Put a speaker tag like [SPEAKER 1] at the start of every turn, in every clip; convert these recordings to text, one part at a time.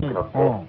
[SPEAKER 1] になって、
[SPEAKER 2] うん。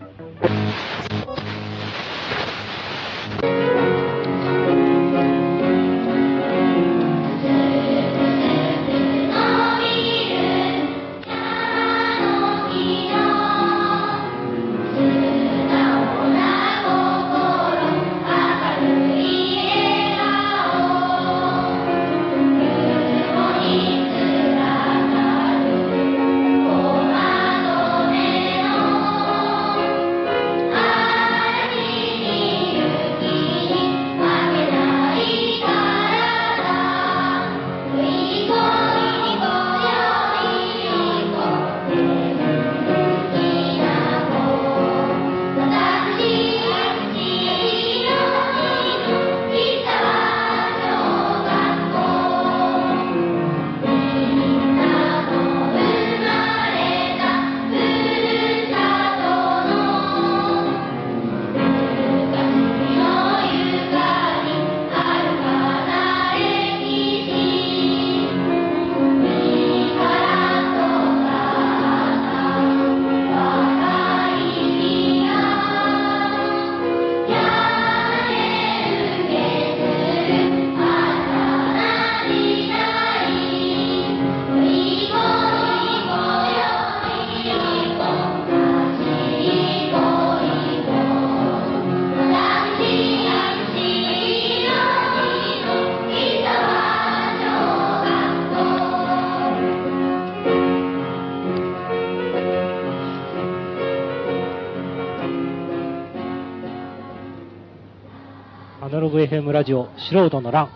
[SPEAKER 3] アナログ FM ラジオ素人の欄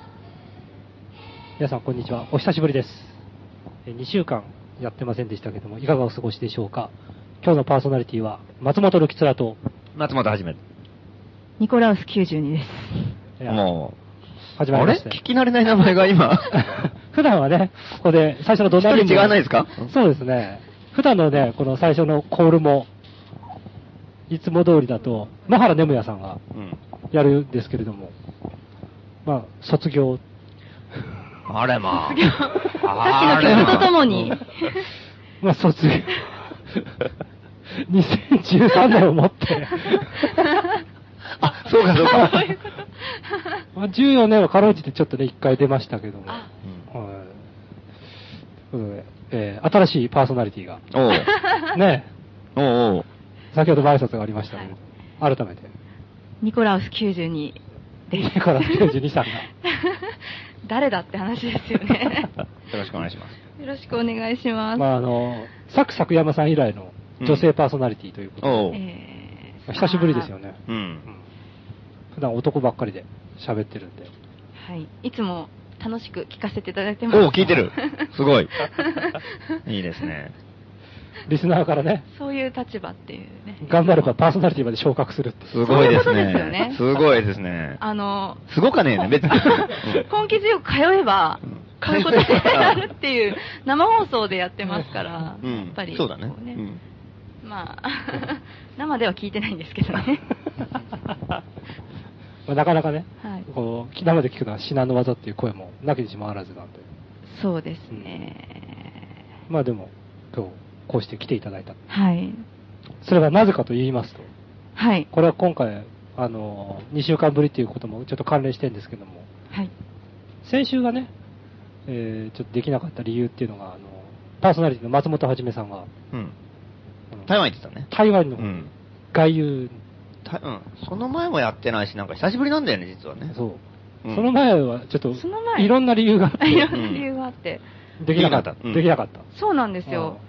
[SPEAKER 3] 皆さんこんにちはお久しぶりです2週間やってませんでしたけどもいかがお過ごしでしょうか今日のパーソナリティは松本るきつらと
[SPEAKER 4] 松本はじめ。
[SPEAKER 5] ニコラウス92です。
[SPEAKER 3] えー
[SPEAKER 4] もう、
[SPEAKER 3] 始まりまし
[SPEAKER 4] あれ
[SPEAKER 3] て
[SPEAKER 4] 聞き慣れない名前が 今。
[SPEAKER 3] 普段はねここで最初のどんな
[SPEAKER 4] 一人違わないですか
[SPEAKER 3] そうですね普段のねこの最初のコールもいつも通りだと野原眠也さんが
[SPEAKER 4] うん
[SPEAKER 3] やるんですけれどもまあ卒業
[SPEAKER 4] あれまあ。
[SPEAKER 5] さっきの曲とともに。
[SPEAKER 3] まあ、卒業。2013年をもって、
[SPEAKER 4] あ、そうかそうか。
[SPEAKER 3] まあ、14年はかろうじてちょっとね、一回出ましたけども。はいということで、えー新しいパーソナリティが、
[SPEAKER 4] おう。
[SPEAKER 3] ね、
[SPEAKER 4] おうおう。
[SPEAKER 3] 先ほどご挨拶がありましたけど、改めて、
[SPEAKER 5] ニコラウス92です。
[SPEAKER 3] ニコラウス92さんが。
[SPEAKER 5] 誰だって話です よね。
[SPEAKER 4] よろしくお願いします。
[SPEAKER 5] よろしくお願いします。
[SPEAKER 3] まあ、あの、サクサク山さん以来の女性パーソナリティということで、
[SPEAKER 4] おう。
[SPEAKER 5] えー
[SPEAKER 3] まあ久しぶりですよね。
[SPEAKER 4] う
[SPEAKER 3] うん
[SPEAKER 4] ん。
[SPEAKER 3] 普段男ばっかりで喋ってるんで。
[SPEAKER 5] はい。いつも楽しく聞かせていただいてます。
[SPEAKER 4] おう、聞いてる。すご い。いいですね。
[SPEAKER 3] リスナーからね、
[SPEAKER 5] そういう立場っていうね。
[SPEAKER 3] 頑張ればパーソナリティまで昇格するって。
[SPEAKER 4] すごいです
[SPEAKER 5] そういうことですよ
[SPEAKER 4] ね
[SPEAKER 5] ね。
[SPEAKER 4] すごいですね。
[SPEAKER 5] あの、
[SPEAKER 4] すごかねえね、別 に。
[SPEAKER 5] 根気強く通えば
[SPEAKER 4] うん、
[SPEAKER 5] 買うことになるっていう、生放送でやってますから、
[SPEAKER 4] うん
[SPEAKER 5] やっぱり、
[SPEAKER 4] そうだね
[SPEAKER 5] こ。
[SPEAKER 4] うん
[SPEAKER 5] まあ、 生では聞いてないんですけど ね。
[SPEAKER 3] まあなかなかね、
[SPEAKER 5] はい
[SPEAKER 3] こう生で聞くのは至難の技っていう声もなきにしもあらずなんで、
[SPEAKER 5] そうですね。
[SPEAKER 3] まあでも、今日、こうして来ていただいた。
[SPEAKER 5] はい。
[SPEAKER 3] それがなぜかと言いますと、
[SPEAKER 5] はい。
[SPEAKER 3] これは今回、あの、2週間ぶりということもちょっと関連してるんですけども、
[SPEAKER 5] はい。
[SPEAKER 3] 先週がね、えーちょっとできなかった理由っていうのが、あの、パーソナリティの松本はじめさんが、
[SPEAKER 4] うん。
[SPEAKER 3] あの
[SPEAKER 4] 台湾行ってたね。
[SPEAKER 3] 台湾
[SPEAKER 4] う
[SPEAKER 3] の
[SPEAKER 4] ん。
[SPEAKER 3] 外遊、
[SPEAKER 4] たうん。その前もやってないし、なんか久しぶりなんだよね、実はね。
[SPEAKER 3] そう、
[SPEAKER 4] うん
[SPEAKER 3] その前はちょっと
[SPEAKER 5] その、前
[SPEAKER 3] いろんな理由があっ
[SPEAKER 5] いろ
[SPEAKER 3] て、
[SPEAKER 5] んな理由があって。
[SPEAKER 3] できなかった。
[SPEAKER 4] うん
[SPEAKER 3] できなかった。
[SPEAKER 5] そうなんですよ。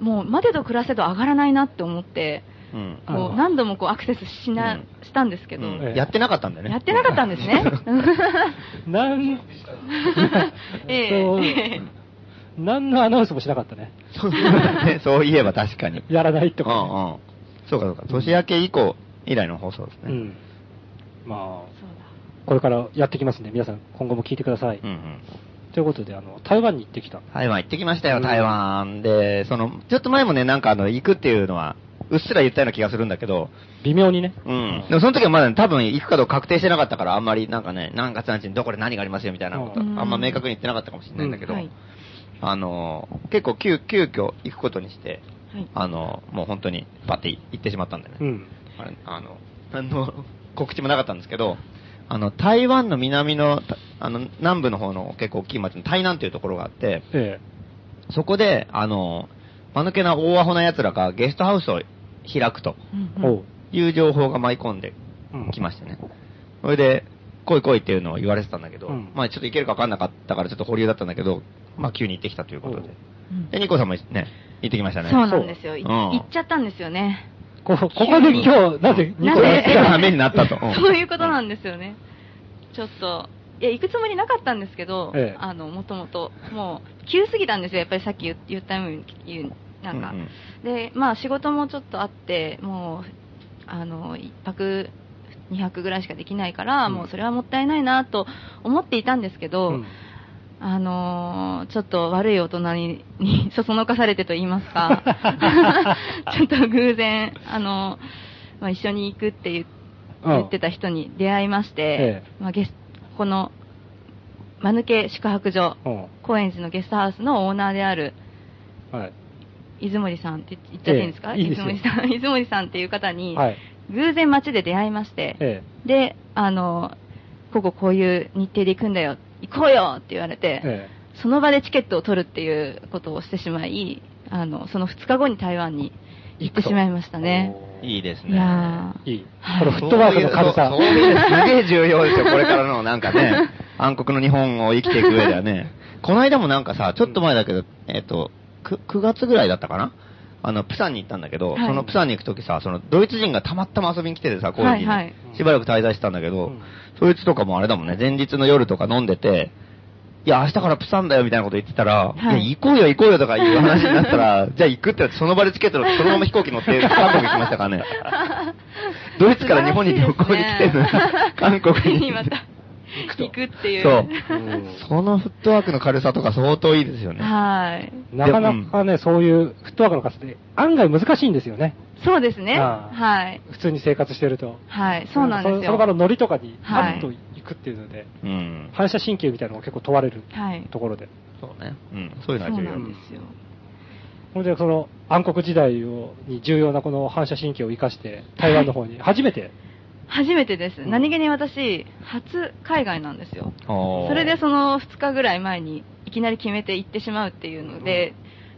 [SPEAKER 5] もう、待てど暮らせど上がらないなって思って、
[SPEAKER 4] うん。
[SPEAKER 3] あ
[SPEAKER 5] こ
[SPEAKER 3] あ
[SPEAKER 5] う何度もこうアクセスしな、
[SPEAKER 4] うん
[SPEAKER 5] したんですけど、
[SPEAKER 4] うん
[SPEAKER 3] ええ
[SPEAKER 4] やってなかったんだよね。
[SPEAKER 5] やってなかったんですね。
[SPEAKER 3] なん、
[SPEAKER 5] え
[SPEAKER 3] そう
[SPEAKER 5] え
[SPEAKER 3] 何のアナウンスもしなかったね。
[SPEAKER 4] そうだねそういえば確かに。
[SPEAKER 3] やらないと
[SPEAKER 4] うん
[SPEAKER 3] か。
[SPEAKER 4] うん。そうかそうか。年明け以降以来の放送です
[SPEAKER 3] う
[SPEAKER 4] ね。
[SPEAKER 3] ん。まあ、
[SPEAKER 5] そうだ。
[SPEAKER 3] これからやってきますんで、皆さん今後も聞いてください。
[SPEAKER 4] うんうん。
[SPEAKER 3] ということで、あの、台湾に行ってきた。
[SPEAKER 4] 台湾行ってきました
[SPEAKER 3] う
[SPEAKER 4] よ、
[SPEAKER 3] ん
[SPEAKER 4] 台湾。で、その、ちょっと前もね、なんかあの、行くっていうのは、うっすら言ったような気がするんだけど、
[SPEAKER 3] 微妙にね。
[SPEAKER 4] うん。でもその時はまだ、多分行くかどうか確定してなかったから、あんまりなんかね、何月何日にどこで何がありますよみたいなこと、
[SPEAKER 3] う
[SPEAKER 4] あ
[SPEAKER 5] ん
[SPEAKER 4] んま明確に言ってなかったかもしれないんだけど、
[SPEAKER 5] はい
[SPEAKER 4] あの、結構急、急遽行くことにして、
[SPEAKER 5] はい
[SPEAKER 4] あの、もう本当に、パって行ってしまったんだよね。
[SPEAKER 1] うん。
[SPEAKER 4] あれ、あの、何の告知もなかったんですけど、あの、台湾の南の、たあの、南部の方の結構大きい町の台南というところがあって、
[SPEAKER 1] え
[SPEAKER 4] そこで、あの、間抜けな大アホな奴らがゲストハウスを開くと
[SPEAKER 5] うん
[SPEAKER 1] え
[SPEAKER 5] うん
[SPEAKER 1] おう。
[SPEAKER 4] いう情報が舞い込んで
[SPEAKER 1] うん
[SPEAKER 4] きましてね。それで、来い来いっていうのを言われてたんだけど、
[SPEAKER 1] うん
[SPEAKER 4] まあちょっと行けるか分かんなかったからちょっと保留だったんだけど、まあ急に行ってきたということで。
[SPEAKER 5] うん
[SPEAKER 4] で、ニコさんもね、行ってきましたね。
[SPEAKER 5] そうなんですよ。い
[SPEAKER 4] うん
[SPEAKER 5] 行っちゃったんですよね。
[SPEAKER 1] こここで今日、なぜニ
[SPEAKER 5] な
[SPEAKER 1] コ
[SPEAKER 5] ぜ
[SPEAKER 1] ラスが
[SPEAKER 4] ダメになったと。ん
[SPEAKER 5] そういうことなんですよね。ちょっと、いや、行くつもりなかったんですけど、
[SPEAKER 1] ええ
[SPEAKER 5] あの、もともと、もう、急すぎたんですよ。やっぱりさっき言言ったように、言うなんか、
[SPEAKER 4] ううん
[SPEAKER 5] で、まあ仕事もちょっとあって、もう、あの、一泊二泊ぐらいしかできないから、
[SPEAKER 1] うん
[SPEAKER 5] もうそれはもったいないなと思っていたんですけど、
[SPEAKER 1] うん
[SPEAKER 5] あのーちょっと悪い大人にに そそのかされてと言いますか、 ちょっと偶然、あのまあ、一緒に行くって言っ
[SPEAKER 1] うん
[SPEAKER 5] 言ってた人に出会いまして、
[SPEAKER 1] え
[SPEAKER 5] まあ、ゲスこの、間抜け宿泊所、
[SPEAKER 1] うん
[SPEAKER 5] 高円寺のゲストハウスのオーナーである
[SPEAKER 1] はい。
[SPEAKER 5] 出森さんって言っちゃっていいんですか、
[SPEAKER 1] ええいいですよ
[SPEAKER 5] 出森さん 出森さんっていう方に、
[SPEAKER 1] はい。
[SPEAKER 5] 偶然街で出会いまして、
[SPEAKER 1] え
[SPEAKER 5] で、あの、こここういう日程で行くんだよ、行こうよって言われ
[SPEAKER 1] え
[SPEAKER 5] て、
[SPEAKER 1] え
[SPEAKER 5] その場でチケットを取るっていうことをしてしまい、あの、その2日後に台湾に行ってしまいましたね。
[SPEAKER 4] いいですね。
[SPEAKER 5] いや
[SPEAKER 1] いい。
[SPEAKER 5] はい
[SPEAKER 1] これフットワークの軽さ
[SPEAKER 4] そう。いうそうそういうすげえ重要ですよ、これからのなんか ね、暗黒の日本を生きていく上ではね。この間もなんかさ、ちょっと前だけど、えっ、と9、く9月ぐらいだったかなあの、プサンに行ったんだけど、
[SPEAKER 5] はい
[SPEAKER 4] そのプサンに行くときさ、そのドイツ人がたまたま遊びに来ててさ、高円寺に、
[SPEAKER 5] はいはい
[SPEAKER 4] しばらく滞在してたんだけど、
[SPEAKER 1] うん
[SPEAKER 4] そいつとかもあれだもんね、前日の夜とか飲んでて、いや、明日からプサンだよみたいなこと言ってたら、
[SPEAKER 5] はい
[SPEAKER 4] い、や、行こうよ行こうよとかいう話になったら、 じゃあ行くってなってその場でチケットのそのまま飛行機乗って韓国行きましたから ね。ドイツから日本に旅行に来てるのに
[SPEAKER 5] 素晴らしいですね、
[SPEAKER 4] 韓国に。
[SPEAKER 5] また 行くっていう。
[SPEAKER 4] そう。
[SPEAKER 1] うん
[SPEAKER 4] そのフットワークの軽さとか相当いいですよね。
[SPEAKER 5] はい。
[SPEAKER 1] なかなかね、そういうフットワークの軽さって案外難しいんですよね。
[SPEAKER 5] そうですね。
[SPEAKER 1] ああ
[SPEAKER 5] はい。
[SPEAKER 1] 普通に生活してると。
[SPEAKER 5] はい、そうなんです
[SPEAKER 1] そ
[SPEAKER 5] よ。
[SPEAKER 1] のその場のノリとかに、パ
[SPEAKER 5] はい
[SPEAKER 1] ッと行くっていうので、
[SPEAKER 4] うん。
[SPEAKER 1] 反射神経みたいなのが結構問われる
[SPEAKER 5] はい。
[SPEAKER 1] ところで。
[SPEAKER 4] そうね。うん。そういうのは
[SPEAKER 5] そう
[SPEAKER 4] 重
[SPEAKER 5] な
[SPEAKER 4] 要
[SPEAKER 5] ん。ですよ。
[SPEAKER 1] ほんで、その暗黒時代をに重要なこの反射神経を生かして、台湾の方に初めて、
[SPEAKER 5] 初めてです。
[SPEAKER 1] うん
[SPEAKER 5] 何気に私、初海外なんですよ。
[SPEAKER 4] おー
[SPEAKER 5] それでその2日ぐらい前にいきなり決めて行ってしまうっていうので、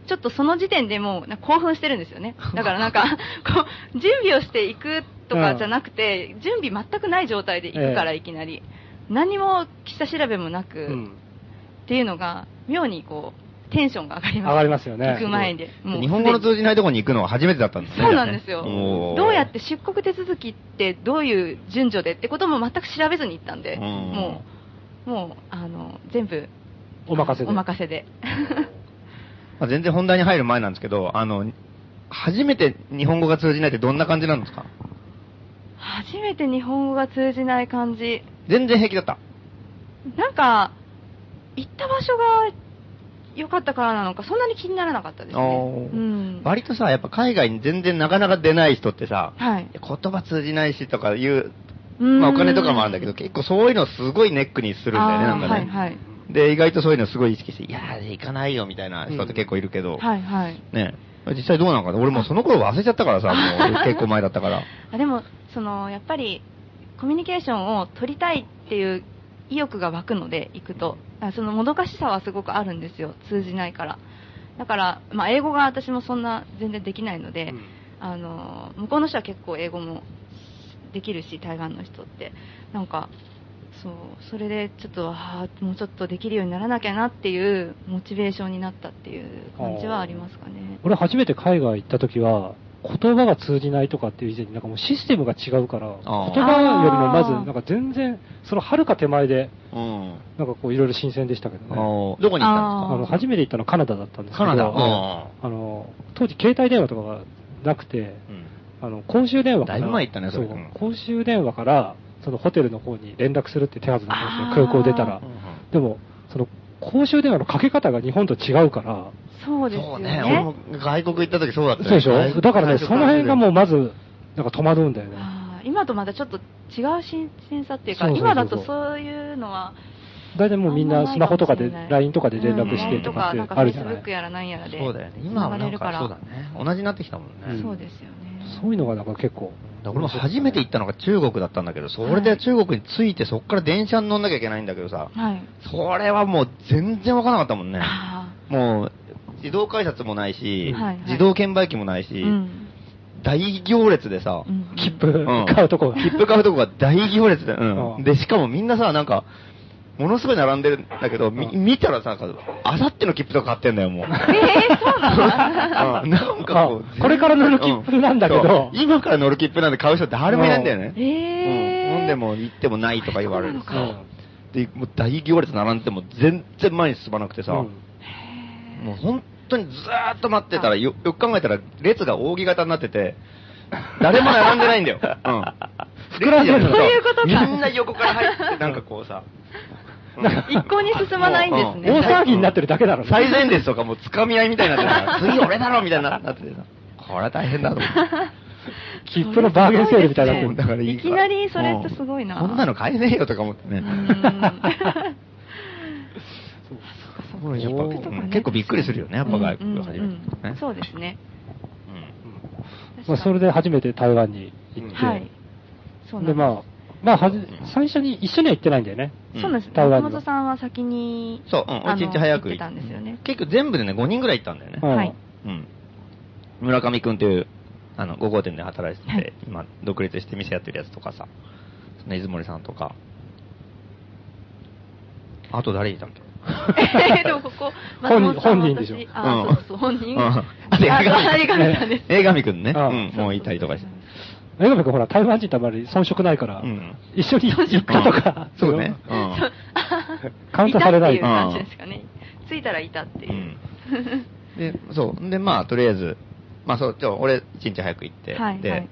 [SPEAKER 5] ちょっとその時点でもうなんか興奮してるんですよね。だからなんか、 こう、準備をしていくとかじゃなくて、準備全くない状態で行くから
[SPEAKER 1] ええ
[SPEAKER 5] いきなり。何も下調べもなく、
[SPEAKER 1] うん
[SPEAKER 5] っていうのが、妙にこう、テンションが上がります。
[SPEAKER 1] 上がりますよね
[SPEAKER 5] 行く前で。もう
[SPEAKER 4] 日本語の
[SPEAKER 5] すでに
[SPEAKER 4] 通じないところに行くのは初めてだったんですね。
[SPEAKER 5] そうなんですよ。
[SPEAKER 4] おー
[SPEAKER 5] どうやって出国手続きってどういう順序でってことも全く調べずに行ったんで、
[SPEAKER 4] うん
[SPEAKER 5] もう、もう、あの、全部、
[SPEAKER 1] お任せで。
[SPEAKER 5] お任せで。
[SPEAKER 4] まあ全然本題に入る前なんですけど、あの、初めて日本語が通じないってどんな感じなんですか
[SPEAKER 5] 初めて日本語が通じない感じ。
[SPEAKER 4] 全然平気だった。
[SPEAKER 5] なんか、行った場所が良かったからなのか、そんなに気にならなかったですね
[SPEAKER 4] お。ー
[SPEAKER 5] うん。
[SPEAKER 4] 割とさ、やっぱ海外に全然なかなか出ない人ってさ、
[SPEAKER 5] はい。
[SPEAKER 4] 言葉通じないしとかいう、
[SPEAKER 5] うん
[SPEAKER 4] まあお金とかもあるんだけど、結構そういうのすごいネックにするんだよね、なん
[SPEAKER 5] あ
[SPEAKER 4] か
[SPEAKER 5] ー
[SPEAKER 4] ね。
[SPEAKER 5] はいはい
[SPEAKER 4] で、意外とそういうのすごい意識して、いやー、行かないよみたいな人って結構いるけど、
[SPEAKER 5] はいはい。
[SPEAKER 4] ね、実際どうなのかな俺もうその頃忘れちゃったから さ、もう結構前だったから。
[SPEAKER 5] あでもそのやっぱりコミュニケーションを取りたいっていう意欲が湧くので行くとあそのもどかしさはすごくあるんですよ通じないからだから、まあ、英語が私もそんな全然できないので、
[SPEAKER 1] うん
[SPEAKER 5] あの向こうの人は結構英語もできるし台湾の人ってなんかそうそれでちょっとあーもうちょっとできるようにならなきゃなっていうモチベーションになったっていう感じはありますかね
[SPEAKER 1] 俺初めて海外行った時は、言葉が通じないとかっていう以前になんかもうシステムが違うから、言
[SPEAKER 4] あー
[SPEAKER 1] 葉よりもまず、なんか全然、その遥か手前で、
[SPEAKER 4] うん。
[SPEAKER 1] なんかこういろいろ新鮮でしたけど
[SPEAKER 4] あ
[SPEAKER 1] ね。
[SPEAKER 4] のどこに行ったん
[SPEAKER 5] あ
[SPEAKER 4] で
[SPEAKER 5] ー
[SPEAKER 1] あの、初めて行ったのカナダだったんです
[SPEAKER 4] す
[SPEAKER 1] け
[SPEAKER 4] か
[SPEAKER 1] ど、
[SPEAKER 4] カナダ。
[SPEAKER 1] あの、当時携帯電話とかがなくて、あの、公衆電話から。
[SPEAKER 4] だいぶ前行ったねそ
[SPEAKER 1] そ
[SPEAKER 4] れ
[SPEAKER 1] う
[SPEAKER 4] うん。
[SPEAKER 1] 公衆電話から、そのホテルの方に連絡するって手はずなんです
[SPEAKER 5] あ
[SPEAKER 1] よ、
[SPEAKER 5] ー
[SPEAKER 1] 空港出たら
[SPEAKER 4] うん。
[SPEAKER 1] でも、その、公衆電話のかけ方が日本と違うから、
[SPEAKER 5] そうです
[SPEAKER 4] そ
[SPEAKER 5] よ
[SPEAKER 4] うね。
[SPEAKER 5] ね
[SPEAKER 4] 俺も外国行った時そうだった
[SPEAKER 1] そうでしょだからね、その辺がもうまず、なんか戸惑うんだよね。
[SPEAKER 5] あー今とまたちょっと違う新鮮さっていうか、
[SPEAKER 1] そうそうそ
[SPEAKER 5] 今
[SPEAKER 1] うそう
[SPEAKER 5] だとそういうのは
[SPEAKER 1] 大体もうみんなスマホとか
[SPEAKER 5] あ
[SPEAKER 1] で、
[SPEAKER 5] んまないもしれない
[SPEAKER 1] LINE とかで連絡し
[SPEAKER 5] う
[SPEAKER 1] て
[SPEAKER 5] ん
[SPEAKER 1] とかって
[SPEAKER 5] なん
[SPEAKER 1] あるじゃな
[SPEAKER 5] Facebook や
[SPEAKER 1] い。
[SPEAKER 5] らなんやらで。
[SPEAKER 4] そうだよね。今はなん
[SPEAKER 5] 繋がれるか
[SPEAKER 4] からそうだね。同じになってきたもんね。
[SPEAKER 1] うん
[SPEAKER 5] そうですよね。
[SPEAKER 1] そういうのがなんか結構。
[SPEAKER 4] だから俺も初めて行ったのが中国だったんだけど、それで中国に着いてそっから電車に乗んなきゃいけないんだけどさ、
[SPEAKER 5] はい。
[SPEAKER 4] それはもう全然わからなかったもんね。
[SPEAKER 5] あ
[SPEAKER 4] もう、自動改札もないし、
[SPEAKER 5] はいはい
[SPEAKER 4] 自動券売機もないし、
[SPEAKER 5] ーうん
[SPEAKER 4] 大行列でさ、
[SPEAKER 5] うん
[SPEAKER 1] 切符
[SPEAKER 4] うん
[SPEAKER 1] 買うとこが。
[SPEAKER 4] 切符買うとこが大行列で、うん
[SPEAKER 1] うん
[SPEAKER 4] で、しかもみんなさ、なんか、ものすごい並んでるんだけど、み
[SPEAKER 1] うん
[SPEAKER 4] 見たらさ、なんか、あさっての切符とか買ってんだよ、もう。
[SPEAKER 5] えー、そうな
[SPEAKER 4] う
[SPEAKER 5] の
[SPEAKER 4] んなんかこう
[SPEAKER 1] あこれから乗る切符なんだけど
[SPEAKER 4] うそう今から乗る切符なんて買う人誰もいないんだよね。
[SPEAKER 5] えー
[SPEAKER 4] うん飲んでも行ってもないとか言われる
[SPEAKER 5] そうなの
[SPEAKER 4] さ
[SPEAKER 5] か。
[SPEAKER 4] で、もう大行列並んでも全然前に進まなくてさ、
[SPEAKER 1] うん
[SPEAKER 4] もう本当にずーっと待ってたら、よ、よく考えたら列が扇形になってて、誰も並んでない んだよ。うん。
[SPEAKER 1] 膨らんで
[SPEAKER 4] 列
[SPEAKER 1] る
[SPEAKER 4] じゃ
[SPEAKER 1] そう
[SPEAKER 5] いうことか
[SPEAKER 4] みんな横から入 って、なんかこうさ、
[SPEAKER 5] 一向に進まないんですね。
[SPEAKER 1] 大騒ぎになってるだけだろ。
[SPEAKER 4] 最前列とかもう掴み合いみたいになってるから、次俺だろみたいにななっててさ、これは大変だと思って。
[SPEAKER 1] 切符のバーゲンセールみたいになって
[SPEAKER 5] そうで。
[SPEAKER 1] る
[SPEAKER 5] すねいきなりそれってすごいな
[SPEAKER 4] うんこんなの買えねえよとか思って
[SPEAKER 5] う
[SPEAKER 4] ね。
[SPEAKER 5] ん
[SPEAKER 4] もうやっぱ
[SPEAKER 1] おー
[SPEAKER 4] うん結構びっくりするよ ね、やっぱ外国が初めてね
[SPEAKER 5] うんうんうんそうですね。
[SPEAKER 1] まあ、それで初めて台湾に行って、
[SPEAKER 5] はい。そうなん
[SPEAKER 1] で、
[SPEAKER 5] です。
[SPEAKER 1] まあ、まあはじ、最初に一緒には行ってないんだよね。
[SPEAKER 4] うん
[SPEAKER 5] そうなんです。
[SPEAKER 1] 台湾
[SPEAKER 5] 松
[SPEAKER 1] の
[SPEAKER 5] 本さんは先 に、
[SPEAKER 4] そう、うん、
[SPEAKER 5] あの
[SPEAKER 4] 俺一日早く
[SPEAKER 5] 行ってたんですよね。
[SPEAKER 4] 結局全部でね、5人ぐらい行ったんだよね。
[SPEAKER 1] うん
[SPEAKER 5] はい
[SPEAKER 4] うん。村上くんという、あの、5号店で働いてて、
[SPEAKER 5] はい
[SPEAKER 4] 今、独立して店やってるやつとかさ、その出森さんとか、あと誰いたんだっけ
[SPEAKER 5] えーでもここ、松本さんは
[SPEAKER 1] 本
[SPEAKER 5] 私
[SPEAKER 1] 人本人でしょ
[SPEAKER 5] あ
[SPEAKER 4] うん
[SPEAKER 5] ー、そうそう、本人。
[SPEAKER 4] うん
[SPEAKER 5] あ
[SPEAKER 4] あと映画館
[SPEAKER 5] あ映画館さんです。
[SPEAKER 4] 映画見くんね、う
[SPEAKER 1] ああ
[SPEAKER 4] ん、もういたりとかして。
[SPEAKER 1] 江上君ほら、台湾人ってあまり遜色ないから、
[SPEAKER 4] うん
[SPEAKER 1] 一緒に行くかとか、
[SPEAKER 4] うんそうね。う。。
[SPEAKER 5] そうん
[SPEAKER 1] カウントされない
[SPEAKER 5] いたっていう感じですかね。着いたらいたっていううん
[SPEAKER 4] で、そう。で、まあ、とりあえず、まあ、そう、今日、俺、一日早く行って、
[SPEAKER 5] はい
[SPEAKER 4] で、
[SPEAKER 5] はい
[SPEAKER 4] 行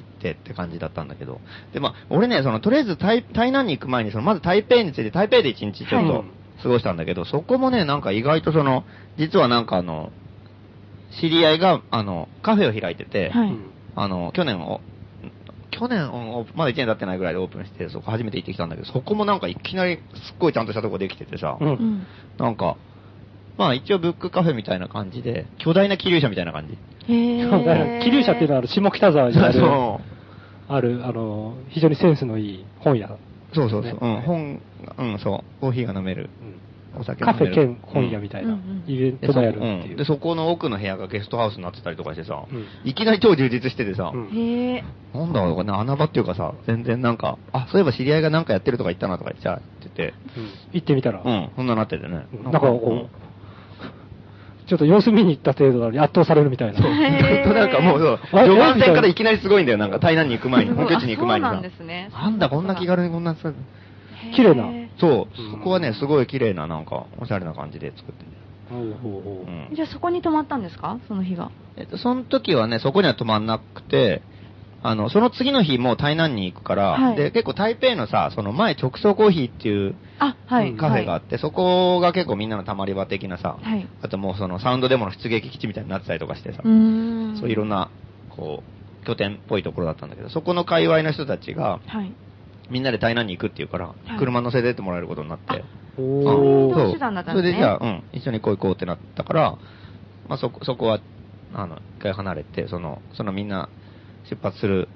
[SPEAKER 4] ってって感じだったんだけど、で、まあ、俺ね、その、とりあえず台、台南に行く前に、その、まず台北について、台北で一日ちょっ
[SPEAKER 1] は
[SPEAKER 4] と
[SPEAKER 1] い
[SPEAKER 4] 過ごしたんだけど、そこもね、なんか意外とその、実はなんかあの、知り合いが、あの、カフェを開いてて、
[SPEAKER 5] はい
[SPEAKER 1] うん
[SPEAKER 4] あの、去年を、去年を、まだ1年経ってないぐらいでオープンして、そこ初めて行ってきたんだけど、そこもなんかいきなりすっごいちゃんとしたとこできててさ、
[SPEAKER 1] うん
[SPEAKER 5] うん
[SPEAKER 4] なんか、まあ一応ブックカフェみたいな感じで、巨大な気流車みたいな感じ。
[SPEAKER 5] へ
[SPEAKER 1] だから
[SPEAKER 5] ー。
[SPEAKER 1] 気流車っていうのはあの下北沢にあ る、
[SPEAKER 4] そ
[SPEAKER 1] ある、あの、非常にセンスのいい本屋。
[SPEAKER 4] うそうそうそう、
[SPEAKER 1] ね
[SPEAKER 4] うん、本、うん、そう、コーヒーが飲める。お酒
[SPEAKER 1] カ
[SPEAKER 4] が
[SPEAKER 1] フ
[SPEAKER 4] 飲め
[SPEAKER 1] ェ
[SPEAKER 4] る
[SPEAKER 1] 兼本屋みたい
[SPEAKER 5] う
[SPEAKER 1] な、
[SPEAKER 5] んうん
[SPEAKER 1] イベントもやるってい
[SPEAKER 4] うん
[SPEAKER 1] う。
[SPEAKER 4] で、そこの奥の部屋がゲストハウスになってたりとかしてさ、
[SPEAKER 1] うん
[SPEAKER 4] いきなり超充実しててさ、
[SPEAKER 1] うん
[SPEAKER 5] へえ。
[SPEAKER 4] なんだろうかね、穴場っていうかさ、全然なんか、あ、そういえば知り合いがなんかやってるとか言ったなとか言っちゃってて、
[SPEAKER 1] うん行ってみたら、
[SPEAKER 4] うん、そんななっててね。
[SPEAKER 1] なんかこう、
[SPEAKER 4] うん
[SPEAKER 1] ちょっと様子見に行った程度なのに圧倒されるみたいな。
[SPEAKER 4] そう、
[SPEAKER 5] へー
[SPEAKER 4] ほんと なんかもうそう、
[SPEAKER 1] あ
[SPEAKER 4] 序盤戦からいきなりすごいんだよ、なんか台南に行く前に、
[SPEAKER 5] すご
[SPEAKER 4] 本
[SPEAKER 5] い
[SPEAKER 4] 拠地に行く前に
[SPEAKER 5] あそう
[SPEAKER 4] さ
[SPEAKER 5] なんですね。
[SPEAKER 4] なんだ、こんな気軽にこんなさ、
[SPEAKER 5] へー。
[SPEAKER 1] 綺麗な
[SPEAKER 4] そう
[SPEAKER 1] うん、
[SPEAKER 4] そこはね、すごい綺麗な、なんか、おしゃれな感じで作ってる。
[SPEAKER 1] おうおうおう
[SPEAKER 4] うん
[SPEAKER 5] じゃあそこに泊まったんですかその日が。
[SPEAKER 4] えっと、その時はね、そこには泊まんなくて、あの、その次の日もう台南に行くから、
[SPEAKER 5] はい
[SPEAKER 4] で、結構台北のさ、その前直送コーヒーっていう
[SPEAKER 5] あ、はい。
[SPEAKER 4] カフェがあ
[SPEAKER 5] は
[SPEAKER 4] って、そこが結構みんなの溜まり場的なさ、
[SPEAKER 5] はい
[SPEAKER 4] あともうそのサウンドデモの出撃基地みたいになってたりとかしてさ、
[SPEAKER 5] い。うーん。
[SPEAKER 4] そういろんな、こう、拠点っぽいところだったんだけど、そこの界隈の人たちが、
[SPEAKER 5] はい。
[SPEAKER 4] みんなで台南に行くっていうから、
[SPEAKER 5] い
[SPEAKER 4] 車乗せてってもらえることになって、
[SPEAKER 1] おー
[SPEAKER 5] そういう手段だったん
[SPEAKER 4] そ
[SPEAKER 5] です
[SPEAKER 4] れ
[SPEAKER 5] ね
[SPEAKER 4] でじゃあ、うん、一緒に行こう行こうってなったから、まあ、そこ、そこは、あの、一回離れて、その、そのみんな出発する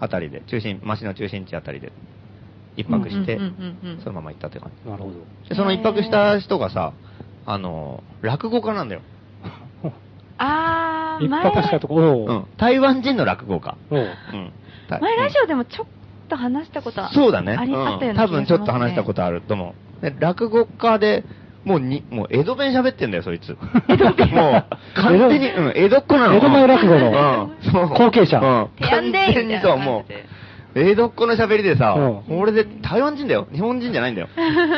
[SPEAKER 4] あたりで、中心、町の中心地あたりで、一泊して
[SPEAKER 5] うんうんうんうんうん、
[SPEAKER 4] そのまま行ったって感
[SPEAKER 1] なるほ
[SPEAKER 4] じ。で、その一泊した人がさ、あの、落語家なんだよ。
[SPEAKER 1] ど。
[SPEAKER 5] あー、
[SPEAKER 1] 一泊したとこ、おう
[SPEAKER 4] うん。台湾人の落語家。
[SPEAKER 1] おう
[SPEAKER 4] うん。
[SPEAKER 5] 前前ラジオでもちょっと話したことは
[SPEAKER 4] そうだね。
[SPEAKER 5] あり
[SPEAKER 4] うん
[SPEAKER 5] あったような
[SPEAKER 4] 多
[SPEAKER 5] 気がしますね
[SPEAKER 4] 分ちょっと話したことあると思う。で落語家で、もうに、もう江戸弁喋ってんだよ、そいつ。江戸弁もう、完全に、うん、江戸っ子なの。
[SPEAKER 1] 江戸前落語の
[SPEAKER 4] うんそう
[SPEAKER 1] 後継者
[SPEAKER 4] うん。
[SPEAKER 5] 手やん
[SPEAKER 4] 完全
[SPEAKER 5] でみたいな感じで
[SPEAKER 4] にそう、もう、江戸っ子の喋りでさ
[SPEAKER 1] う、ん
[SPEAKER 4] 俺で台湾人だよ。日本人じゃないんだよ。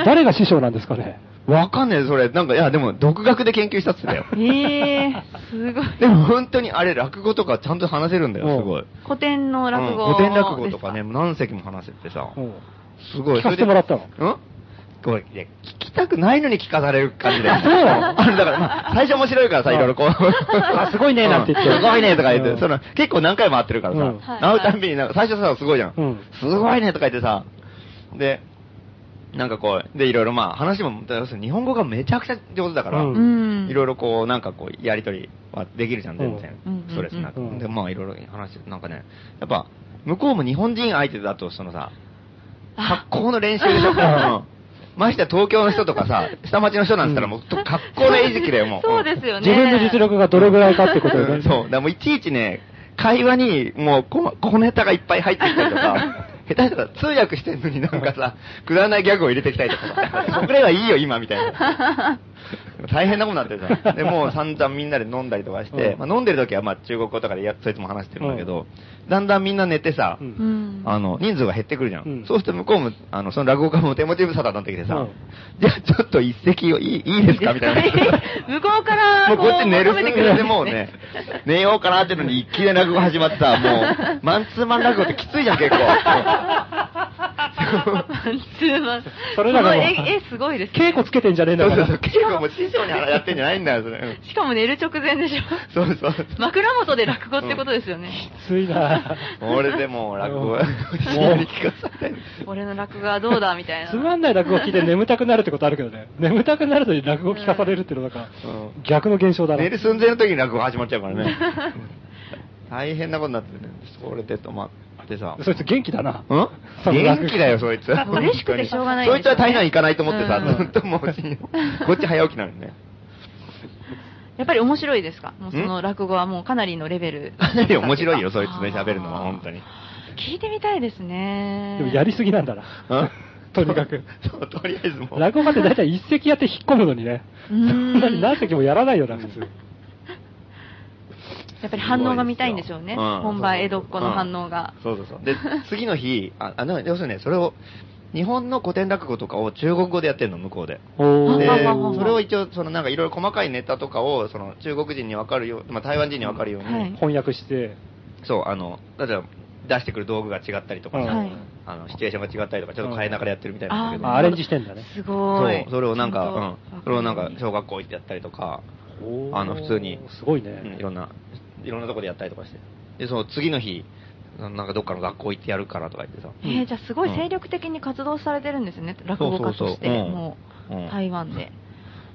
[SPEAKER 1] 誰が師匠なんですかね。
[SPEAKER 4] わかんないそれ。なんか、いや、でも、独学で研究したっつってたよ。
[SPEAKER 5] えー、すごい。
[SPEAKER 4] でも本当にあれ、落語とかちゃんと話せるんだよ、すごい。
[SPEAKER 5] 古典の落語
[SPEAKER 4] うん
[SPEAKER 5] です
[SPEAKER 4] 古
[SPEAKER 5] か。
[SPEAKER 4] 典落語とかね、何席も話せてさ。
[SPEAKER 1] おう
[SPEAKER 4] すごい。
[SPEAKER 1] 聞かせてもらったの
[SPEAKER 4] それでうんこれ、いや、聞きたくないのに聞かされる感じで。
[SPEAKER 1] そう
[SPEAKER 4] あのだから、まあ、最初面白いからさ、
[SPEAKER 1] うん
[SPEAKER 4] いろいろこう。
[SPEAKER 1] あすごいねなんて言って
[SPEAKER 4] うんすごいねとか言っ
[SPEAKER 1] う
[SPEAKER 4] て、
[SPEAKER 1] ん
[SPEAKER 4] その、結構何回も会ってるから
[SPEAKER 1] う
[SPEAKER 4] さ
[SPEAKER 1] ん、
[SPEAKER 4] 会うたんびになんか、最初さ、すごいじゃ
[SPEAKER 1] うん
[SPEAKER 4] ん。すごいねとか言ってさ、で、なんかこう、で、いろいろまあ話も、要するに日本語がめちゃくちゃ上手だから、
[SPEAKER 3] うん
[SPEAKER 5] うん
[SPEAKER 4] いろいろこう、なんかこう、やりとりはできるじゃん、全然
[SPEAKER 5] うん。
[SPEAKER 4] ストレスなく
[SPEAKER 3] う。ん
[SPEAKER 4] で、まあいろいろ話、なんかね、やっぱ、向こうも日本人相手だと、そのさ、
[SPEAKER 5] あ
[SPEAKER 4] 格好の練習でし ょ、うんましてや東京の人とかさ、下町の人なんつったらもう、 と格好の餌食だよ、もう。
[SPEAKER 5] そうですよね。
[SPEAKER 3] 自分の実力がどれぐらいかってことよ
[SPEAKER 4] う
[SPEAKER 3] ね。
[SPEAKER 4] ん そう。だからもういちいちね、会話にもう小小ネタがいっぱい入ってきたりとか、 下手したら通訳してんのになんかさ、くだらないギャグを入れてきたりとかさ、それはいいよ今みたいな。大変なことになってるじゃん。で、もう散々みんなで飲んだりとかして、
[SPEAKER 3] うん
[SPEAKER 4] まあ飲んでる時はまあ中国語とかでやそいつも話してるんだけど、だんだんみんな寝てさ、
[SPEAKER 3] うん
[SPEAKER 5] うん。
[SPEAKER 4] あの、人数が減ってくるじゃん。
[SPEAKER 3] うん
[SPEAKER 4] そうすると向こうも、あの、その落語家も手持ち無沙汰になってきてさ、
[SPEAKER 3] うん
[SPEAKER 4] じゃあちょっと一席をいい、いいですかみたいな。
[SPEAKER 5] 向こうから
[SPEAKER 4] もうこっち寝る
[SPEAKER 5] 求
[SPEAKER 4] 寸
[SPEAKER 5] めてく
[SPEAKER 4] 前
[SPEAKER 5] る
[SPEAKER 4] でもうね、 寝ようかなってのに、一気で落語始まってさ、 もう、マンツーマン落語ってきついじゃん、 結構。
[SPEAKER 5] マンツーマン。
[SPEAKER 3] それだから
[SPEAKER 5] その絵、絵すごいですね。
[SPEAKER 3] 稽古つけてんじゃねえん
[SPEAKER 4] そ
[SPEAKER 3] だ
[SPEAKER 4] う
[SPEAKER 3] か
[SPEAKER 4] そう
[SPEAKER 3] ら。
[SPEAKER 4] そう、結構もう師匠にやってんじゃないんだよ、それ。
[SPEAKER 5] しかも寝る直前でしょ。
[SPEAKER 4] う んそうそう。
[SPEAKER 5] 枕元で落語ってことですよね。
[SPEAKER 3] きついな
[SPEAKER 4] 俺でもう落語
[SPEAKER 3] うん
[SPEAKER 4] は、師匠に聞かされて。
[SPEAKER 5] 俺の落語はどうだみたいな。
[SPEAKER 3] つまんない落語聞いて眠たくなるってことあるけどね。眠たくなるのに落語聞かされるっていうのがなんか、
[SPEAKER 4] うん
[SPEAKER 3] 逆の現象だ な。
[SPEAKER 4] 寝る寸前の時に落語始まっちゃうからね。大変なことになってるね。それで止まってさ。
[SPEAKER 3] そいつ元気だな。
[SPEAKER 4] ん
[SPEAKER 3] その落
[SPEAKER 4] 元気だよ、そいつ。
[SPEAKER 5] 嬉しくてしょうがないん
[SPEAKER 4] そ
[SPEAKER 5] で
[SPEAKER 4] い
[SPEAKER 5] しょ
[SPEAKER 4] つは
[SPEAKER 5] うね
[SPEAKER 4] 台南行かないと思ってさ、
[SPEAKER 5] うん
[SPEAKER 4] ずっともう、こっち早起きなのね。
[SPEAKER 5] やっぱり面白いですかもうその
[SPEAKER 4] ん
[SPEAKER 5] 落語はもうかなりのレベル。
[SPEAKER 4] かなり 面白い よ、そいつね、喋るのは、本当に。
[SPEAKER 5] 聞いてみたいですね。
[SPEAKER 3] でもやりすぎなんだな。
[SPEAKER 4] うん
[SPEAKER 3] とにかく。
[SPEAKER 4] そう、とりあえずもう。
[SPEAKER 3] 落語家って大体一席やって引っ込むのにね。
[SPEAKER 5] うーん
[SPEAKER 3] 何席もやらないよな、普通。
[SPEAKER 5] やっぱり反応が見たいんでしょうね。
[SPEAKER 4] すごいですようん
[SPEAKER 5] 本場江戸っ子の反応が。
[SPEAKER 4] そうそうそう。で、次の日、あ、あの要するにね、それを、日本の古典落語とかを中国語でやってるの、向こうで。
[SPEAKER 3] お
[SPEAKER 4] で、
[SPEAKER 5] ああああああ
[SPEAKER 4] それを一応、そのなんかいろいろ細かいネタとかを、その中国人にわかるよう、まあ台湾人にわかるように、
[SPEAKER 5] はい
[SPEAKER 3] 翻訳して、
[SPEAKER 4] そう、あの、例えば出してくる道具が違ったりとかさ、
[SPEAKER 5] はい
[SPEAKER 4] あの、シチュエーションが違ったりとか、ちょっと変えながらやってるみたいなんだけど。
[SPEAKER 3] あアレンジしてんだね。
[SPEAKER 5] すごい
[SPEAKER 4] そ。う、それをなん
[SPEAKER 5] ちゃ
[SPEAKER 4] か、
[SPEAKER 5] と
[SPEAKER 4] うん、それをなんか、小学校行ってやったりとか、あの、普通に、
[SPEAKER 3] すごい
[SPEAKER 4] うん
[SPEAKER 3] ね
[SPEAKER 4] い。ろんな、いろんなとこでやったりとかして。で、その次の日、ななんかどっかの学校行ってやるからとか言ってさ。
[SPEAKER 5] えーじゃあすごい精力的に活動されてるんですよね、落語家として、
[SPEAKER 4] そうそうそううん
[SPEAKER 5] もう、
[SPEAKER 4] うん
[SPEAKER 5] 台湾で。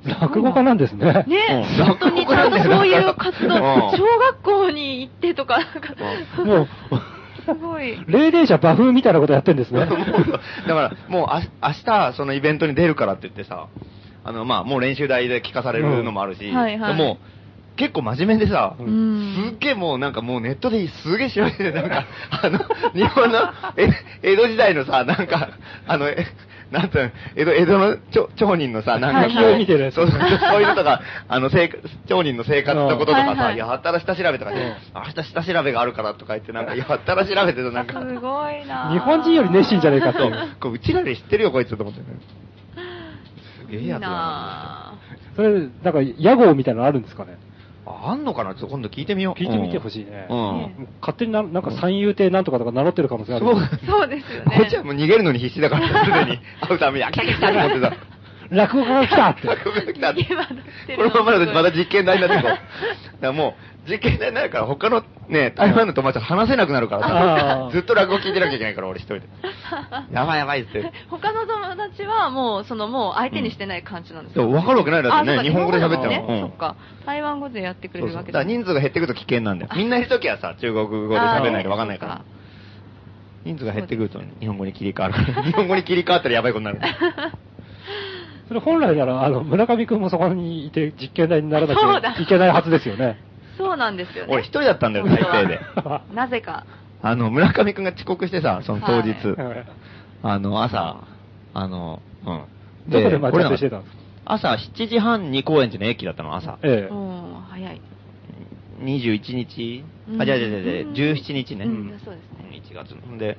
[SPEAKER 3] 落語家なんで すね。
[SPEAKER 5] ね、
[SPEAKER 4] うん
[SPEAKER 5] 本当にちゃんとそういう活動、
[SPEAKER 4] うん
[SPEAKER 5] 小学校に行ってとか、なんか
[SPEAKER 3] もう、
[SPEAKER 5] すごい。
[SPEAKER 3] 霊霊者馬風みたいなことやってんで す
[SPEAKER 4] も
[SPEAKER 3] ね
[SPEAKER 4] う。 だから、もうあ明日、そのイベントに出るからって言ってさ、あの、まあ、もう練習台で聞かされるのもあるし、
[SPEAKER 5] うんはいはい
[SPEAKER 4] でもう、結構真面目でさ、
[SPEAKER 3] う
[SPEAKER 5] うん
[SPEAKER 4] すっげえもうなんかもうネットですげえ調べて、なんか、あの、日本の、え、江戸時代のさ、なんか、あの、えなんていうの、江戸、江戸の町町人のさ、なんか、
[SPEAKER 5] はいはい
[SPEAKER 3] 見てるやつ
[SPEAKER 4] そうそうそういうのとか、あの、生活町人の生活のこととかさ、
[SPEAKER 5] うんはいはい
[SPEAKER 4] やったら下調べとかね、明日下調べがあるからとか言って、なんか、やったら調べてたなん
[SPEAKER 5] す
[SPEAKER 4] か、
[SPEAKER 5] ごいな
[SPEAKER 3] 日本人より熱心じゃねえかって
[SPEAKER 4] そ
[SPEAKER 3] いうう。
[SPEAKER 4] こううちらより知ってるよ、こいつと思ってね。すげえ
[SPEAKER 5] いい
[SPEAKER 4] やつだな。
[SPEAKER 5] な
[SPEAKER 3] それ、なんか、屋号みたいなのあるんですかね。
[SPEAKER 4] ああんのかなちょっと今度聞いてみよう。
[SPEAKER 3] 聞いてみてほ
[SPEAKER 4] い。
[SPEAKER 3] しいね。
[SPEAKER 4] う
[SPEAKER 5] ね
[SPEAKER 4] ん。
[SPEAKER 3] 勝手にな、なんか三遊亭なんとかとか名乗ってる可能性ある
[SPEAKER 4] そ
[SPEAKER 3] よ
[SPEAKER 4] う
[SPEAKER 3] ね。
[SPEAKER 5] そうですよね。
[SPEAKER 4] こっちはもう逃げるのに必死だから、すで に。会うために、あ、来た来た来たってさ、
[SPEAKER 3] 落語家が来たって。
[SPEAKER 4] ここ来たって
[SPEAKER 5] 逃げ惑ってる
[SPEAKER 4] このままだとまた実験台にな ってこう。だからもう、実験台になるから、他のね、台湾の友達と話せなくなるからさ、
[SPEAKER 3] あ
[SPEAKER 4] ずっと落語聞いてなきゃいけないから、俺一 人で。やばいやばいって。
[SPEAKER 5] 他の友達はもう、そのもう相手にしてない感じなんです
[SPEAKER 4] でも分かるわけないだってね
[SPEAKER 5] あそか
[SPEAKER 4] 日本語で喋
[SPEAKER 3] っても
[SPEAKER 5] 日本語だもんね
[SPEAKER 4] うん
[SPEAKER 5] そっか。台湾語でやってくれ
[SPEAKER 4] そう
[SPEAKER 5] る
[SPEAKER 4] そう
[SPEAKER 5] わ
[SPEAKER 4] だ
[SPEAKER 5] け
[SPEAKER 4] から人数が減ってくると危険なんだよ。みんないるときはさ、中国語で喋らないと分かんないから。人数が減ってくると日本語に切り替わる から。日本語に切り替わったらやばいことになる。
[SPEAKER 3] それ本来なら、あの、村上くんもそこにいて実験台にならな
[SPEAKER 5] そう
[SPEAKER 3] きゃ
[SPEAKER 5] だ
[SPEAKER 3] いけないはずですよね。
[SPEAKER 5] そうなんですよね。
[SPEAKER 4] 俺一人だったんだよ、台北で。
[SPEAKER 5] なぜか。
[SPEAKER 4] あの、村上くんが遅刻してさ、その当日。
[SPEAKER 5] は
[SPEAKER 4] あの、朝、あの、うん。
[SPEAKER 3] どこで待ち合わせしてたん
[SPEAKER 4] 俺
[SPEAKER 3] ですか
[SPEAKER 4] ら朝7時半に高円寺の駅だったの、朝。
[SPEAKER 3] え
[SPEAKER 5] う
[SPEAKER 3] え。
[SPEAKER 5] ん、早い。
[SPEAKER 4] 21日、
[SPEAKER 5] うん
[SPEAKER 4] あ、じゃあじゃあじゃあじゃあ
[SPEAKER 5] うん
[SPEAKER 4] 17日ね。
[SPEAKER 5] うんそうですね
[SPEAKER 4] 1月の。で、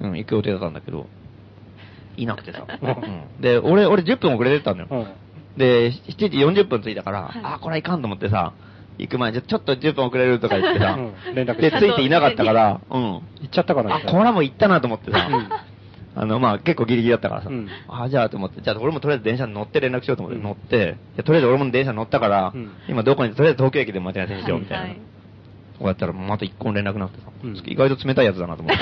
[SPEAKER 4] うん、行く予定だったんだけど、いなくてさ。
[SPEAKER 3] うん
[SPEAKER 4] うんで、俺、俺10分遅れてったんだよ。
[SPEAKER 3] うん
[SPEAKER 4] で、7時40分着いたから、
[SPEAKER 5] はい
[SPEAKER 4] あ、これはいかんと思ってさ、行く前に、じゃあちょっと10分遅れるとか言ってさ、
[SPEAKER 3] うん連絡
[SPEAKER 4] で、
[SPEAKER 3] し
[SPEAKER 4] 着
[SPEAKER 3] て
[SPEAKER 4] いていなかったから、うん。
[SPEAKER 3] 行っちゃったかな
[SPEAKER 4] あ、これはもう行ったなと思ってさ、
[SPEAKER 3] うん
[SPEAKER 4] あの、まあ結構ギリギリだったからさ、
[SPEAKER 3] うん
[SPEAKER 4] あ、じゃあと思って、じゃあ俺もとりあえず電車に乗って連絡しようと思って、
[SPEAKER 3] うん
[SPEAKER 4] 乗って、いやとりあえず俺も電車に乗ったから、
[SPEAKER 3] うん
[SPEAKER 4] 今どこに、とりあえず東京駅で待ち合わせにしようみたいな。
[SPEAKER 5] はいはい
[SPEAKER 4] こうやったらまた一個も連絡なくてさ、
[SPEAKER 3] うん
[SPEAKER 4] 意外と冷たいやつだなと思 っ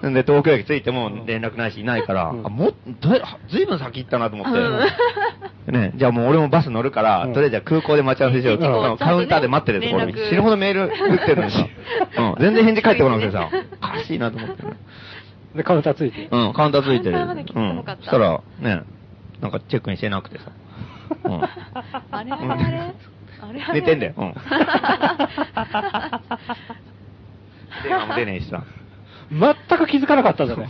[SPEAKER 4] て。で、東京駅着いても連絡ないし、いないから、
[SPEAKER 3] うん
[SPEAKER 4] あもどれずいぶん先行ったなと思って、 ね、じゃあもう俺もバス乗るから、
[SPEAKER 3] うん
[SPEAKER 4] とりあえずじゃあ空港で待ち合わせしようって、
[SPEAKER 3] うん
[SPEAKER 4] そのカウンターで待ってるところに、
[SPEAKER 5] 連絡
[SPEAKER 4] 死ぬほどメール打ってるのにさ、うん、全然返事返ってこなくて さ、おかしいなと思って、ね。
[SPEAKER 3] で、カウンターついて。
[SPEAKER 4] うん、カウンターついてる。
[SPEAKER 5] カウンターまで来て
[SPEAKER 4] う
[SPEAKER 5] なか
[SPEAKER 4] ん
[SPEAKER 5] った。
[SPEAKER 4] そしたら、ね、なんかチェックにしてなくてさ。うん。
[SPEAKER 5] あれあれあれ あれあれ
[SPEAKER 4] 寝てんだよ。 うん。電話も出ねえしさ。
[SPEAKER 3] 全く気づかなかったんだね。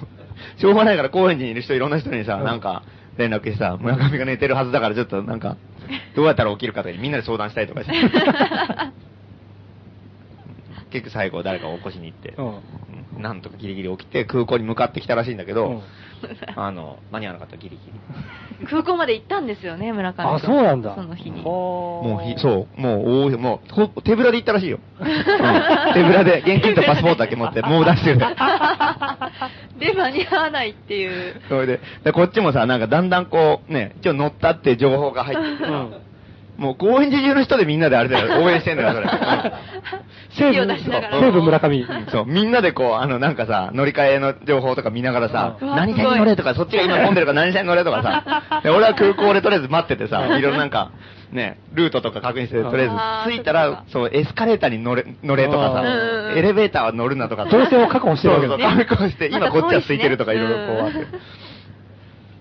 [SPEAKER 4] しょうがないから高円寺にいる人いろんな人にさ、
[SPEAKER 3] うん
[SPEAKER 4] なんか連絡してさ、村上が寝てるはずだからちょっとなんか、どうやったら起きるかとかみんなで相談したりとか して。結局最後誰かを起こしに行って、うんなんとかギリギリ起きて空港に向かってきたらしいんだけ
[SPEAKER 3] う
[SPEAKER 4] ど
[SPEAKER 3] ん、
[SPEAKER 4] あの、間に合わなかったギリギリ。
[SPEAKER 5] 空港まで行ったんですよね、村上君
[SPEAKER 3] あ、そうなんだ。
[SPEAKER 5] その日に。
[SPEAKER 4] も
[SPEAKER 3] も
[SPEAKER 4] うひ、そう、もう大、もう、ほ手ぶらで行ったらしいよ。うん手ぶらで、現金とパスポートだけ持って、もう出してる。
[SPEAKER 5] で、間に合わないっ ていう。
[SPEAKER 4] それで、でこっちもさ、なんかだんだんこう、ね、一応乗ったって情報が入ってき てさ、もう高円寺中の人でみんなであれだよ、応援してんだよ、それ。
[SPEAKER 3] 西
[SPEAKER 5] 息
[SPEAKER 3] 武
[SPEAKER 5] を出しながら
[SPEAKER 4] も
[SPEAKER 3] 西武村上。
[SPEAKER 4] うん そう、みんなでこう、あの、なんかさ、乗り換えの情報とか見ながらさ、
[SPEAKER 5] うん
[SPEAKER 4] 何線に乗れとか、そっちが今混んでるから何線に乗れとか さ、で俺は空港でとりあえず待っててさ、いろいろなんか、ね、ルートとか確認して、とりあ
[SPEAKER 5] あ
[SPEAKER 4] え
[SPEAKER 5] ー
[SPEAKER 4] ず着いたら、そう、エスカレーターに乗れ、乗れとか
[SPEAKER 3] うん
[SPEAKER 5] うんう
[SPEAKER 4] さ、
[SPEAKER 5] ん
[SPEAKER 4] エレベーターは乗るなとかさ、
[SPEAKER 3] 動線を確保してるわけ
[SPEAKER 4] そう
[SPEAKER 3] だ
[SPEAKER 4] そう、
[SPEAKER 3] ね。
[SPEAKER 4] 確保して、今こっちは空いてるとかいろいろこうあって
[SPEAKER 5] また遠いしね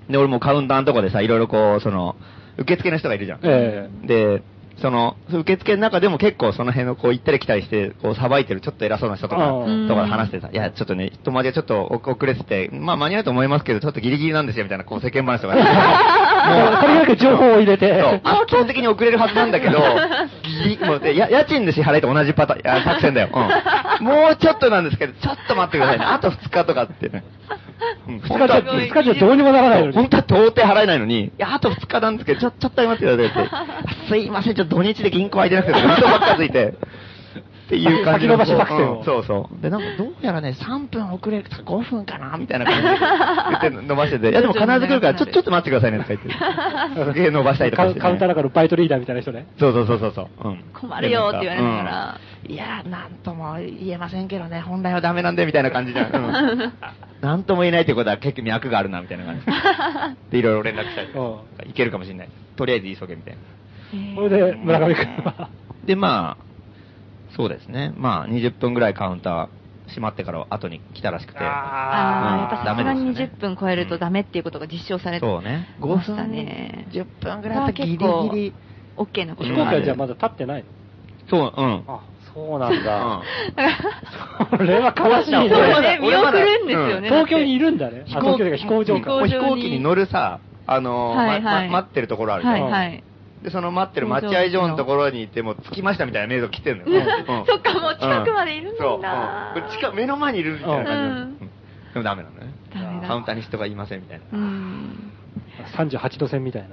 [SPEAKER 4] で、俺もカウンターのとこでさ、いろいろこう、その、受付の人がいるじゃん。
[SPEAKER 3] え
[SPEAKER 4] で、その、受付の中でも結構その辺のこう行ったり来たりして、こうさばいてるちょっと偉そうな人とか、
[SPEAKER 3] う
[SPEAKER 4] と
[SPEAKER 5] ん
[SPEAKER 4] かで話してさ、いや、ちょっとね、友達がちょっとお遅れてて、まあ間に合うと思いますけど、ちょっとギリギリなんですよ、みたいな、こう世間話とかね。
[SPEAKER 3] もうとにかく情報を入れて
[SPEAKER 4] そう圧倒的に遅れるはずなんだけど、ギリもうでや家賃の支払いと同じパターンあ、作戦だよ、 うん。もうちょっとなんですけど、ちょっと待ってくださいね。あと2日とかってね。うん
[SPEAKER 3] 二日じゃ、
[SPEAKER 5] すご
[SPEAKER 3] 二
[SPEAKER 5] い
[SPEAKER 3] 日じゃどうにもならないのに。
[SPEAKER 4] 本当は到底払えないのに、いや、あと2日なんですけど、ちょ、ちょっとありますよ、って言 ってあすいません、ちょっと土日で銀行空いてなくて、ずっとばっかついて。っていう感じの。
[SPEAKER 3] 先延ばし作戦を
[SPEAKER 4] うんそうそう。で、なんか、どうやらね、3分遅れるか5分かな、みたいな感じで言って伸ばしてて、いや、でも必ず来るから、ちょ、ちょっと待ってくださいね、とか言って。すげえ伸ばしたりとか
[SPEAKER 3] カ
[SPEAKER 4] し
[SPEAKER 3] ウ
[SPEAKER 4] て、ね。
[SPEAKER 3] カウンターだからバイトリーダーみたいな人ね。
[SPEAKER 4] そうそうそうそうそう。うん
[SPEAKER 5] 困るよって言われながら。
[SPEAKER 4] いやー、なんとも言えませんけどね、本来はダメなんで、みたいな感じじゃん。 うんなんとも言えないってことは結構脈があるな、みたいな感じ。で、いろいろ連絡したりとか、いけるかもしれない。とりあえず急げ、みたいな。
[SPEAKER 3] それで、村上君は。
[SPEAKER 4] で、まあ、そうですね。まあ、20分ぐらいカウンター閉まってから後に来たらしくて。
[SPEAKER 5] あ
[SPEAKER 4] ー
[SPEAKER 5] あ、やっぱ
[SPEAKER 4] ダメで
[SPEAKER 5] さすが
[SPEAKER 4] すね
[SPEAKER 5] に20分超えるとダメっていうことが実証されて
[SPEAKER 4] そうね。5
[SPEAKER 5] まし
[SPEAKER 4] 分
[SPEAKER 5] た、ね。
[SPEAKER 4] 10分ぐらいだったらギリギリ。
[SPEAKER 5] オッケーなこ
[SPEAKER 3] 飛
[SPEAKER 5] と
[SPEAKER 3] 行機
[SPEAKER 4] うん
[SPEAKER 3] はじゃあまだ立ってないの
[SPEAKER 4] そう、うん。
[SPEAKER 3] あ、そうなんだ。
[SPEAKER 4] う
[SPEAKER 3] これは悲しい
[SPEAKER 5] そう
[SPEAKER 4] 俺まだ
[SPEAKER 3] ね。
[SPEAKER 5] ね、見送るんですよね。
[SPEAKER 3] 東京にい
[SPEAKER 5] る
[SPEAKER 3] るんだね。あ東京というか飛行場か。
[SPEAKER 5] 飛行
[SPEAKER 4] 飛
[SPEAKER 5] 場に
[SPEAKER 4] 行機に乗るさ、あのー、ま
[SPEAKER 5] はいはい
[SPEAKER 4] ま待ってるところあるじゃん。
[SPEAKER 5] はいはい。
[SPEAKER 4] で、その待ってる待合所のところに行って、もう着きましたみたいなメールが来てんのよ。うん
[SPEAKER 5] そっか、もう近くまでいるん
[SPEAKER 4] そう、う
[SPEAKER 5] だ
[SPEAKER 4] ん
[SPEAKER 5] な。
[SPEAKER 4] これ近目の前にいるみたいな感じなの、うんでもダメなのね。
[SPEAKER 5] ダメだ
[SPEAKER 4] カウンターに人がいませんみたいな。
[SPEAKER 5] うん。
[SPEAKER 3] 38度線みたいな。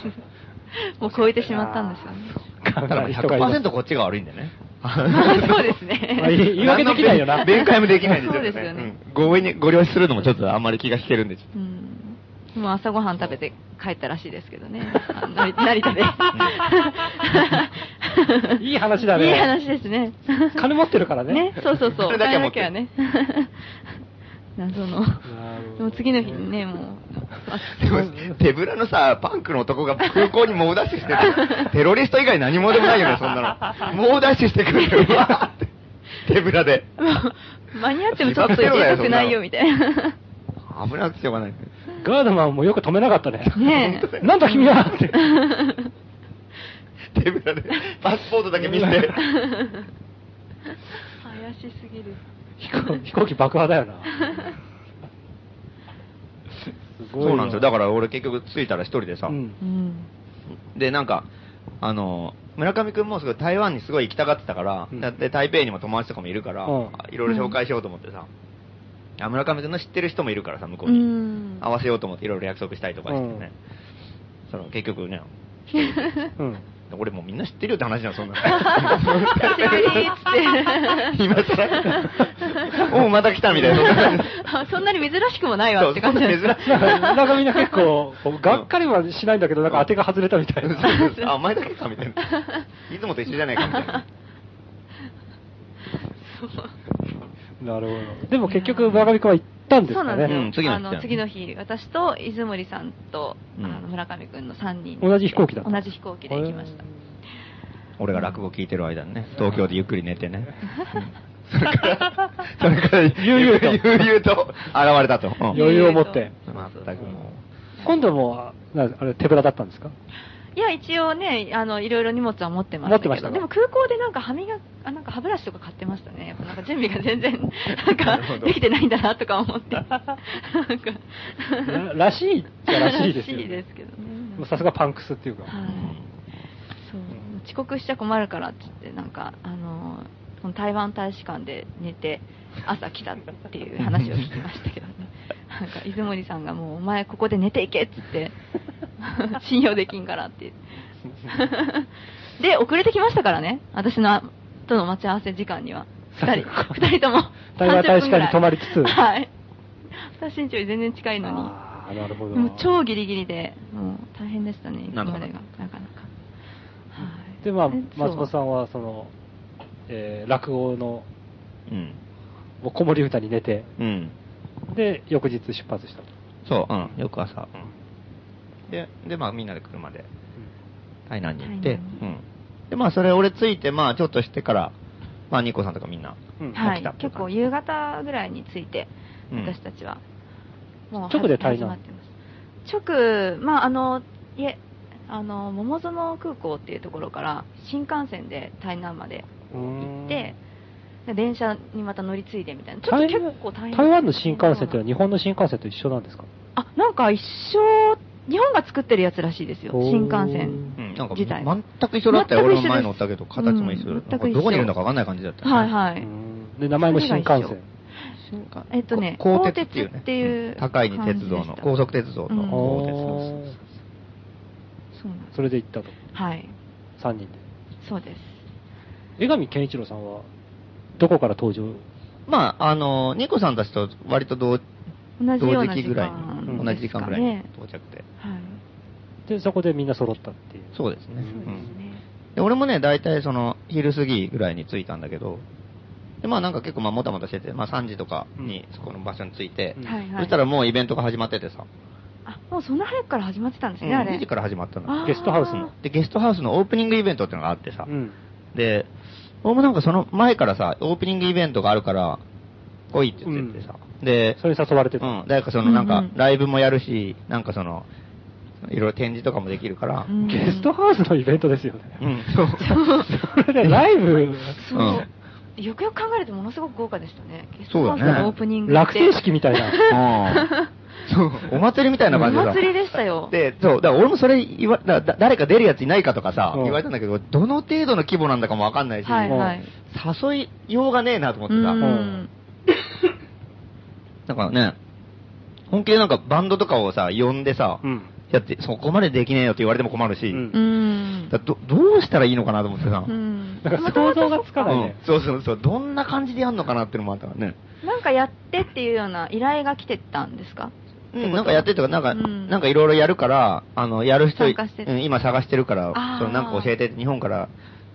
[SPEAKER 5] 38もう超えてしまったんですよね。
[SPEAKER 4] ただ
[SPEAKER 3] 人がいます
[SPEAKER 4] 100%こっちが悪いんだよね。
[SPEAKER 5] そうです
[SPEAKER 3] まあい
[SPEAKER 5] ね。
[SPEAKER 3] い言い訳できないよな。
[SPEAKER 4] 弁解もできないんでちょっと
[SPEAKER 5] そうですよね
[SPEAKER 4] うん強引にご了承するのもちょっとあんまり気が引けるんで、ちょっ
[SPEAKER 5] うん。もう朝ごはん食べて帰ったらしいですけどね。あの成田で。
[SPEAKER 3] いい話だね
[SPEAKER 5] いい話ですね。
[SPEAKER 3] 金持ってるからね。
[SPEAKER 5] ね、そうそうそう。
[SPEAKER 4] それだけは持
[SPEAKER 5] な
[SPEAKER 4] って
[SPEAKER 5] きゃね。謎の。
[SPEAKER 3] なるほど
[SPEAKER 5] でも次の日にね、もう。
[SPEAKER 4] と
[SPEAKER 5] あ
[SPEAKER 4] でも手ぶらのさ、パンクの男が空港に猛ダッシュして て、テロリスト以外何もでもないよね、そんなの。猛ダッシュしてくるよ、うわーって。手ぶらで。
[SPEAKER 5] 間に合ってもちょっと入れたくないよ、みたいな。
[SPEAKER 4] 危なくてしょうがない。
[SPEAKER 3] ガードマンもよく止めなかったね。
[SPEAKER 5] ねえ。
[SPEAKER 3] なんだ君はって。
[SPEAKER 4] 手ぶらで、パスポートだけ見せて。
[SPEAKER 5] 怪しすぎる。
[SPEAKER 3] 飛 行飛行機爆破だよな。すごい
[SPEAKER 4] そうなんですよ。だから俺結局着いたら一人でさ、
[SPEAKER 3] うん
[SPEAKER 5] うん。
[SPEAKER 4] で、なんか、あの、村上くんもすごい台湾にすごい行きたがってたから、
[SPEAKER 3] うん
[SPEAKER 4] だって台北にも友達とかもいるから、
[SPEAKER 3] うん
[SPEAKER 4] いろいろ紹介しようと思ってさ、あ村上くんの知ってる人もいるからさ、向こう
[SPEAKER 5] う
[SPEAKER 4] に。
[SPEAKER 5] ん。
[SPEAKER 4] 合わせようと思っていろいろ約束したりとかしてね。その結局ね、
[SPEAKER 3] うん。
[SPEAKER 4] 俺もうみんな知ってるよって話じゃん、そんなの。
[SPEAKER 5] 久しぶりっつって。
[SPEAKER 4] 今更。おう、また来たみたいな。
[SPEAKER 5] あそんなに珍しくもないわって感じ
[SPEAKER 4] そう
[SPEAKER 5] で
[SPEAKER 4] 珍
[SPEAKER 5] す。
[SPEAKER 4] しい
[SPEAKER 3] なんかなんかみんな結構、こうがっかりはしないんだけど、なんか当てが外れたみたいな。
[SPEAKER 4] あ、お前だけかみたいな。いつもと一緒じゃないかみたいな。
[SPEAKER 6] なるほ
[SPEAKER 1] でも結局、村上君は行ったんです
[SPEAKER 5] そうな
[SPEAKER 1] か
[SPEAKER 5] んですよ。
[SPEAKER 4] うん次の日
[SPEAKER 5] あ
[SPEAKER 1] ね。
[SPEAKER 5] の
[SPEAKER 4] だよね
[SPEAKER 5] 次の日、私と出森さんと、
[SPEAKER 4] うん
[SPEAKER 5] あの村上くんの3人で
[SPEAKER 1] 同じ飛行機だった。
[SPEAKER 5] 同じ飛行機で行きました。
[SPEAKER 4] 俺が落語聞いてる間にね、東京でゆっくり寝て ね。それから、それから、悠々と、悠々と現れたと。うん
[SPEAKER 6] ど。余裕を持って。
[SPEAKER 4] まったくも
[SPEAKER 1] 今度も、なあれ、手ぶらだったんですか
[SPEAKER 5] いや、一応ね、あの、いろいろ荷物は持ってましたけど。
[SPEAKER 1] 持ってましたか
[SPEAKER 5] でも空港でなんか歯磨き、あなんか歯ブラシとか買ってましたね。やっぱなんか準備が全 然、なん
[SPEAKER 4] なるほ
[SPEAKER 5] か、
[SPEAKER 4] ど
[SPEAKER 5] できてないんだなとか思 って。 なんから
[SPEAKER 1] らしいっちゃらしいで すよね
[SPEAKER 5] らしいですけどね。
[SPEAKER 1] もうさすがパンクスっていうか。
[SPEAKER 5] はい、そう遅刻しちゃ困るからって言ってなんかあのーこの台湾大使館で寝 て朝来たっていう話を聞きましたけどねなんか出森さんがもうお前ここで寝ていけっつって 信用できんからって言ってで遅れてきましたからね私のとの待ち合わせ時間には2人二人とも
[SPEAKER 1] 台湾大使館に泊まりつつ
[SPEAKER 5] はい私身長より全然近いのに
[SPEAKER 6] ああ、なるほど。
[SPEAKER 5] もう超ギリギリで、もう大変でしたね、行く
[SPEAKER 4] なる
[SPEAKER 5] ま
[SPEAKER 4] ほど
[SPEAKER 5] でが、なかなか。はい
[SPEAKER 1] で、まあ
[SPEAKER 5] え、
[SPEAKER 1] 松本さ
[SPEAKER 5] そうん
[SPEAKER 1] は、その、えー落語の、
[SPEAKER 4] ううん。
[SPEAKER 1] もう子守歌に寝て、
[SPEAKER 4] うん。
[SPEAKER 1] で、翌日出発したと。
[SPEAKER 4] そう、うん。よく朝。うんで、で、まあみんなで車で台南に行って、
[SPEAKER 5] 台
[SPEAKER 4] うん。で、まあそれ俺ついて、まあちょっとしてから、まあニコさんとかみんな。
[SPEAKER 1] うん
[SPEAKER 5] は
[SPEAKER 4] 起きた
[SPEAKER 5] い、結構夕方ぐらいに着いて、
[SPEAKER 4] うん
[SPEAKER 5] 私たちは、もう
[SPEAKER 1] 直で
[SPEAKER 5] 始
[SPEAKER 1] 台南
[SPEAKER 5] まってます直、まあ、あの、いえ、あの、桃園空港っていうところから、新幹線で台南まで行って、で電車にまた乗り継いでみたいな、ちょっと
[SPEAKER 1] 台
[SPEAKER 5] 結
[SPEAKER 1] 湾
[SPEAKER 5] 構大変
[SPEAKER 1] 台湾の新幹線ってのは日本の新幹線と一緒なんですか
[SPEAKER 5] あ、なんか一生、日本が作ってるやつらしいですよ、
[SPEAKER 1] おー
[SPEAKER 5] 新幹線。
[SPEAKER 4] うん、なんか
[SPEAKER 5] 自体
[SPEAKER 4] 全く一緒だったよ。
[SPEAKER 5] 全く
[SPEAKER 4] 俺も
[SPEAKER 5] 一緒です
[SPEAKER 4] 前乗ったけど、形も一緒
[SPEAKER 5] う
[SPEAKER 4] だなんか
[SPEAKER 5] ん全く一緒
[SPEAKER 4] どこにいるのか分かんない感じだったよね。
[SPEAKER 5] はいはい。
[SPEAKER 1] うんで、名前も新幹線。
[SPEAKER 5] えっとね、
[SPEAKER 4] こ
[SPEAKER 5] 鋼鉄っていう、
[SPEAKER 4] ん高いに鉄道
[SPEAKER 5] 感じで
[SPEAKER 4] の、
[SPEAKER 5] した
[SPEAKER 4] 高速鉄道
[SPEAKER 5] うん
[SPEAKER 4] の
[SPEAKER 1] お
[SPEAKER 4] 鋼
[SPEAKER 1] ー
[SPEAKER 5] そうなんです
[SPEAKER 1] それで行ったと。
[SPEAKER 5] はい、
[SPEAKER 1] 3人
[SPEAKER 5] そうです。
[SPEAKER 1] で。江上健一郎さんは、どこから登場
[SPEAKER 4] 鉄。まあ、あの、ニコさんたちと割と同
[SPEAKER 5] 同じよ
[SPEAKER 4] 同
[SPEAKER 5] う
[SPEAKER 4] 時
[SPEAKER 5] な
[SPEAKER 4] 期
[SPEAKER 5] 時
[SPEAKER 4] ぐらい
[SPEAKER 5] 間、
[SPEAKER 4] に、同じ時間ぐらいに
[SPEAKER 5] ね。
[SPEAKER 4] 到着で。
[SPEAKER 5] はい。
[SPEAKER 1] で、そこでみんな揃ったっていう。
[SPEAKER 4] そうですね。う
[SPEAKER 1] うん
[SPEAKER 5] そうです
[SPEAKER 4] ん
[SPEAKER 5] ね。
[SPEAKER 4] で俺もね、大体その、昼過ぎぐらいに着いたんだけど、で、まあなんか結構まあもたもたしてて、まあ3時とかにそこの場所に着いて
[SPEAKER 1] う、ん
[SPEAKER 5] はいはい。
[SPEAKER 4] そしたらもうイベントが始まっててさ、
[SPEAKER 5] あ、もうそんな早くから始まってたんです
[SPEAKER 4] うん
[SPEAKER 5] ね、あれ。
[SPEAKER 4] 2時から始まったの。
[SPEAKER 5] あー
[SPEAKER 1] ゲストハウスの
[SPEAKER 4] で、ゲストハウスのオープニングイベントっていうのがあってさ、
[SPEAKER 1] うん。
[SPEAKER 4] で、俺もなんかその前からさ、オープニングイベントがあるから、来いって言っててさ、で、
[SPEAKER 1] それに誘われてた。
[SPEAKER 4] うん、誰かそのなん
[SPEAKER 5] う
[SPEAKER 4] か
[SPEAKER 5] んうん
[SPEAKER 4] ライブもやるし、なんかその、いろいろ展示とかもできるから、う、
[SPEAKER 5] うんん
[SPEAKER 1] ゲストハウスのイベントですよね。
[SPEAKER 4] そう。
[SPEAKER 1] それでライブ、
[SPEAKER 5] そう
[SPEAKER 4] うん
[SPEAKER 5] よくよく考えるとものすごく豪華でしたね。ゲス
[SPEAKER 4] そう
[SPEAKER 5] ト
[SPEAKER 4] だ
[SPEAKER 5] ハウ
[SPEAKER 4] ね
[SPEAKER 5] スのオープニングって
[SPEAKER 1] 落成式みたいな。
[SPEAKER 4] そうお祭りみたいな感じでさ
[SPEAKER 5] お祭りでしたよ
[SPEAKER 4] で、そう、だから俺もそれ言わ、だだ誰か出るやついないかとかさ、
[SPEAKER 1] うん
[SPEAKER 4] 言われたんだけど、どの程度の規模なんだかもわかんないし、
[SPEAKER 5] はいはい。
[SPEAKER 4] 誘いようがねえなと思ってさ、
[SPEAKER 5] う
[SPEAKER 1] うん
[SPEAKER 5] ん。
[SPEAKER 4] だからね、本気でなんかバンドとかをさ、呼んでさ、
[SPEAKER 1] うん。
[SPEAKER 4] やって、そこまでできねえよって言われても困るし、
[SPEAKER 1] うん
[SPEAKER 5] うん
[SPEAKER 4] だどどうしたらいいのかなと思ってさ、
[SPEAKER 5] うん
[SPEAKER 1] だから想像がつかないね
[SPEAKER 4] うんそうそうそう、どんな感じでやるのかなってのもあったからね。
[SPEAKER 5] なんかやってっていうような依頼が来てたんですか
[SPEAKER 4] うん、なんかやってとか、なんか、
[SPEAKER 5] うん
[SPEAKER 4] なんかいろいろやるから、あの、やる人、
[SPEAKER 5] 参加して
[SPEAKER 4] うん今探してるから
[SPEAKER 5] あ、ー
[SPEAKER 4] そのなんか教えて、日本から、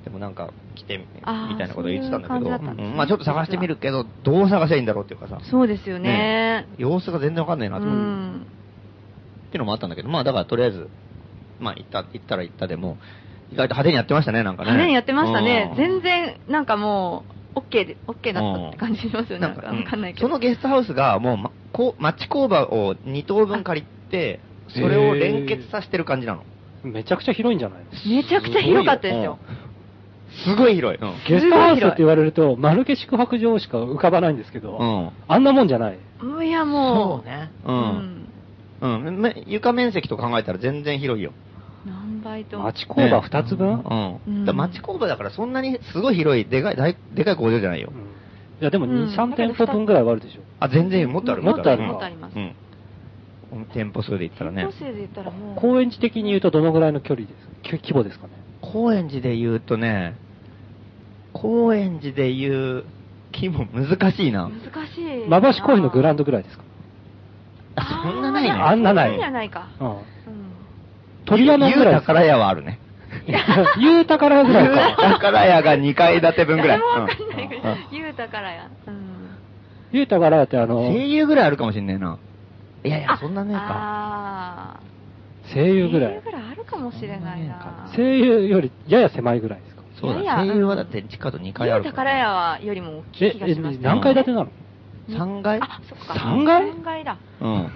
[SPEAKER 4] でもなんか来てみ、
[SPEAKER 5] あー
[SPEAKER 4] みたいなことを言ってたんだけ
[SPEAKER 5] そういう感じ
[SPEAKER 4] ど、
[SPEAKER 5] だったんですね
[SPEAKER 4] うんまあちょっと探してみるけど、どう探せばいいんだろうっていうかさ、
[SPEAKER 5] そうですよね。
[SPEAKER 4] 様子が全然わかんないなと
[SPEAKER 5] う
[SPEAKER 4] 思って、っ
[SPEAKER 5] ん。
[SPEAKER 4] ていうのもあったんだけど、まあだからとりあえず、まあ行った、行ったら行ったでも、意外と派手にやってましたね、なんかね。
[SPEAKER 5] 派手にやってましたね
[SPEAKER 4] う。ん
[SPEAKER 5] 全然、なんかもう、OK で、OK だったって感じしますよね。なんか、
[SPEAKER 4] うん
[SPEAKER 5] わかんないけ
[SPEAKER 4] そ
[SPEAKER 5] ど。
[SPEAKER 4] のゲストハウスが、もう、ま、こう、町工場を2棟分借りて、それを連結させてる感じなの。
[SPEAKER 1] めちゃくちゃ広いんじゃない
[SPEAKER 5] めちゃくちゃ広かったですよ。
[SPEAKER 4] すごい広い。うん
[SPEAKER 1] ゲストハウスって言われると、丸毛宿泊場しか浮かばないんですけど、
[SPEAKER 4] うん。
[SPEAKER 1] あんなもんじゃない。
[SPEAKER 5] うんいや、もう。
[SPEAKER 4] ね。
[SPEAKER 5] う
[SPEAKER 4] うん。。うん。め床面積と考えたら全然広いよ。
[SPEAKER 5] 何倍とも。
[SPEAKER 1] 町工場2つ分、
[SPEAKER 4] う
[SPEAKER 5] うん
[SPEAKER 4] ん。だから町工場だからそんなにすごい広い、でかい、大でかい工場じゃないよ
[SPEAKER 1] う。んいや、でも
[SPEAKER 5] う
[SPEAKER 1] 2、
[SPEAKER 5] ん
[SPEAKER 1] 3店舗分ぐらいはあるでしょ。
[SPEAKER 4] あ、全然もっとある。
[SPEAKER 1] もっとある
[SPEAKER 4] うん
[SPEAKER 5] もっとあります
[SPEAKER 4] うん。うん店舗数で言ったらね
[SPEAKER 5] 都。市で言ったらもう。
[SPEAKER 1] 高円寺的に言うとどのぐらいの距離ですかき規模ですかね。
[SPEAKER 4] 高円寺で言うとね、高円寺で言う規模難しいな。
[SPEAKER 5] 難しい。
[SPEAKER 1] まばし公園のグラウンドぐらいですか。
[SPEAKER 4] あ
[SPEAKER 5] あー
[SPEAKER 4] そんなないね。
[SPEAKER 5] や
[SPEAKER 1] あんなない
[SPEAKER 5] そじゃないか。
[SPEAKER 1] うん。
[SPEAKER 5] うん。
[SPEAKER 1] 鳥山
[SPEAKER 4] ゆ
[SPEAKER 1] ぐらいですか
[SPEAKER 4] 宝。屋はあるね。
[SPEAKER 1] ゆうたからぐらいか。
[SPEAKER 4] 宝屋が2階建て分ぐらい。
[SPEAKER 5] 誰もわかんないぐらい。
[SPEAKER 4] うん
[SPEAKER 5] ゆうたからや。うん。
[SPEAKER 1] 言うたからってあの、
[SPEAKER 4] 声優ぐらいあるかもしんねえな。いやいや
[SPEAKER 5] あ、
[SPEAKER 4] そんなねえか。
[SPEAKER 5] ああ。
[SPEAKER 1] 声優ぐらい。
[SPEAKER 5] あるかもしれないな。
[SPEAKER 1] 声優よりやや狭いぐらいですか。
[SPEAKER 4] そう
[SPEAKER 5] い
[SPEAKER 4] だ、
[SPEAKER 5] やいや
[SPEAKER 4] 声優はだって地下と2階ある
[SPEAKER 5] ゆうたからやはよりも大きい
[SPEAKER 1] え
[SPEAKER 5] 気、が
[SPEAKER 1] え
[SPEAKER 5] します、
[SPEAKER 1] 何階建てなの
[SPEAKER 4] 3階
[SPEAKER 5] あ、そっか。
[SPEAKER 1] 三階
[SPEAKER 5] 三階だ。
[SPEAKER 4] うん。
[SPEAKER 5] うん。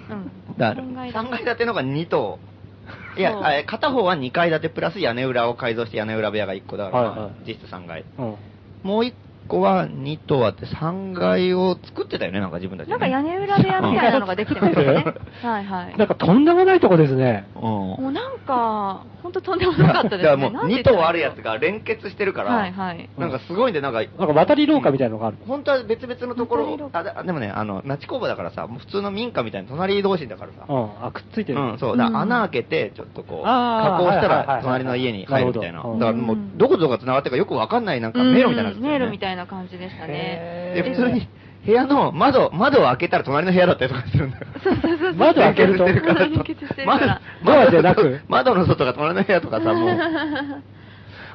[SPEAKER 4] だ
[SPEAKER 5] 三階だ。
[SPEAKER 4] 3階建てのが2棟。いや
[SPEAKER 5] そう、
[SPEAKER 4] あえ片方は2階建てプラス屋根裏を改造して屋根裏部屋が1個だから、
[SPEAKER 1] はいはい
[SPEAKER 4] 実質3階。
[SPEAKER 1] うん。
[SPEAKER 4] もう1個は2棟あって3階を作ってたよね、なんか自分たちで
[SPEAKER 5] な
[SPEAKER 4] ね、。
[SPEAKER 5] んか屋根裏部屋みたいなのができてますよね はいはい。
[SPEAKER 1] なんかとんでもないとこですね。
[SPEAKER 4] うん。
[SPEAKER 5] もうなんか、本当とんでもなかったですね。
[SPEAKER 4] だからもう
[SPEAKER 5] なんて言
[SPEAKER 4] 2
[SPEAKER 5] ったらいい
[SPEAKER 4] 棟
[SPEAKER 5] の
[SPEAKER 4] あるやつが連結してるから、
[SPEAKER 5] はいはい。
[SPEAKER 4] なんかすごいんで、なんか、
[SPEAKER 1] なんか渡り廊下みたいなのがある。
[SPEAKER 4] 本当は別々のとこ
[SPEAKER 5] 本当
[SPEAKER 4] ろ
[SPEAKER 5] に、
[SPEAKER 4] あだでもね、あの、那智工房だからさ、もう普通の民家みたいな隣同士だからさ
[SPEAKER 1] う、ん。あ、くっついてる。
[SPEAKER 4] うん、そう、だから
[SPEAKER 5] うん
[SPEAKER 4] 穴開けて、ちょっとこう、
[SPEAKER 1] あ
[SPEAKER 4] 加
[SPEAKER 1] ー
[SPEAKER 4] 工した
[SPEAKER 1] はいはいはいは
[SPEAKER 4] ら
[SPEAKER 1] い
[SPEAKER 4] 隣の家に入るみたい
[SPEAKER 1] な
[SPEAKER 4] な。
[SPEAKER 1] る
[SPEAKER 4] だ
[SPEAKER 1] ほ
[SPEAKER 4] か
[SPEAKER 1] ど
[SPEAKER 4] らもう、どことが繋がってるかよくわかんない、なんか迷路みたいなやつだ
[SPEAKER 5] うん
[SPEAKER 4] よね。
[SPEAKER 5] 迷路みたいな感じでしたね。
[SPEAKER 1] へー
[SPEAKER 4] で、普通に、部屋の窓、窓を開けたら隣の部屋だったりとかするんだよ。
[SPEAKER 1] 窓開けると。
[SPEAKER 4] 連結して
[SPEAKER 5] 連結してるか
[SPEAKER 4] 窓
[SPEAKER 5] ら、
[SPEAKER 1] ドアじゃなく
[SPEAKER 4] 窓の外が隣の部屋とかさ、も う、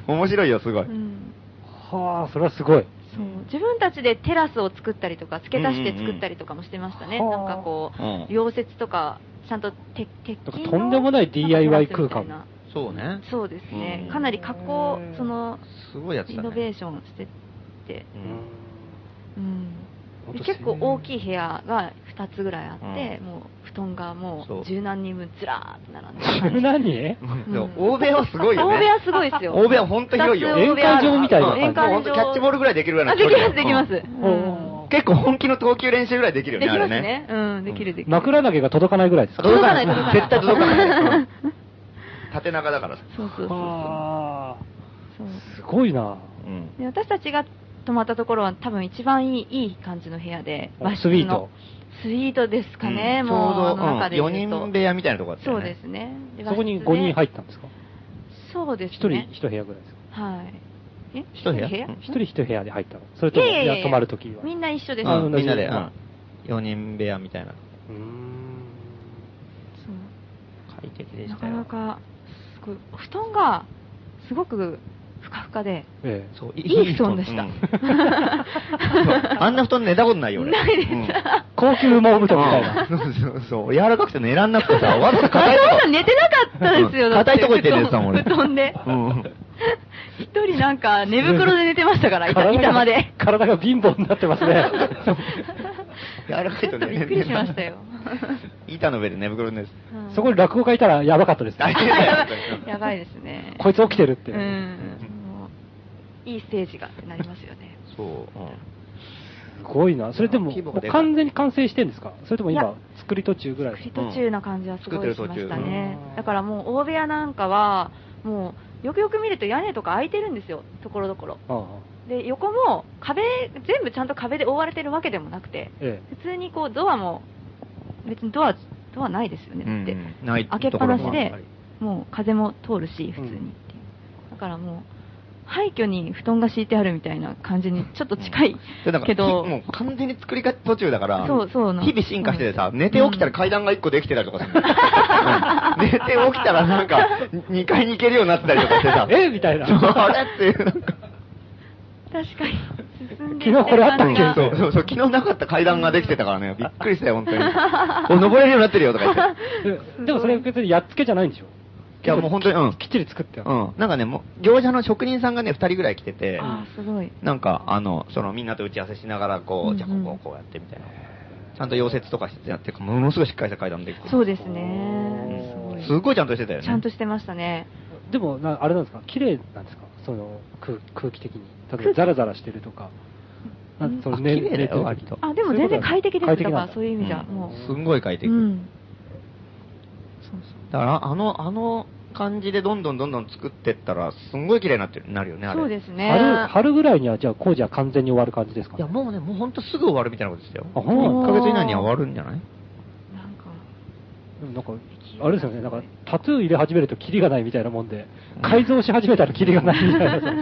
[SPEAKER 4] 面白いよ、すごい。
[SPEAKER 5] うん
[SPEAKER 1] はあ、それはすごい。
[SPEAKER 5] そう自分たちでテラスを作ったりとか付け足して作ったりとかもしてましたね、
[SPEAKER 1] うんうんうん
[SPEAKER 5] なんかこう、
[SPEAKER 4] うん
[SPEAKER 5] 溶接とかちゃんと鉄鉄筋の
[SPEAKER 1] とんでもない
[SPEAKER 5] な
[SPEAKER 1] DIY
[SPEAKER 5] んかテラスみたいな
[SPEAKER 1] 空間
[SPEAKER 4] そうね
[SPEAKER 5] そうですね、
[SPEAKER 4] うん
[SPEAKER 5] かなり加工
[SPEAKER 1] へー
[SPEAKER 5] その
[SPEAKER 4] すごいやつ
[SPEAKER 5] イ
[SPEAKER 4] だね。
[SPEAKER 5] ノベーションしてって、
[SPEAKER 4] うん
[SPEAKER 5] うん
[SPEAKER 1] ほんと
[SPEAKER 5] 結構大きい部屋が2つぐらいあって、
[SPEAKER 4] うん
[SPEAKER 5] もう布団がも
[SPEAKER 4] そう
[SPEAKER 5] う十何人分ずらーっと並んで
[SPEAKER 1] それ何
[SPEAKER 5] う ん
[SPEAKER 4] でも欧米はすごいよね。
[SPEAKER 5] 大部屋すごいですよ
[SPEAKER 4] 欧米は本当広いよ。
[SPEAKER 5] 二つ大部屋ある
[SPEAKER 1] 宴会場みたいな
[SPEAKER 5] 宴会場
[SPEAKER 4] 本当キャッチボールぐらいできるぐら
[SPEAKER 5] あ
[SPEAKER 4] い
[SPEAKER 5] で
[SPEAKER 4] の
[SPEAKER 5] き
[SPEAKER 4] 距離
[SPEAKER 5] ますできます、
[SPEAKER 4] うん
[SPEAKER 5] うん
[SPEAKER 4] 結構本気の投球練習ぐらいできるよ
[SPEAKER 5] で
[SPEAKER 4] ね、
[SPEAKER 5] き
[SPEAKER 4] あ
[SPEAKER 5] ま
[SPEAKER 4] れ
[SPEAKER 5] すね
[SPEAKER 4] ね。
[SPEAKER 5] うんできるできる
[SPEAKER 1] 枕投げが届かないぐらいですか
[SPEAKER 5] 届かない届かない
[SPEAKER 4] 絶対届かない。うん 縦長だからさ。
[SPEAKER 5] そうそうそうそう
[SPEAKER 1] はあ
[SPEAKER 5] そう
[SPEAKER 1] すごいな。
[SPEAKER 4] うん。
[SPEAKER 5] で私たちが泊まったところは多分一番いいいい感じの部屋で
[SPEAKER 1] あスイート
[SPEAKER 5] の。スイートですかね、
[SPEAKER 4] うん
[SPEAKER 5] もうあ
[SPEAKER 4] ち
[SPEAKER 5] の中で
[SPEAKER 4] ょうど、
[SPEAKER 5] 言
[SPEAKER 4] う
[SPEAKER 5] うんと、
[SPEAKER 4] 4人部屋みたいなとこあった
[SPEAKER 5] そ
[SPEAKER 4] よ
[SPEAKER 5] う
[SPEAKER 4] ね
[SPEAKER 5] で。すねで
[SPEAKER 1] そこに5人入
[SPEAKER 5] っ
[SPEAKER 1] ったんですか
[SPEAKER 5] そうです
[SPEAKER 1] ?1
[SPEAKER 5] ね
[SPEAKER 1] 人1部屋ぐらいですか
[SPEAKER 5] はいえ
[SPEAKER 4] 一部屋うん
[SPEAKER 1] 一人一部屋で入ったのそれとも、
[SPEAKER 5] いやいやいや
[SPEAKER 1] いや、泊まるときは。
[SPEAKER 5] みんな一緒です
[SPEAKER 1] あ
[SPEAKER 4] うんみんなで、う
[SPEAKER 1] 同
[SPEAKER 4] ん4人部屋みたいな。
[SPEAKER 1] うーん
[SPEAKER 5] そう
[SPEAKER 4] 快適で
[SPEAKER 5] な
[SPEAKER 4] した
[SPEAKER 5] か
[SPEAKER 4] よ。
[SPEAKER 5] なかすごい布団がすごくふかふかで
[SPEAKER 1] ええ。
[SPEAKER 4] そう、
[SPEAKER 5] いい布団でした
[SPEAKER 4] うん そうあんな布団寝たことないよ、俺。ないです。
[SPEAKER 1] 高級羽毛布団みたいな。
[SPEAKER 4] そう そう そう。柔らかくて寝らんなくてさ、わざと
[SPEAKER 5] あ
[SPEAKER 4] 硬いと
[SPEAKER 5] そう
[SPEAKER 4] こ
[SPEAKER 5] さん寝てなかったですよ、
[SPEAKER 4] うん
[SPEAKER 5] だて
[SPEAKER 4] 硬いとこ行ってるやつだもん俺
[SPEAKER 5] 布 団で。
[SPEAKER 4] うん。
[SPEAKER 5] 一人なんか寝袋で寝てましたから、板
[SPEAKER 1] 体
[SPEAKER 5] 板まで
[SPEAKER 1] が。体が貧乏になってますね。
[SPEAKER 4] 柔らかいとね。
[SPEAKER 5] びっくりしましたよ。
[SPEAKER 4] 板の上で寝袋です。
[SPEAKER 5] うん
[SPEAKER 1] そこに落語家いたらやばかったです
[SPEAKER 4] 大
[SPEAKER 1] ね。
[SPEAKER 4] 変だよ本
[SPEAKER 5] やばいですね。
[SPEAKER 1] こいつ起きてるって。
[SPEAKER 5] うん。もういいステージがなりますよね。
[SPEAKER 4] 当にそう。うん
[SPEAKER 1] すごいな。それでも、
[SPEAKER 4] 規模
[SPEAKER 1] も
[SPEAKER 4] が
[SPEAKER 1] う
[SPEAKER 4] でかい
[SPEAKER 1] 完全に完成してんですかそれとも
[SPEAKER 5] いや
[SPEAKER 1] 今、作り途中ぐら
[SPEAKER 5] 作り
[SPEAKER 1] い。
[SPEAKER 5] 途中な感じはすごいしま
[SPEAKER 4] 作ってる
[SPEAKER 5] した
[SPEAKER 4] 途
[SPEAKER 5] ね
[SPEAKER 1] 中。
[SPEAKER 5] だからもう大部屋なんかは、もうよくよく見ると屋根とか開いてるんですよ、ところどころ。
[SPEAKER 1] ああ
[SPEAKER 5] で、横も壁、全部ちゃんと壁で覆われてるわけでもなくて、
[SPEAKER 1] え
[SPEAKER 5] 普通にこうドアも、別にドア、ドアないですよね、だって。
[SPEAKER 4] うんない
[SPEAKER 5] 開けっぱなし
[SPEAKER 4] ところもあ
[SPEAKER 5] で
[SPEAKER 4] る、
[SPEAKER 5] もう風も通るし、普通にっていう、だからもう、廃墟に布団が敷いてあるみたいな感じに、ちょっと近い
[SPEAKER 4] でなんか
[SPEAKER 5] けど、
[SPEAKER 4] きもう完全に作り方途中だから、
[SPEAKER 5] そうそうなん
[SPEAKER 4] 日々進化しててさ、寝て起きたら階段が1個できてたりとかする、 うん寝て起きたらなんか、2階に行けるようになってたりとかしてさ
[SPEAKER 1] え。、 えみたいな。
[SPEAKER 4] あれっていう、なんか、
[SPEAKER 5] 確かに進んで
[SPEAKER 1] 昨日これあったっけ
[SPEAKER 5] 感じ
[SPEAKER 4] そう
[SPEAKER 5] が
[SPEAKER 4] そうそう、昨日なかった階段ができてたからね、びっくりしたよ、本 当に。お、登れるようになってるよとか言って。
[SPEAKER 1] ででもそれ別にやっつけじゃないんでしょ
[SPEAKER 4] いや、もう本当に、うん。
[SPEAKER 1] きっちり作ってある
[SPEAKER 4] うん。なんかね、もう、業者の職人さんがね、二人ぐらい来てて、
[SPEAKER 5] あーすごい。
[SPEAKER 4] なんか、あの、その、みんなと打ち合わせしながら、こう、
[SPEAKER 5] うん
[SPEAKER 4] じゃあここをこうやってみたいな。ちゃんと溶接とかしてやって、ものすごいしっかりした階段できてる
[SPEAKER 5] そうですね。
[SPEAKER 1] うん
[SPEAKER 5] す
[SPEAKER 4] す
[SPEAKER 5] ごい。
[SPEAKER 4] ごいちゃんとしてたよね。
[SPEAKER 5] ちゃんとしてましたね。
[SPEAKER 1] でもな、あれなんですか綺麗なんですかその空空気的に。例えばザラザラしてるとか。なんかその
[SPEAKER 4] あ
[SPEAKER 1] ね
[SPEAKER 4] 綺麗だよ
[SPEAKER 1] 寝てる時
[SPEAKER 4] 割と
[SPEAKER 5] あ、でも全然快適です。だか
[SPEAKER 1] なん
[SPEAKER 5] らそういう意味じゃ、
[SPEAKER 4] うん
[SPEAKER 5] もう。
[SPEAKER 4] すんごい快適。
[SPEAKER 5] うん。そうそ
[SPEAKER 4] だから、あの、あの感じでどんどんどんどん作ってったら、すんごい綺麗になってる、なるよね、あ
[SPEAKER 5] う。
[SPEAKER 4] れ。
[SPEAKER 5] そうですね。
[SPEAKER 1] 春春ぐらいには、じゃあ工事は完全に終わる感じですか
[SPEAKER 4] いや、もうね、もうほんとすぐ終わるみたいなことでしたよ。
[SPEAKER 1] あほんま
[SPEAKER 4] 1ヶ月以内には終わるんじゃない
[SPEAKER 5] なんか、
[SPEAKER 1] でもなんか、あれですよね、なんか、タトゥー入れ始めるとキリがないみたいなもんで、改造し始めたらキリがないみたい なさ、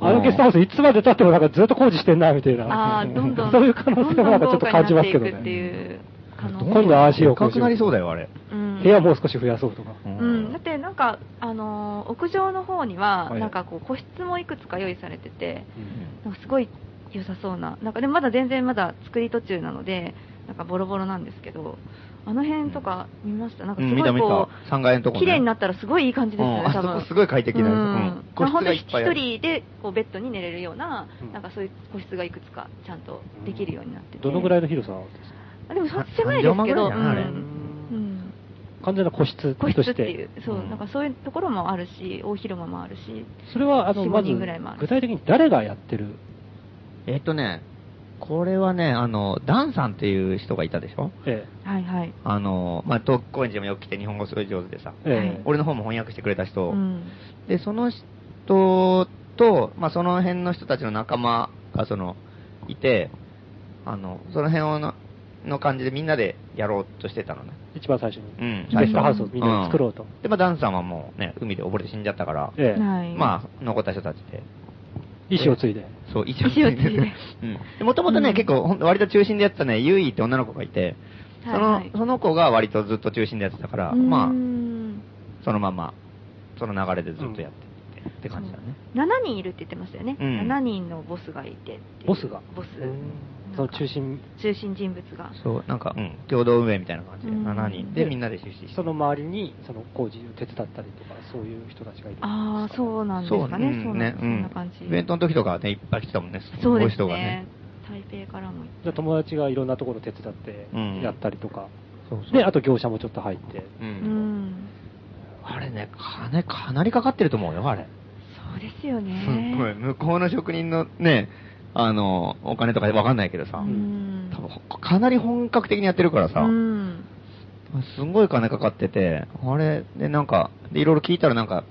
[SPEAKER 1] あのゲストハウスいつまで経ってもなんかずっと工事してんな、みたいな。
[SPEAKER 5] あーどんどん、
[SPEAKER 1] そういう可能性もなんかちょっと感じますけど
[SPEAKER 5] どんどん豪華になっていくってい
[SPEAKER 1] ね。
[SPEAKER 5] う可能性
[SPEAKER 1] 今度はああしよう、こ
[SPEAKER 4] 高
[SPEAKER 1] うし
[SPEAKER 4] く
[SPEAKER 1] よ
[SPEAKER 4] なりそう
[SPEAKER 1] う。
[SPEAKER 4] だよ、あれ。
[SPEAKER 5] うん
[SPEAKER 1] 部屋もう少し増やそうとか。
[SPEAKER 4] う
[SPEAKER 5] うん、だってなんか、あのー屋上の方には、
[SPEAKER 1] はい
[SPEAKER 5] なんかこう、個室もいくつか用意されてて、なんかすごい良さそうな、なんかでもまだ全然まだ作り途中なので、なんかボロボロなんですけど、あの辺とか見ました、なんか
[SPEAKER 4] う
[SPEAKER 5] す
[SPEAKER 4] ん
[SPEAKER 5] ご
[SPEAKER 4] 見た
[SPEAKER 5] い
[SPEAKER 4] 見た
[SPEAKER 5] こ。
[SPEAKER 4] 3階のと
[SPEAKER 5] う、
[SPEAKER 4] こね
[SPEAKER 5] 綺麗になったらすごいいい感じですよね、
[SPEAKER 4] うん
[SPEAKER 5] 多
[SPEAKER 4] あ
[SPEAKER 5] 分
[SPEAKER 4] そこすごい快適な
[SPEAKER 5] うんん
[SPEAKER 4] ですうん個
[SPEAKER 5] まあ
[SPEAKER 4] 室
[SPEAKER 5] 本当
[SPEAKER 4] が
[SPEAKER 5] に
[SPEAKER 4] いっぱいあ
[SPEAKER 5] 一
[SPEAKER 4] る
[SPEAKER 5] 人でこうベッドに寝れるような
[SPEAKER 3] うん、
[SPEAKER 5] なんかそういう個室がいくつかちゃんとできるようになってて、
[SPEAKER 3] どのぐらいの広さですか
[SPEAKER 5] あでもそ狭いですけど、
[SPEAKER 4] あ
[SPEAKER 5] う
[SPEAKER 4] 三畳間ぐらいじゃないあれ
[SPEAKER 5] んうん
[SPEAKER 3] 完全な個室
[SPEAKER 5] 個
[SPEAKER 3] と
[SPEAKER 5] 室
[SPEAKER 3] し
[SPEAKER 5] って
[SPEAKER 3] て
[SPEAKER 5] いう、そう、
[SPEAKER 4] うん
[SPEAKER 5] なんかそういうところもあるし、大広間もあるし、
[SPEAKER 3] それはあの
[SPEAKER 5] 4
[SPEAKER 3] まず
[SPEAKER 5] 人ぐらいもある
[SPEAKER 3] 具体的に誰がやってる
[SPEAKER 4] えっとね、これはね、あの、ダンさんっていう人がいたでしょ
[SPEAKER 3] え
[SPEAKER 5] はいはい。
[SPEAKER 4] あの、まあ、東京公演寺もよく来て日本語すごい上手でさ、
[SPEAKER 3] えええ
[SPEAKER 4] 俺の方も翻訳してくれた人、
[SPEAKER 5] うん
[SPEAKER 4] で、その人と、まあ、その辺の人たちの仲間が、その、いて、あの、その辺をの、の感じでみんなでやろうとしてたのね。
[SPEAKER 3] 一番最初に
[SPEAKER 4] うん。
[SPEAKER 3] チベットハウス
[SPEAKER 4] 最
[SPEAKER 3] を
[SPEAKER 4] 初
[SPEAKER 3] みんなで作ろうと、
[SPEAKER 4] んで、まあ、ダンさんはもうね、海で溺れて死んじゃったから、
[SPEAKER 3] ええ
[SPEAKER 5] はい、
[SPEAKER 4] まあ、残った人たちで、
[SPEAKER 3] 意思を継いで、
[SPEAKER 4] そう、一
[SPEAKER 5] 石を継いで
[SPEAKER 4] うん。もともとね、
[SPEAKER 5] うん
[SPEAKER 4] 結構、ほんと割と中心でやってたね、ゆいって女の子がいて、その、
[SPEAKER 5] はいはい
[SPEAKER 4] その子が割とずっと中心でやってたから、ま
[SPEAKER 5] う
[SPEAKER 4] あ、
[SPEAKER 5] ーん
[SPEAKER 4] そのまま、その流れでずっとやってって、って感じだね。
[SPEAKER 5] 7人いるって言ってましたよね、
[SPEAKER 4] うん
[SPEAKER 5] 7人のボスがいてっていう
[SPEAKER 3] ボスが
[SPEAKER 5] ボス
[SPEAKER 3] うんその中心
[SPEAKER 5] 中心人物が
[SPEAKER 4] そう、なんか、うん、共同運営みたいな感じで、
[SPEAKER 5] うん
[SPEAKER 4] 7人でみんなで出資して。
[SPEAKER 3] その周りにその工事を手伝ったりとかそういう人たちがいる
[SPEAKER 5] ああそうなんですかねそう,、なんです、そんな感じ
[SPEAKER 4] イベントの時とかはね、いっぱい来てたもんね、
[SPEAKER 5] そ
[SPEAKER 4] ご
[SPEAKER 5] う
[SPEAKER 4] い
[SPEAKER 5] です
[SPEAKER 4] 人
[SPEAKER 5] ね
[SPEAKER 4] がね。
[SPEAKER 5] 台北からも行っ
[SPEAKER 3] じゃあ友達がいろんなところ手伝って
[SPEAKER 4] うん
[SPEAKER 3] やったりとか、
[SPEAKER 4] そうそう
[SPEAKER 3] であと業者もちょっと入って
[SPEAKER 4] う。
[SPEAKER 5] うんん
[SPEAKER 4] あれね、金かなりかかってると思うよ、あれ。
[SPEAKER 5] そうですよ
[SPEAKER 4] す
[SPEAKER 5] ね
[SPEAKER 4] っごい。向こうの職人のね、あの、お金とかわかんないけどさ、
[SPEAKER 5] うん
[SPEAKER 4] 多分かなり本格的にやってるからさ、
[SPEAKER 5] うん
[SPEAKER 4] すんごい金かかってて、あれ、で、なんか、で、いろいろ聞いたらなんか、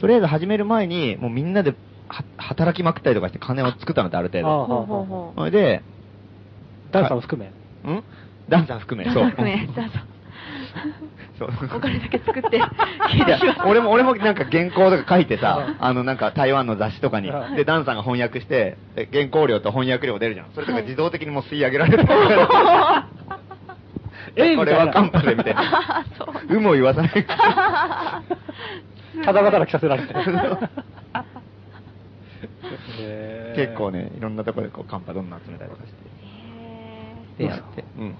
[SPEAKER 4] とりあえず始める前に、もうみんなでは働きまくったりとかして金を作ったのってある程
[SPEAKER 3] あ
[SPEAKER 4] 度。
[SPEAKER 5] ほうほうほう
[SPEAKER 4] それで、
[SPEAKER 3] ダンさんを含め
[SPEAKER 4] んダンさん含め、
[SPEAKER 5] ダ
[SPEAKER 4] そう。
[SPEAKER 5] サくねダサ
[SPEAKER 4] そう。
[SPEAKER 5] お金だけ作って
[SPEAKER 4] い や、俺も、俺もなんか原稿とか書いてさ、あのなんか台湾の雑誌とかに
[SPEAKER 3] は、い
[SPEAKER 4] で、ダンさんが翻訳して、で原稿料と翻訳料出るじゃん。それとか
[SPEAKER 5] はい
[SPEAKER 4] 自動的にもう吸い上げられる。
[SPEAKER 3] ええ
[SPEAKER 4] これはカンパで、みたいな。
[SPEAKER 5] あー そう
[SPEAKER 4] 有無を言わさない。
[SPEAKER 3] ただ働きさせ られて
[SPEAKER 4] 結構
[SPEAKER 3] ね
[SPEAKER 4] ね、いろんなとこでこうカンパどんどん集めたりとかして。
[SPEAKER 5] へ
[SPEAKER 4] で、
[SPEAKER 5] ー
[SPEAKER 4] やって。うん。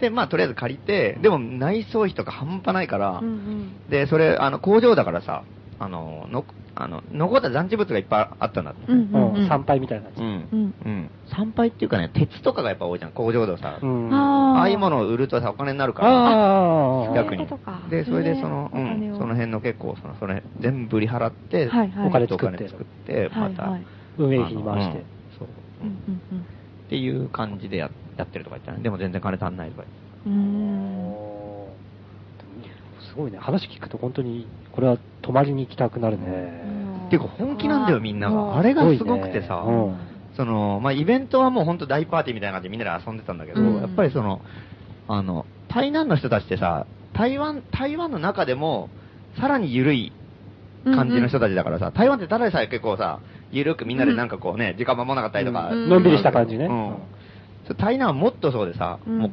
[SPEAKER 4] で、まあ、とりあえず借りて、でも内装費とか半端ないから
[SPEAKER 5] うんう、ん
[SPEAKER 4] で、それ、あの、工場だからさ、あの、の、あの、残った残地物がいっぱいあったんだって。
[SPEAKER 5] うんうんうん
[SPEAKER 3] 参拝みたいな感じ
[SPEAKER 4] う、
[SPEAKER 5] うんん。
[SPEAKER 4] うん。参拝っていうかね、鉄とかがやっぱ多いじゃん、工場でさ。
[SPEAKER 3] うん
[SPEAKER 5] あー
[SPEAKER 4] ああいうものを売るとさ、お金になるから。
[SPEAKER 3] あ
[SPEAKER 5] ー
[SPEAKER 3] あ
[SPEAKER 4] 逆
[SPEAKER 5] そうい
[SPEAKER 4] に
[SPEAKER 5] うことか。
[SPEAKER 4] で、それでその、う
[SPEAKER 5] お金
[SPEAKER 4] ん
[SPEAKER 5] を、
[SPEAKER 4] その辺の結構、その、それ、全部売り払って、
[SPEAKER 5] はいはい
[SPEAKER 4] お金とお金作って、また、
[SPEAKER 5] はいはい
[SPEAKER 3] 運営費に回して、
[SPEAKER 4] あのうんそう。
[SPEAKER 5] う
[SPEAKER 4] うん
[SPEAKER 5] んうんうん
[SPEAKER 4] っていう感じでややってるとか言ってたね。でも全然金足んないとか言って
[SPEAKER 5] うーん
[SPEAKER 3] おーすごいね話聞くと本当にこれは泊まりに行きたくなるね、
[SPEAKER 4] っていうか本気なんだよみんな
[SPEAKER 5] う
[SPEAKER 4] が。あれがすごくてさ、
[SPEAKER 3] すごいね
[SPEAKER 4] その、まあ、イベントはもう本当大パーティーみたいな感じでみんなで遊んでたんだけど、
[SPEAKER 5] うん
[SPEAKER 4] やっぱりその、あの、台南の人たちってさ、台湾、台湾の中でも、さらに緩い感じの人たちだからさ、台湾ってただでさえ結構さ、緩くみんなでなんかこうね、時間守らなかったりとか、
[SPEAKER 5] うんのんびりした
[SPEAKER 3] 感じね
[SPEAKER 4] うんそう台南はもっとそうでさ、
[SPEAKER 5] うんうん、
[SPEAKER 4] もう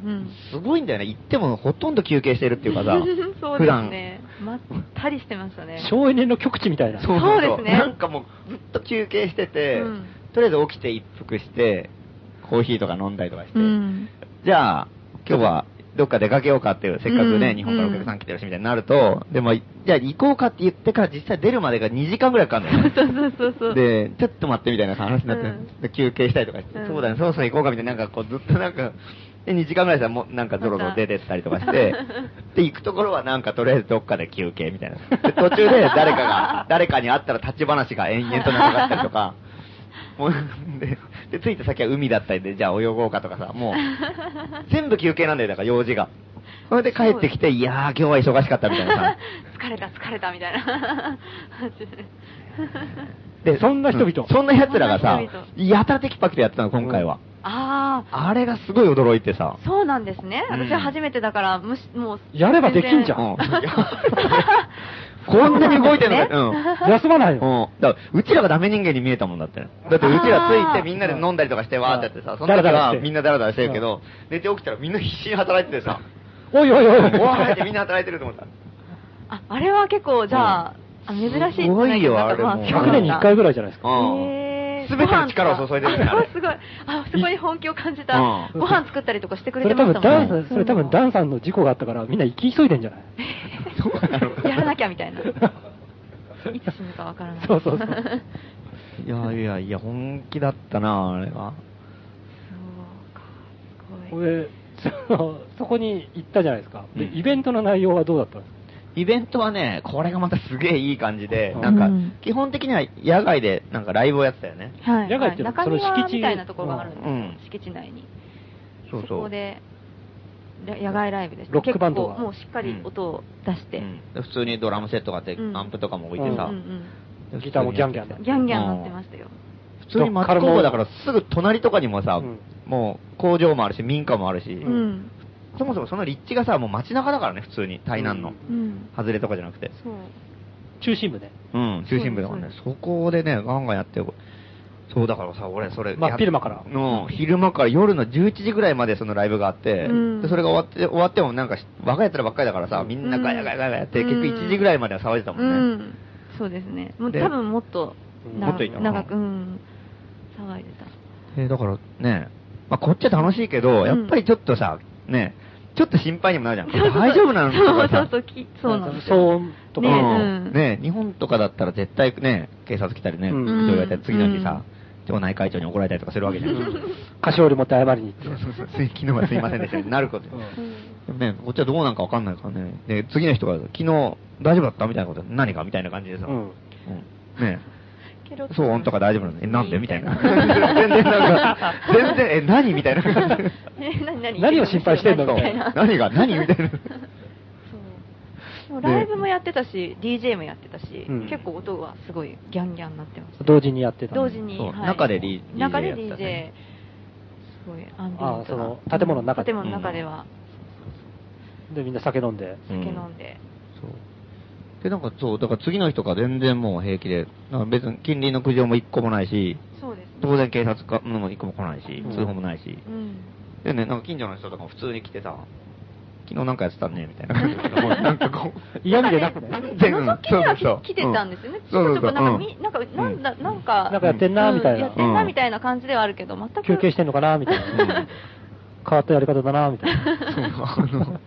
[SPEAKER 4] すごいんだよね。行ってもほとんど休憩してるっていうかさ
[SPEAKER 5] そう
[SPEAKER 4] 普
[SPEAKER 5] です
[SPEAKER 4] 段。
[SPEAKER 5] ね。まったりしてましたね。
[SPEAKER 3] 省エネの極地みたいな
[SPEAKER 4] そう
[SPEAKER 5] そうですね
[SPEAKER 4] なんかもうずっと休憩してて、
[SPEAKER 5] うん
[SPEAKER 4] とりあえず起きて一服して、コーヒーとか飲んだりとかして、
[SPEAKER 5] うん
[SPEAKER 4] じゃあ、今日はどっか出かけようかっていう、せっかくね、
[SPEAKER 5] うん
[SPEAKER 4] 日本からお客さん来てるしみたいになると、でも、じゃあ行こうかって言ってから実際出るまでが2時間ぐらいかかる のよ、ね。
[SPEAKER 5] そうそうそうそう。
[SPEAKER 4] で、ちょっと待ってみたいな話になって、
[SPEAKER 5] うん
[SPEAKER 4] で休憩したりとかして、
[SPEAKER 5] うん
[SPEAKER 4] そうだね、そろそろ行こうかみたいな、なんかこうずっとなんか、で、2時間ぐらいしたらもうなんかゾロゾロ出てったりとか して、で、行くところはなんかとりあえずどっかで休憩みたいな。で、途中で誰か が、誰かに会ったら立ち話が延々と長かったりとか、もう、で、で、着いた先は海だったりで、じゃあ泳ごうかとかさ、もう、全部休憩なんだよ、だから用事が。それで帰ってきて、いやー、今日は忙しかったみたいな さ。
[SPEAKER 5] 疲れた疲れたみたいな。
[SPEAKER 4] で、
[SPEAKER 3] そんな人々
[SPEAKER 4] うんそんな奴らがさ
[SPEAKER 5] そんな、人
[SPEAKER 4] やたらテキパキとやってたの、今回は。
[SPEAKER 5] ああ、
[SPEAKER 4] あれがすごい驚いてさ。
[SPEAKER 5] そうなんですね。
[SPEAKER 4] うん
[SPEAKER 5] 私は初めてだから、むし、もう。
[SPEAKER 3] やればできんじゃ
[SPEAKER 4] うんん こんなに動いてるのかうん。
[SPEAKER 3] 休まないの、
[SPEAKER 4] うん。だから、うちらがダメ人間に見えたもんだって。だって、うちらついてみんなで飲んだりとかしてわーってやってさ、その
[SPEAKER 3] ダ
[SPEAKER 4] 時
[SPEAKER 3] ラダラし
[SPEAKER 4] は
[SPEAKER 3] て
[SPEAKER 4] みんなダラダラしてるけど、寝て起きたらみんな必死に働いててさ、
[SPEAKER 3] おいおいおい
[SPEAKER 4] お
[SPEAKER 3] おい
[SPEAKER 4] ーってみんな働いてると思った。
[SPEAKER 5] あ、あれは結構、じゃあ、あ珍しいってな
[SPEAKER 4] すごいよあれ
[SPEAKER 5] ま
[SPEAKER 4] もう
[SPEAKER 5] そう
[SPEAKER 3] 100
[SPEAKER 5] なんだ
[SPEAKER 3] 年に1回ぐらいじゃないですか
[SPEAKER 4] うん
[SPEAKER 5] へー
[SPEAKER 4] 全てに力を注いでるねあ
[SPEAKER 5] あ
[SPEAKER 4] れ
[SPEAKER 5] すごいすごいあそこに本気を感じた、
[SPEAKER 4] うん
[SPEAKER 5] ご飯作ったりとかしてく
[SPEAKER 3] そ
[SPEAKER 5] れて
[SPEAKER 3] れ
[SPEAKER 5] ま
[SPEAKER 3] 多分
[SPEAKER 5] した
[SPEAKER 3] ダ
[SPEAKER 5] も
[SPEAKER 3] ン
[SPEAKER 5] んね
[SPEAKER 3] さん、それ多分ダンさんの事故があったから、みんな行き急いでんじゃない
[SPEAKER 5] やらなきゃ みたいないつ死ぬかわからない
[SPEAKER 3] そうそうそう
[SPEAKER 5] そ
[SPEAKER 4] いやいやいや、本気だったな、あれは。
[SPEAKER 5] うかすごい
[SPEAKER 3] でそのそこに行ったじゃないですか、で
[SPEAKER 4] うん
[SPEAKER 3] イベントの内容はどうだったんですか
[SPEAKER 4] イベントはね、これがまたすげえいい感じで、
[SPEAKER 3] うん
[SPEAKER 4] なんか
[SPEAKER 5] うん、
[SPEAKER 4] 基本的には野外で、なんかライブをやってたよね。
[SPEAKER 5] はい、
[SPEAKER 3] 野外っていうのは
[SPEAKER 5] 中
[SPEAKER 3] その敷地
[SPEAKER 5] 庭みたいなところがあるんですよ、
[SPEAKER 4] うん
[SPEAKER 5] 敷地内に
[SPEAKER 4] そうそう。
[SPEAKER 5] こでら野外ライブです
[SPEAKER 3] ロックバンドが
[SPEAKER 5] 結構もうしっかり音を出して、
[SPEAKER 4] うんで普通にドラムセットがあって、
[SPEAKER 5] うん
[SPEAKER 4] アンプとかも置いてさ
[SPEAKER 5] うん、
[SPEAKER 4] で
[SPEAKER 3] ギターもギャンギャンだ
[SPEAKER 5] うんギャンギャン鳴ってましたよ、
[SPEAKER 4] 普通にマッコだからすぐ隣とかにもさ、
[SPEAKER 3] うん
[SPEAKER 4] もう工場もあるし、民家もあるし、
[SPEAKER 5] う
[SPEAKER 3] うん
[SPEAKER 5] うん
[SPEAKER 4] そもそもその立地がさ、もう街中だからね、普通に、台南の。
[SPEAKER 3] うん
[SPEAKER 4] 外れとかじゃなくて。
[SPEAKER 5] そう
[SPEAKER 3] 中心部ね、
[SPEAKER 4] うん、中心部だからね。そこでね、ガンガンやってよ。そう、だからさ、俺、それ。
[SPEAKER 3] 真っ
[SPEAKER 4] やっ
[SPEAKER 3] 昼間から
[SPEAKER 4] うん、昼間から夜の11時ぐらいまでそのライブがあって、
[SPEAKER 5] うん
[SPEAKER 4] でそれが終わって、終わってもなんかし、若い奴らばっかりだからさ、
[SPEAKER 3] うん
[SPEAKER 4] みんなガヤガヤガヤガヤやって、
[SPEAKER 5] うん
[SPEAKER 4] 結局1時ぐらいまでは騒いでたもんね。
[SPEAKER 5] うんそうですねもう
[SPEAKER 4] で
[SPEAKER 5] 多分もっと
[SPEAKER 3] うん
[SPEAKER 5] 長
[SPEAKER 4] もっといたのかな
[SPEAKER 5] 長く、うん、騒いでた
[SPEAKER 4] えーだからね、まあ、こっちは楽しいけど、やっぱりちょっとさ、ね、ちょっと心配にもなるじゃん。これ大丈夫なの
[SPEAKER 5] そ
[SPEAKER 4] と
[SPEAKER 5] う
[SPEAKER 4] か
[SPEAKER 5] そう
[SPEAKER 4] さ
[SPEAKER 5] そうきそうなんです
[SPEAKER 3] 騒
[SPEAKER 5] よ
[SPEAKER 3] 音とか
[SPEAKER 5] ね
[SPEAKER 3] ね、
[SPEAKER 4] うんね日本とかだったら絶対ね、警察来たりね、
[SPEAKER 3] うん
[SPEAKER 4] 部長がいたり、次の日
[SPEAKER 5] う
[SPEAKER 4] さ
[SPEAKER 5] ん、
[SPEAKER 4] 町内会長に怒られたりとかするわけじゃん。
[SPEAKER 3] 菓子折り持って謝りに行って
[SPEAKER 4] そうそうそう昨日はすいませんでしたになること、
[SPEAKER 3] う
[SPEAKER 4] でもね、こっちはどうなんかわかんないからね。で、次の人が、昨日大丈夫だったみたいなこと、何かみたいな感じでさ、
[SPEAKER 3] う
[SPEAKER 4] うん
[SPEAKER 3] ん
[SPEAKER 4] ね
[SPEAKER 5] ケロッと
[SPEAKER 4] 騒音とか大丈夫なのえ、なんでみたいな。全然なんか、全然、え、何みたいな感じで。
[SPEAKER 5] え何 何
[SPEAKER 3] 何を心配してんの
[SPEAKER 5] そう
[SPEAKER 3] みたいな
[SPEAKER 4] 何が何みたいな。
[SPEAKER 5] そうでもライブもやってたし DJ もやってたし、
[SPEAKER 3] うん
[SPEAKER 5] 結構音はすごいギャンギャンなってました
[SPEAKER 3] 同時にやってたの
[SPEAKER 5] 同時に、
[SPEAKER 4] そう
[SPEAKER 5] はい
[SPEAKER 4] 中でリ DJ
[SPEAKER 5] 中で
[SPEAKER 4] やってた
[SPEAKER 5] DJ
[SPEAKER 4] ね
[SPEAKER 5] すごいアンビエントな
[SPEAKER 3] あその建物の中で
[SPEAKER 5] 建物の中では
[SPEAKER 3] でみんな酒飲んで、
[SPEAKER 4] うん
[SPEAKER 5] 酒飲んで、
[SPEAKER 4] そう。で、なんかそう、だから次の日とか全然もう平気で、なんか別に近隣の苦情も一個もないし、
[SPEAKER 5] そうですね
[SPEAKER 4] 当然警察かも一個も来ないし
[SPEAKER 5] う、ん
[SPEAKER 4] 通報もないし。
[SPEAKER 5] うん
[SPEAKER 4] でね、なんか近所の人とかも普通に来てさ、昨日なんかやってたね、みたいな 感じで。もうなんかこう、
[SPEAKER 3] 嫌味でなくね
[SPEAKER 5] なんか
[SPEAKER 4] 全部
[SPEAKER 5] 覗きに
[SPEAKER 4] そう
[SPEAKER 5] は
[SPEAKER 4] そうそう
[SPEAKER 5] 来てたんですよね。ち
[SPEAKER 4] そう
[SPEAKER 5] ょ
[SPEAKER 4] そ
[SPEAKER 5] こ
[SPEAKER 4] う
[SPEAKER 5] ち
[SPEAKER 4] そ
[SPEAKER 5] ょ
[SPEAKER 4] う
[SPEAKER 5] こなん
[SPEAKER 4] う
[SPEAKER 5] か
[SPEAKER 4] ん
[SPEAKER 5] み、なんか、
[SPEAKER 4] うん
[SPEAKER 5] なんだ、なんか、
[SPEAKER 3] なんかやってんなみたいな
[SPEAKER 5] うんやってんな、みたいな感じではあるけど、全く。
[SPEAKER 3] 休憩してんのかなみたいな、
[SPEAKER 4] うん
[SPEAKER 3] 変わったやり方だなみたいな。
[SPEAKER 4] そうあの、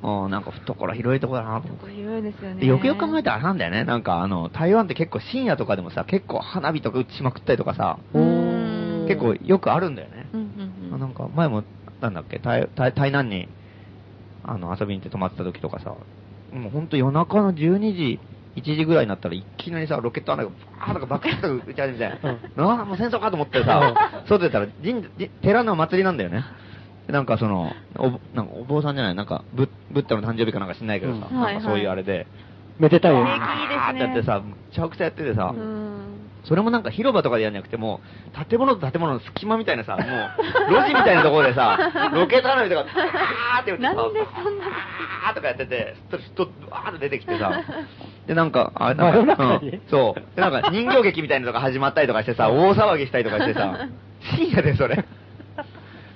[SPEAKER 4] あーなんか懐広いとこだなと思って
[SPEAKER 5] こいろいろですよね。
[SPEAKER 4] でよくよく考えたらなんだよね。なんかあの、台湾って結構深夜とかでもさ、結構花火とか打ちまくったりとかさ、
[SPEAKER 5] うーん
[SPEAKER 4] 結構よくあるんだよね。
[SPEAKER 5] うんうんう
[SPEAKER 4] あ
[SPEAKER 5] ん。
[SPEAKER 4] なんか前も、なんだっけ、台台台南にあの遊びに行って泊まってた時とかさ、もうほんと夜中の12時、1時ぐらいになったらいきなりさ、ロケット穴がバーッとか爆発とか打ち始めて、ああ、もう戦争かと思ってさ、外出たら神社じ寺の祭りなんだよね。でなんかその、おなんかお坊さんじゃない、なんかブッブッダの誕生日かなんかしないけどさ、
[SPEAKER 3] うん
[SPEAKER 4] なんかそういうあれで、
[SPEAKER 3] めでたいよ。
[SPEAKER 5] はいはい
[SPEAKER 4] あーってやってさ、むっちゃくちゃやっててさ、
[SPEAKER 5] うん。
[SPEAKER 4] それもなんか広場とかでやんなくても、建物と建物の隙間みたいなさ、もう、路地みたいなところでさ、ロケット花火とか、あーって打ってさ、
[SPEAKER 5] なんでそんな
[SPEAKER 4] あーとかやってて、人、人、あーって出てきてさ、で、なんか、あ、
[SPEAKER 3] 真夜
[SPEAKER 4] なんか、
[SPEAKER 3] 中
[SPEAKER 4] う
[SPEAKER 3] に
[SPEAKER 4] ん、そう。で、なんか人形劇みたいなのが始まったりとかしてさ、大騒ぎしたりとかしてさ、深夜でそれ。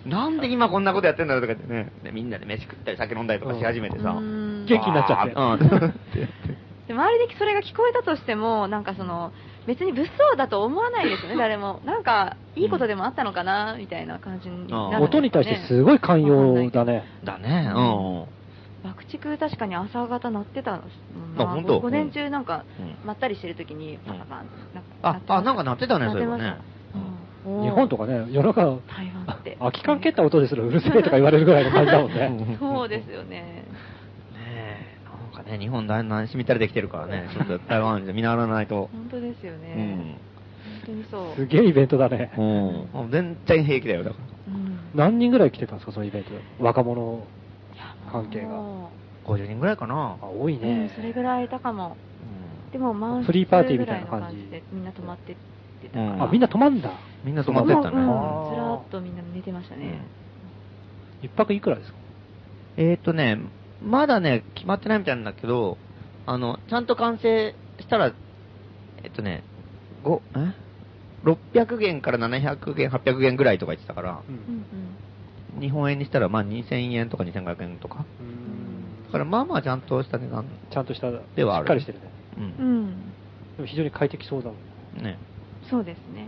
[SPEAKER 4] なんで今こんなことやってんだろうとかってね、でみんなで飯食ったり酒飲んだりとかし始めてさ、
[SPEAKER 5] うん
[SPEAKER 3] 元気になっちゃって
[SPEAKER 4] わーうん
[SPEAKER 5] で周りでそれが聞こえたとしても、なんかその、別に物騒だと思わないですよね、誰も。なんか、いいことでもあったのかな、みたいな感じになるんですかね。
[SPEAKER 3] 音に対してすごい寛容だね。
[SPEAKER 4] だね、うん。
[SPEAKER 5] 爆竹確かに朝方鳴ってたもん
[SPEAKER 4] あ本当
[SPEAKER 5] 午前中なんか、
[SPEAKER 4] うん
[SPEAKER 5] まったりしてる時にパカパン、
[SPEAKER 4] あ、あ、なんか鳴ってたね、それもね。
[SPEAKER 3] 日本と
[SPEAKER 5] か
[SPEAKER 3] かね、夜中、
[SPEAKER 5] 台湾って
[SPEAKER 3] 空き缶蹴った音ですらうるせえとか言われるぐらいの感じだもん
[SPEAKER 4] うん
[SPEAKER 3] ね。
[SPEAKER 5] そうですよね
[SPEAKER 4] ねえ、なんかね、日本だんだんしみったりできてるから ね、ちょっと台湾で見習わないと。
[SPEAKER 5] 本当ですよね、
[SPEAKER 4] うん。
[SPEAKER 5] 本当にそう
[SPEAKER 3] すげえイベントだね。
[SPEAKER 4] うん。全然平気だよ、だか
[SPEAKER 5] うん
[SPEAKER 3] 何人ぐらい来てたんですか、そのイベント。若者。関係が
[SPEAKER 5] も
[SPEAKER 4] ら。50人ぐらいかな。
[SPEAKER 3] あ、多いう
[SPEAKER 5] うん
[SPEAKER 3] ね。
[SPEAKER 5] それぐらいいたかも
[SPEAKER 4] うん
[SPEAKER 5] でもマン
[SPEAKER 3] フリーパーティーみたいな感じ
[SPEAKER 5] ぐらのでみんな泊まってってた
[SPEAKER 4] うん
[SPEAKER 3] あ、みんな泊まんだ。
[SPEAKER 4] みんな泊まってった
[SPEAKER 5] うん
[SPEAKER 4] ね。
[SPEAKER 5] ずらーっとみんな寝てましたね、
[SPEAKER 3] 一泊いくらですか
[SPEAKER 4] えっとね、まだね、決まってないみたいなんだけど、あの、ちゃんと完成したら、えっとね、5、え ?600 元から700元、800元ぐらいとか言ってたから、
[SPEAKER 3] う
[SPEAKER 5] うん
[SPEAKER 3] ん。
[SPEAKER 4] 日本円にしたらまあ2000円とか2500円とか。だからまあまあちゃんとした値段。
[SPEAKER 3] ちゃんとした、し
[SPEAKER 4] ではある
[SPEAKER 3] っかりしてるね。
[SPEAKER 4] う。
[SPEAKER 5] うんん、うん、
[SPEAKER 3] でも非常に快適そうだもん。
[SPEAKER 4] ね。
[SPEAKER 5] そうですね、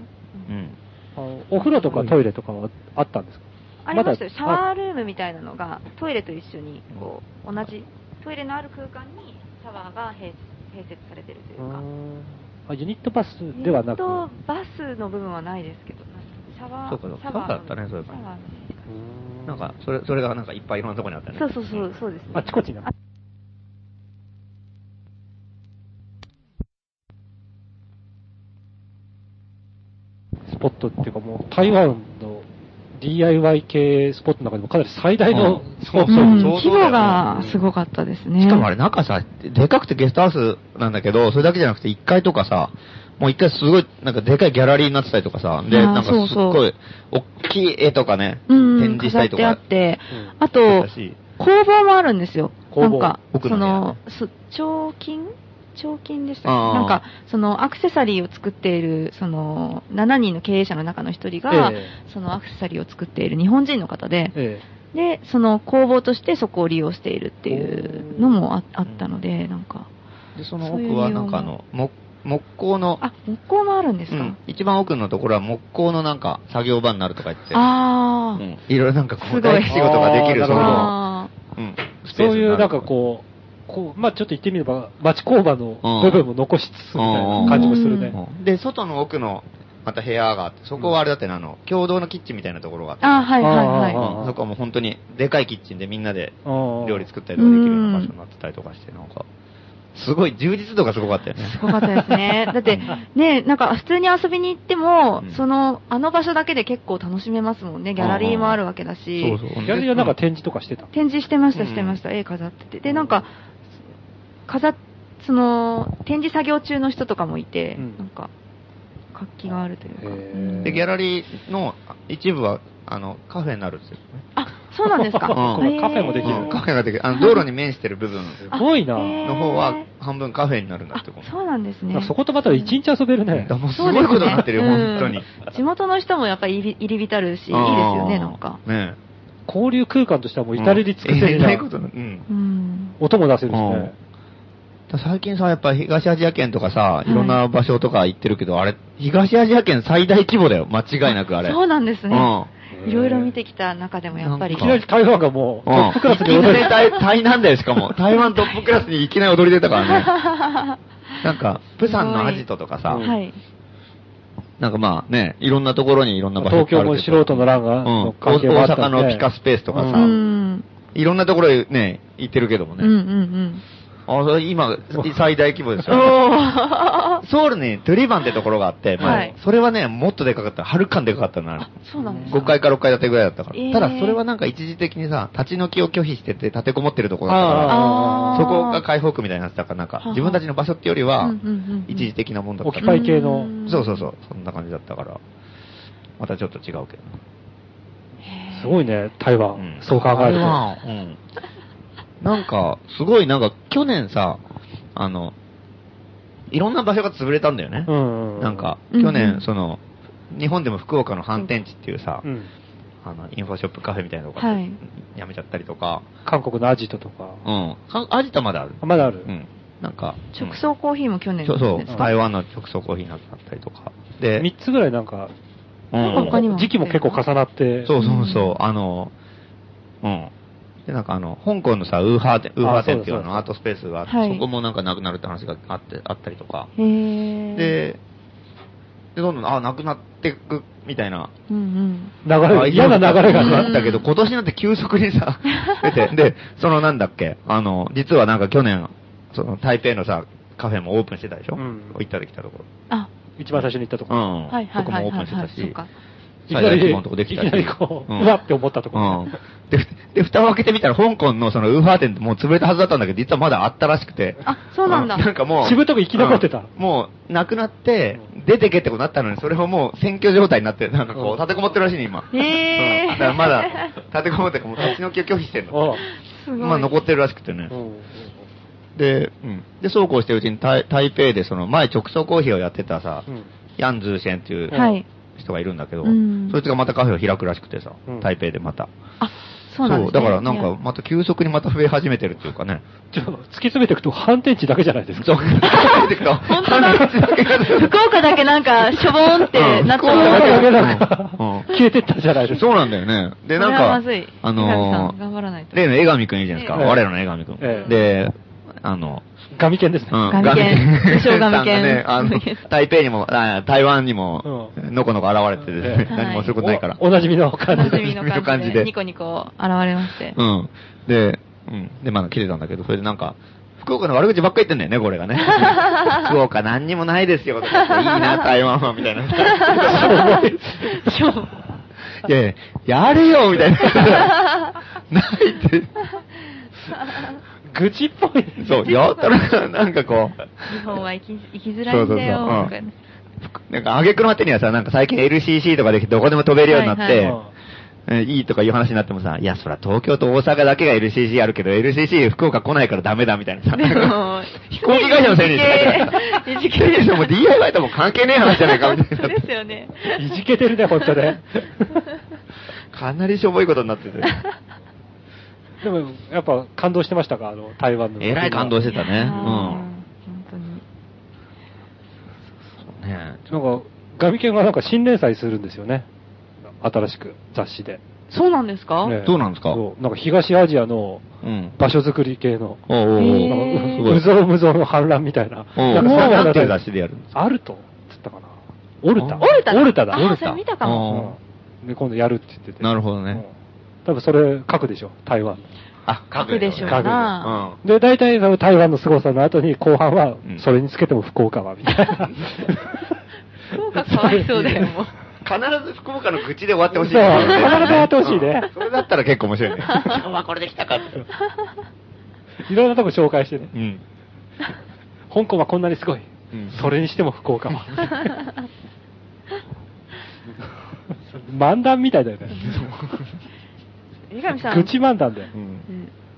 [SPEAKER 5] うん
[SPEAKER 4] うん。
[SPEAKER 1] あのお風呂とかトイレとかはあったんですか
[SPEAKER 5] ありましたよ、シャワー
[SPEAKER 1] ル
[SPEAKER 5] ルームみたいなのが、トイレと一緒に、こう、同じ、トイレのある空間にシャワーが併併設されてるというか。
[SPEAKER 1] あユニットバスではなく
[SPEAKER 5] えーと、バスの部分はないですけど、シャワー、
[SPEAKER 4] そうかそうか
[SPEAKER 5] シャワーの
[SPEAKER 4] そうだったねそういえば
[SPEAKER 5] シャワーの
[SPEAKER 1] うん
[SPEAKER 4] なんか、それ、それがなんかいっぱいいろんなとこにあったね。
[SPEAKER 5] そうそうそう、そうですね。
[SPEAKER 1] あちこちな
[SPEAKER 5] あ
[SPEAKER 1] スポットっていうかもう台湾の DIY 系スポットの中でもかなり最大の
[SPEAKER 4] うん
[SPEAKER 1] スポット
[SPEAKER 4] そう
[SPEAKER 5] うん
[SPEAKER 4] そう
[SPEAKER 5] 規模がすごかったですね。
[SPEAKER 4] しかもあれ、中さ、でかくてゲストハウスなんだけど、それだけじゃなくて1階とかさ、もう1階すごい、なんかでかいギャラリーになってたりとかさ、で、
[SPEAKER 5] あー
[SPEAKER 4] なんかすっ
[SPEAKER 5] そうそう
[SPEAKER 4] ごい、大きい絵とかね、
[SPEAKER 5] うん、
[SPEAKER 4] 展示した
[SPEAKER 5] 飾っ
[SPEAKER 4] りと
[SPEAKER 5] てあ
[SPEAKER 4] か
[SPEAKER 5] っ。て
[SPEAKER 1] うん、
[SPEAKER 5] あと、工房もあるんですよ。
[SPEAKER 1] 工
[SPEAKER 5] な
[SPEAKER 1] 房
[SPEAKER 5] んか、
[SPEAKER 4] 奥
[SPEAKER 5] そ
[SPEAKER 4] の部屋
[SPEAKER 5] の、す彫金彫金でしたっけ
[SPEAKER 4] あー
[SPEAKER 5] なんか、そのアクセサリーを作っている、その、7人の経営者の中の一人が、
[SPEAKER 1] え
[SPEAKER 5] そのアクセサリーを作っている日本人の方で
[SPEAKER 1] え、え
[SPEAKER 5] で、その工房としてそこを利用しているっていうのもああったので、なんか、
[SPEAKER 4] で、その
[SPEAKER 5] そういう
[SPEAKER 4] 奥はなんかあの、木木工の、
[SPEAKER 5] あ、木工もあるんです
[SPEAKER 4] う
[SPEAKER 5] か、
[SPEAKER 4] ん、一番奥のところは木工のなんか作業場になるとか言って、う
[SPEAKER 5] あー、
[SPEAKER 4] ん、いろいろなんかこ
[SPEAKER 5] すご
[SPEAKER 4] う、
[SPEAKER 5] い
[SPEAKER 4] 大工仕事ができる、
[SPEAKER 1] あー
[SPEAKER 4] その、
[SPEAKER 5] あ
[SPEAKER 4] うん、スペー
[SPEAKER 1] そ
[SPEAKER 4] ス
[SPEAKER 1] う
[SPEAKER 4] に
[SPEAKER 1] い
[SPEAKER 4] る
[SPEAKER 1] うなんかこう、こうまあちょっと言ってみれば、町工場の部分も残しつつみたいな感じもするね。
[SPEAKER 4] うんで、外の奥の、また部屋があって、そこはあれだってねあの、共同のキッチンみたいなところがあって
[SPEAKER 5] ー、あー、はいはいはい。
[SPEAKER 1] あー
[SPEAKER 4] うんそこはもう本当に、でかいキッチンでみんなで料理作ったりとかできるよ
[SPEAKER 5] う
[SPEAKER 4] うんな場所になってたりとかして、なんか、すごい充実度がすごかったよね。
[SPEAKER 5] すごかったですね。だって、ね、なんか普通に遊びに行っても、
[SPEAKER 4] うん
[SPEAKER 5] その、あの場所だけで結構楽しめますもんね。ギャラリーもあるわけだし、
[SPEAKER 4] そうそう。
[SPEAKER 1] ギャラリーはなんか展示とかしてた。
[SPEAKER 5] 展示してまし
[SPEAKER 4] う
[SPEAKER 5] た、
[SPEAKER 4] ん
[SPEAKER 5] してました、絵飾ってて。で、なんか、飾っ、その、展示作業中の人とかもいて、
[SPEAKER 1] うん
[SPEAKER 5] なんか、活気があるというか。
[SPEAKER 1] へ
[SPEAKER 5] うん
[SPEAKER 1] ー
[SPEAKER 4] で、ギャラリーの一部は、あの、カフェになるんですよ。
[SPEAKER 5] あ、そうなんですか。
[SPEAKER 4] うん
[SPEAKER 5] へー
[SPEAKER 1] カフェもできる
[SPEAKER 4] うんカフェができる。あの、道路に面してる部分
[SPEAKER 1] すごいな。
[SPEAKER 5] あへー
[SPEAKER 4] の方は、半分カフェになるんだっ
[SPEAKER 5] あ
[SPEAKER 4] て、こ、
[SPEAKER 5] そうなんです
[SPEAKER 1] なん
[SPEAKER 5] ね
[SPEAKER 1] か。そことまた一日遊べるね。
[SPEAKER 4] と。もうすごいことになってるよ、
[SPEAKER 5] そうですね
[SPEAKER 4] 本当に。いいで
[SPEAKER 5] 地元の人もやっぱり入り入り浸るし、いいですよね、なんか。
[SPEAKER 4] ね
[SPEAKER 1] 交流空間としてはもう至れり尽くせり
[SPEAKER 4] うん至
[SPEAKER 1] な
[SPEAKER 4] れり尽くせりうん。
[SPEAKER 5] うん。
[SPEAKER 1] 音も出せるしね。
[SPEAKER 4] だ最近さ、やっぱ東アジア圏とかさ、いろんな場所とか行ってるけど、あれ、東アジア圏最大規模だよ、間違いなくあれ。
[SPEAKER 5] そうなんですね。
[SPEAKER 1] うん
[SPEAKER 5] いろいろ見てきた中でもやっぱり。
[SPEAKER 1] いきなり台湾がもう、
[SPEAKER 4] う
[SPEAKER 1] ト
[SPEAKER 4] ん。
[SPEAKER 1] ップクラスに
[SPEAKER 4] いきな
[SPEAKER 1] 踊
[SPEAKER 4] り
[SPEAKER 1] れる。
[SPEAKER 4] 台台南だよ、しかも。台湾トップクラスにいきなり踊り出たからね。なんか、プサンのアジトとかさ
[SPEAKER 1] す、ご
[SPEAKER 5] はい。
[SPEAKER 4] なんかまあね、いろんなところにいろんな場所
[SPEAKER 1] 東京も素人の
[SPEAKER 4] ラ
[SPEAKER 1] 欄が、の関係
[SPEAKER 4] うん。
[SPEAKER 1] もあ
[SPEAKER 4] 大
[SPEAKER 1] ったんで
[SPEAKER 4] 阪のピカスペースとか
[SPEAKER 1] う
[SPEAKER 5] う
[SPEAKER 4] さ、
[SPEAKER 5] ん。
[SPEAKER 4] いろんなところへね、行ってるけども
[SPEAKER 5] うんうんう
[SPEAKER 4] ね。
[SPEAKER 5] ん。
[SPEAKER 4] あそれ今、最大規模で しょ。ソウルにトゥリバンってところがあって、まあ
[SPEAKER 5] はい
[SPEAKER 4] それはね、もっとでかかった。はるかにでかかったの、あれ
[SPEAKER 5] あ、そうなんですか。
[SPEAKER 4] 5階か6階建てぐらいだったから。
[SPEAKER 5] えー
[SPEAKER 4] ただそれはなんか一時的にさ、立ち退きを拒否してて立てこもってるところだった
[SPEAKER 1] あ
[SPEAKER 4] か
[SPEAKER 5] あ
[SPEAKER 4] ら、
[SPEAKER 5] ー
[SPEAKER 4] そこが解放区みたいになってたから、なんか
[SPEAKER 5] はは
[SPEAKER 4] 自分たちの場所ってよりは
[SPEAKER 5] うんうんうんうん、
[SPEAKER 4] 一時的なもんだっ
[SPEAKER 1] オ
[SPEAKER 4] た
[SPEAKER 1] キ
[SPEAKER 4] か
[SPEAKER 1] パ
[SPEAKER 4] ら
[SPEAKER 1] イ系の、
[SPEAKER 5] うん
[SPEAKER 4] そうそうそう、そんな感じだったから。またちょっと違うけど。
[SPEAKER 5] へー
[SPEAKER 1] すごいね、台湾。
[SPEAKER 4] ん
[SPEAKER 1] そう考えると。
[SPEAKER 4] あれはうん。なんか、すごいなんか去年さ、あの、いろんな場所が潰れたんだよね。
[SPEAKER 1] うん。
[SPEAKER 4] なんか、
[SPEAKER 5] うん
[SPEAKER 4] 去
[SPEAKER 5] うん
[SPEAKER 4] 年、その、日本でも福岡の反転地っていうさ
[SPEAKER 1] う、ん、
[SPEAKER 4] あの、インフォショップカフェみたいなのが
[SPEAKER 5] はい
[SPEAKER 4] やめちゃったりとか、
[SPEAKER 1] 韓国のアジトとか。
[SPEAKER 4] うん。かアジタまだある。
[SPEAKER 1] まだある。
[SPEAKER 4] うん。なんか、
[SPEAKER 5] 直送コーヒーも去
[SPEAKER 4] うん
[SPEAKER 5] 年
[SPEAKER 4] そうそ
[SPEAKER 5] です
[SPEAKER 4] う、
[SPEAKER 5] か
[SPEAKER 4] 台湾の直送コーヒーなくなったりとか。で、
[SPEAKER 1] 3つぐらいなんか、
[SPEAKER 4] う
[SPEAKER 5] なんか他に
[SPEAKER 4] ん、
[SPEAKER 5] も
[SPEAKER 1] 時期も結構重なって。
[SPEAKER 4] そうそうそう、あの、うん。で、なんかあの、香港のさ、ウーハー店、ウーハー店っていうあのア
[SPEAKER 1] あ
[SPEAKER 4] ートスペースがあって、
[SPEAKER 5] はい
[SPEAKER 4] そこもなんかなくなるって話があって、あったりとか。
[SPEAKER 5] へー、
[SPEAKER 4] で、で、どんどん、あ、なくなってく、みたいな
[SPEAKER 5] うんうん。
[SPEAKER 1] 流れ、嫌な流れが
[SPEAKER 4] あ
[SPEAKER 1] あ
[SPEAKER 4] っ
[SPEAKER 1] ったた
[SPEAKER 4] け
[SPEAKER 1] け
[SPEAKER 4] ど、
[SPEAKER 1] ど。
[SPEAKER 4] 今年になって急速にさ、出て、で、そのなんだっけ、あの、実はなんか去年、その台北のさ、カフェもオープンしてたでしょ、
[SPEAKER 1] うん
[SPEAKER 4] 行ったできたところ。
[SPEAKER 5] あ、
[SPEAKER 1] 一番最初に行ったとこ。
[SPEAKER 4] うん。
[SPEAKER 5] はいはい
[SPEAKER 4] そこも
[SPEAKER 5] はい
[SPEAKER 4] オープ
[SPEAKER 5] は
[SPEAKER 4] ン
[SPEAKER 5] い
[SPEAKER 4] して
[SPEAKER 5] は
[SPEAKER 4] た
[SPEAKER 5] い。そう
[SPEAKER 4] し、
[SPEAKER 5] か。
[SPEAKER 4] 最大規模のとこできたし。
[SPEAKER 1] いきなりこう
[SPEAKER 4] うん
[SPEAKER 1] うわって思ったと
[SPEAKER 4] う
[SPEAKER 1] こ
[SPEAKER 4] ん。で、で、蓋を開けてみたら、香港のそのウーファー店ってもう潰れたはずだったんだけど、実はまだあったらしくて。
[SPEAKER 5] あ、そうなんだ。
[SPEAKER 4] なんかもう。
[SPEAKER 1] しぶとく生き残ってた
[SPEAKER 4] うんもう、なくなって、出てけってことになったのに、それをもう、選挙状態になって、なんかこう、
[SPEAKER 1] うん
[SPEAKER 4] 立てこもってるらしいね、今。
[SPEAKER 5] へ
[SPEAKER 4] う
[SPEAKER 5] ー
[SPEAKER 4] んだからまだ、立てこもってか、もう立ち退きを拒否してんの。
[SPEAKER 1] おう
[SPEAKER 5] すごい。
[SPEAKER 4] まあ残ってるらしくてね。
[SPEAKER 1] うん
[SPEAKER 4] で、で、そうこうしてるうちに台台北でその前直送コーヒーをやってたさ、
[SPEAKER 1] うん
[SPEAKER 4] ヤンズーシェンっていう
[SPEAKER 5] はい。
[SPEAKER 4] 人がいるんだけど、
[SPEAKER 5] うん
[SPEAKER 4] そいつがまたカフェを開くらしくてさ
[SPEAKER 1] う、ん
[SPEAKER 4] 台北でまた。
[SPEAKER 5] あ、そうなんです、ね、
[SPEAKER 4] だからなん
[SPEAKER 5] い
[SPEAKER 4] か
[SPEAKER 5] や、
[SPEAKER 4] また急速にまた増え始めてるっていうかね。
[SPEAKER 1] じゃあ、突き詰めていくと反転地だけじゃないです
[SPEAKER 4] そ
[SPEAKER 1] か。
[SPEAKER 4] う、本当だ
[SPEAKER 5] 本当だ。福岡だけなんか、しょぼーんってなっち
[SPEAKER 1] そう
[SPEAKER 5] ゃった
[SPEAKER 1] だけ
[SPEAKER 5] ら、
[SPEAKER 1] なんか、
[SPEAKER 4] うん
[SPEAKER 1] 消えてったじゃないですか。
[SPEAKER 4] そうなんだよね。で、
[SPEAKER 5] こ
[SPEAKER 4] な
[SPEAKER 5] れはま
[SPEAKER 4] ん
[SPEAKER 5] ずい
[SPEAKER 4] か、あの
[SPEAKER 5] 江上さん頑張らない
[SPEAKER 4] ー、
[SPEAKER 5] と
[SPEAKER 4] 例の江上くんいるじゃないですか。
[SPEAKER 1] ええ
[SPEAKER 4] 我らの江上くん。
[SPEAKER 1] ええ
[SPEAKER 4] で、あの、
[SPEAKER 1] ガミ犬ですね。
[SPEAKER 4] うん
[SPEAKER 5] ガミ
[SPEAKER 4] ガ
[SPEAKER 5] 犬
[SPEAKER 4] ミ
[SPEAKER 5] 自称ガミ
[SPEAKER 4] さ
[SPEAKER 5] 犬
[SPEAKER 4] んがね、あの、台北にも、あ台湾にも、
[SPEAKER 1] う
[SPEAKER 4] のこのこ現れてですね
[SPEAKER 1] ええ
[SPEAKER 4] 何もすることないから。
[SPEAKER 1] おおなじみの感
[SPEAKER 5] 楽
[SPEAKER 1] じ
[SPEAKER 5] し
[SPEAKER 1] で。
[SPEAKER 5] みの感じで、ニコニコ現れまして。
[SPEAKER 4] うん。で、うん。で、まあ、切れたんだけど、それでなんか、福岡の悪口ばっかり言ってんだよね、これがね。 福岡何にもないですよ、とか言っていいな、台湾は、みたいな。
[SPEAKER 5] しょぼ
[SPEAKER 4] いやいや、やれよ、みたいな。 ないって。
[SPEAKER 1] 愚痴っぽい。
[SPEAKER 4] そう、やったら、なんかこう、
[SPEAKER 5] 日本は生き生きづらいんだよ、とかね。
[SPEAKER 4] なんか、挙句の果てにはさ、なんか最近 LCC とかできてどこでも飛べるようになっ
[SPEAKER 5] はい
[SPEAKER 4] て
[SPEAKER 5] は、
[SPEAKER 4] えいいとかいう話になってもさ、いや、そら東京と大阪だけが LCC あるけど、LCC 福岡来ないからダメだみたいなさ、
[SPEAKER 5] も
[SPEAKER 4] 飛行機会社のせいに
[SPEAKER 5] いじけいじけ
[SPEAKER 4] でも DIY とも関係ねえ話じゃないかみたい
[SPEAKER 5] そうです
[SPEAKER 4] な。
[SPEAKER 5] よね。
[SPEAKER 1] いじけてるね、本当 ね。
[SPEAKER 4] かなりしょぼいことになってて。
[SPEAKER 1] でも、やっぱ感動してましたかあの、台湾の。
[SPEAKER 4] えらい感動して
[SPEAKER 5] いや
[SPEAKER 4] た
[SPEAKER 5] ー
[SPEAKER 4] ね。うん。
[SPEAKER 5] 本当に。
[SPEAKER 4] そうね
[SPEAKER 1] なんか、ガミ犬がなんか新連載するんですよね。新しく、雑誌で。
[SPEAKER 5] そうなんですか
[SPEAKER 1] ね
[SPEAKER 4] そうなんですか
[SPEAKER 1] そうなんか東アジアの
[SPEAKER 4] うん。
[SPEAKER 1] 場所づくり系の、
[SPEAKER 4] おうおうおう
[SPEAKER 5] へ
[SPEAKER 1] なん
[SPEAKER 5] えー
[SPEAKER 1] か無造無造の反乱みたいな。
[SPEAKER 4] おう
[SPEAKER 1] なんかそん
[SPEAKER 4] な
[SPEAKER 1] の
[SPEAKER 4] んていう
[SPEAKER 1] が
[SPEAKER 4] 雑誌でやるんです
[SPEAKER 1] あると、つったかな。オルタ。
[SPEAKER 4] あ
[SPEAKER 5] オルタだ
[SPEAKER 1] オルタだ。
[SPEAKER 5] あー
[SPEAKER 1] オルタ
[SPEAKER 5] それ見た
[SPEAKER 4] か
[SPEAKER 5] か
[SPEAKER 4] も
[SPEAKER 5] も。
[SPEAKER 1] うんで、今度やるって言ってて。
[SPEAKER 4] なるほどね
[SPEAKER 1] うん。多分それ書くでしょ、台湾。
[SPEAKER 4] あ、
[SPEAKER 5] 書くでしょう
[SPEAKER 1] 書く
[SPEAKER 5] な。
[SPEAKER 1] で、大体その台湾の凄さの後に後半は
[SPEAKER 4] うん、
[SPEAKER 1] それにつけても福岡は、みた いな。
[SPEAKER 5] 福岡かわいそうだよ、もう。
[SPEAKER 4] 必ず福岡の愚痴で終わってほしい。
[SPEAKER 1] そう必ず終わってほしいね
[SPEAKER 4] うんそれだったら結構面白いね。今日はこれできたかって。
[SPEAKER 1] いろんなとこ紹介してね
[SPEAKER 4] う。ん。
[SPEAKER 1] 香港はこんなにすごい。
[SPEAKER 4] うん
[SPEAKER 1] それにしても福岡は。 漫談みたいだよ ね。
[SPEAKER 5] 三上さん、
[SPEAKER 1] 愚痴漫談だよ
[SPEAKER 4] う。ん
[SPEAKER 5] うん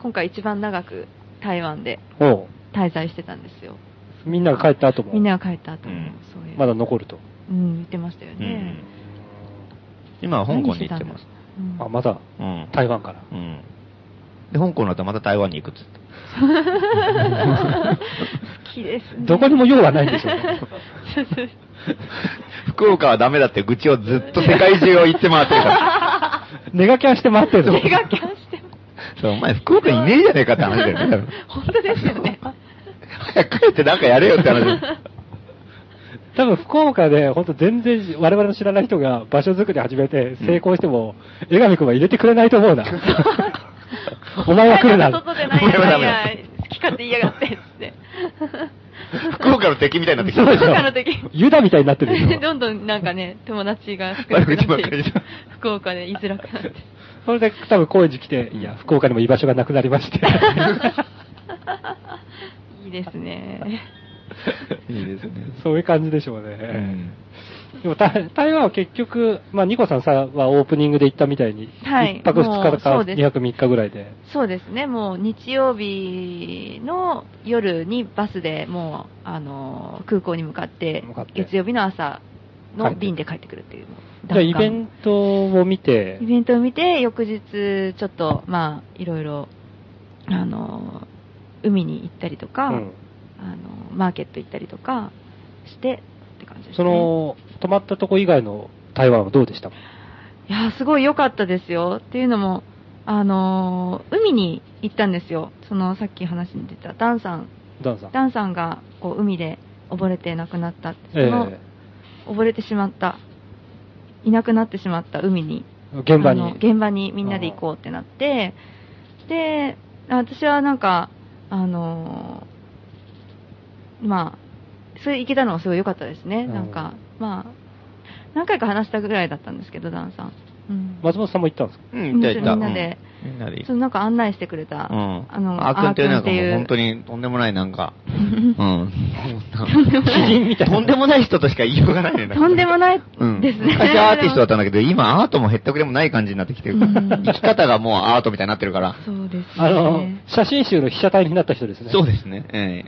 [SPEAKER 5] 今回一番長く台湾で
[SPEAKER 1] おう
[SPEAKER 5] 滞在してたんですよ。
[SPEAKER 1] みんなが帰った後も。
[SPEAKER 5] みんなが帰った後
[SPEAKER 4] う
[SPEAKER 5] も
[SPEAKER 4] ん、
[SPEAKER 5] そういう。
[SPEAKER 1] まだ残ると。
[SPEAKER 5] うん、言ってましたよ
[SPEAKER 4] うんうん
[SPEAKER 5] ね。
[SPEAKER 4] 今は香港に行ってます。
[SPEAKER 5] うん
[SPEAKER 1] あ、まだ、
[SPEAKER 4] うん。
[SPEAKER 1] 台湾から。
[SPEAKER 4] うん。で、香港の後また台湾に行くっつって。
[SPEAKER 5] 好きですね。
[SPEAKER 1] どこにも用はないんでしょう ね。
[SPEAKER 4] 福岡はダメだって愚痴をずっと世界中を行って回ってる から。
[SPEAKER 1] ネガキャンして待ってるの。
[SPEAKER 5] 手がキャンしてます。
[SPEAKER 4] そう、お前福岡いねえじゃねえかって話だよね。
[SPEAKER 5] 本当ですよね。
[SPEAKER 4] 早く帰ってなんかやれよって話。
[SPEAKER 1] 多分福岡で、本当全然我々の知らない人が場所作り始めて成功しても、江上くんは入れてくれない と思うな。お前は来るな。
[SPEAKER 5] 外でない
[SPEAKER 4] お前はダ
[SPEAKER 5] や
[SPEAKER 4] メだ
[SPEAKER 5] ないや、好き勝手言いやがってっつって。
[SPEAKER 4] 福岡の敵みたいになってきた。
[SPEAKER 1] そうでし
[SPEAKER 5] 福
[SPEAKER 1] ょ
[SPEAKER 5] 岡の敵。
[SPEAKER 1] ユダみたいになってるでしょ。
[SPEAKER 5] どんどんなんかね、友達が少なくなっ
[SPEAKER 4] 悪口ばっか
[SPEAKER 5] てい
[SPEAKER 4] り
[SPEAKER 5] く
[SPEAKER 4] じゃん
[SPEAKER 5] 福岡で居づらくなって。
[SPEAKER 1] それで多分高円寺来て、いや、福岡にも居場所がなくなりま して。
[SPEAKER 5] いいですね。
[SPEAKER 4] いいですね。
[SPEAKER 1] そういう感じでしょうね。
[SPEAKER 4] うん
[SPEAKER 1] でも台台湾は結局、まあ、ニコさんさ、はオープニングで行ったみたいに、
[SPEAKER 5] はい
[SPEAKER 1] 1泊2
[SPEAKER 5] も
[SPEAKER 1] 日
[SPEAKER 5] う
[SPEAKER 1] か
[SPEAKER 5] そうです
[SPEAKER 1] 2泊3日ぐらいで。
[SPEAKER 5] そうですね、もう日曜日の夜にバスでもう、あの、空港に向かって
[SPEAKER 1] 向かっ、て
[SPEAKER 5] 月曜日の朝
[SPEAKER 1] 帰っ
[SPEAKER 5] の
[SPEAKER 1] て
[SPEAKER 5] 便で帰ってくるっていう。
[SPEAKER 1] じゃあイベントを見て
[SPEAKER 5] イ、ベントを見て、翌日、ちょっと、まあ、いろいろ、あの、海に行ったりとか、
[SPEAKER 1] うん
[SPEAKER 5] あの、マーケット行ったりとかして、って感じですね。
[SPEAKER 1] その、泊まったとこ以外の台湾はどうでしたか
[SPEAKER 5] いやー、すごい良かったですよ。っていうのも、あのー海に行ったんですよ。その、さっき話に出たダンさん。
[SPEAKER 1] ダンさん。
[SPEAKER 5] ダンさんが、こう、海で溺れて亡くなった。そ
[SPEAKER 1] え
[SPEAKER 5] の、溺れてしまった。いなくなってしまった海に
[SPEAKER 1] え現場に。
[SPEAKER 5] あの現場にみんなで行こうってなって、で、あ私はなんか、あのーまあ、それ行けたのはすごい良かったですね。
[SPEAKER 1] うん
[SPEAKER 5] なんか、まあ、何回か話したぐらいだったんですけど、ダンさん。うん。
[SPEAKER 1] 松本さんも行ったんですか
[SPEAKER 4] うん、じゃあ行った。
[SPEAKER 5] みんなで
[SPEAKER 4] うん。みんなで行
[SPEAKER 5] そ
[SPEAKER 4] っ
[SPEAKER 5] のなんか案内してくれた、
[SPEAKER 4] た。うん。
[SPEAKER 5] あの、
[SPEAKER 4] あーくんっていうなんかもう本
[SPEAKER 5] あーくん
[SPEAKER 4] 当
[SPEAKER 5] ってい
[SPEAKER 4] にとんでもないなん か、う。
[SPEAKER 5] うん
[SPEAKER 4] とんでもない人としか言いようがないね。
[SPEAKER 5] うとんでもない
[SPEAKER 4] うん。
[SPEAKER 5] ですね。
[SPEAKER 4] 昔アーティストだったんだけど、今アートもへったくれもない感じになってきてる。
[SPEAKER 5] うん
[SPEAKER 4] 生き方がもうアートみたいになってるから。
[SPEAKER 5] そうです、ね。
[SPEAKER 1] あの、写真集の被写体になった人ですね。
[SPEAKER 4] そう
[SPEAKER 1] で
[SPEAKER 4] ですね。え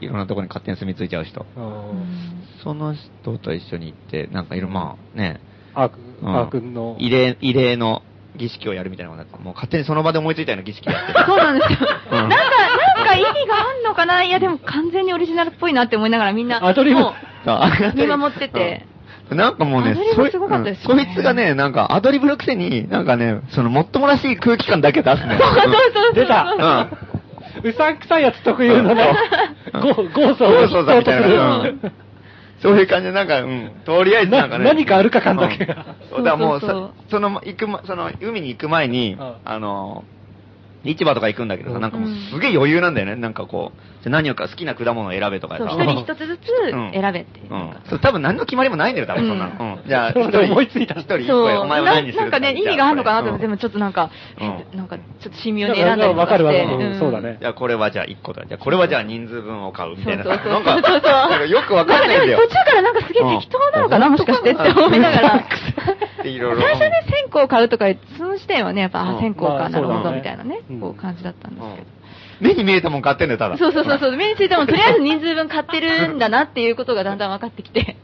[SPEAKER 4] えいろんなところに勝手に住み着いちゃう人。
[SPEAKER 1] す。
[SPEAKER 5] うん
[SPEAKER 4] その人と一緒に行って、なんかいろ、まあね、
[SPEAKER 1] アーク、
[SPEAKER 4] うん
[SPEAKER 1] アークの、
[SPEAKER 4] 異例、異例の儀式をやるみたいなことになって、もう勝手にその場で思いついたような儀式やってる。
[SPEAKER 5] そうなんですよ。
[SPEAKER 4] う
[SPEAKER 5] なんんか、なんか意味があんのかないや、でも完全にオリジナルっぽいなって思いながらみんな、
[SPEAKER 1] アドリブ
[SPEAKER 5] も
[SPEAKER 4] そう
[SPEAKER 5] う見守ってて。
[SPEAKER 4] なんかもうね
[SPEAKER 5] アドリ、ブ
[SPEAKER 4] そい
[SPEAKER 5] すごかったですよ
[SPEAKER 4] うんそ
[SPEAKER 5] ね
[SPEAKER 4] いつがね、なんかアドリブのくせに、なんかね、そのもっともらしい空気感だけ出すね。
[SPEAKER 5] そうそうそうそう。
[SPEAKER 1] 出た
[SPEAKER 4] うん。うん
[SPEAKER 1] うさんくさいやつ特有のね、ゴーゴーソ
[SPEAKER 4] ゴ
[SPEAKER 1] ー
[SPEAKER 4] ーソーだみたい な
[SPEAKER 1] を
[SPEAKER 4] うんそういう感じで、なんか、うん、とりあえずなんかね。
[SPEAKER 1] な何かあるか感だけが
[SPEAKER 4] うんそうだからもう、
[SPEAKER 5] そうそう
[SPEAKER 4] そその、行くま、その、海に行く前に
[SPEAKER 1] うん、
[SPEAKER 4] あの、市場とか行くんだけど
[SPEAKER 1] う
[SPEAKER 4] さ、
[SPEAKER 1] ん
[SPEAKER 4] なんかもうすげえ余裕なんだよね。なんかこう、じゃあ何をか好きな果物を選べとか
[SPEAKER 5] そう、
[SPEAKER 4] さ
[SPEAKER 5] 一人一つずつ選べっていう
[SPEAKER 4] う
[SPEAKER 5] なんか
[SPEAKER 4] ん。そう、多分何の決まりもないんだよ、多分そんな
[SPEAKER 5] う
[SPEAKER 4] の。うん。じゃあ、
[SPEAKER 1] そう
[SPEAKER 4] 一
[SPEAKER 1] だ
[SPEAKER 4] 人、
[SPEAKER 1] 思いついた
[SPEAKER 4] 一人一
[SPEAKER 5] そう
[SPEAKER 4] 個お前は何にする
[SPEAKER 5] ななんかね、意味があるのかなと思って、でもちょっとなんか、
[SPEAKER 4] うん
[SPEAKER 5] なんか、ちょっと神妙に選んだりとかして。
[SPEAKER 1] わかるわか
[SPEAKER 4] る
[SPEAKER 1] うんそうだね
[SPEAKER 4] じゃあこれはじゃあ1個だ。じゃあこれはじゃあ人数分を買うみたいな。
[SPEAKER 5] そう
[SPEAKER 4] な
[SPEAKER 5] そうそうん
[SPEAKER 4] か、
[SPEAKER 5] そうそう
[SPEAKER 4] なんかよくわかんないんだよ
[SPEAKER 5] んかでも途。中からなんかすげえ適当なのかな、
[SPEAKER 4] うん
[SPEAKER 5] もしかしてって思いながら。
[SPEAKER 4] でいろ
[SPEAKER 5] 最
[SPEAKER 4] いろ
[SPEAKER 5] 初ね、線香を買うとか、その視点はね、やっぱ、
[SPEAKER 4] うん
[SPEAKER 5] あ、線香
[SPEAKER 1] まあ
[SPEAKER 5] か、なる
[SPEAKER 1] そう
[SPEAKER 5] ほ
[SPEAKER 1] だ
[SPEAKER 5] ど、
[SPEAKER 1] ね
[SPEAKER 5] みたいなね
[SPEAKER 1] うん、
[SPEAKER 5] こう感じだったんです
[SPEAKER 4] うん
[SPEAKER 5] けど。
[SPEAKER 4] 目に見えたもん買ってんだよ、ただ。
[SPEAKER 5] そうそうそうそう、目についても、とりあえず人数分買ってるんだなっていうことがだんだん分かってきて。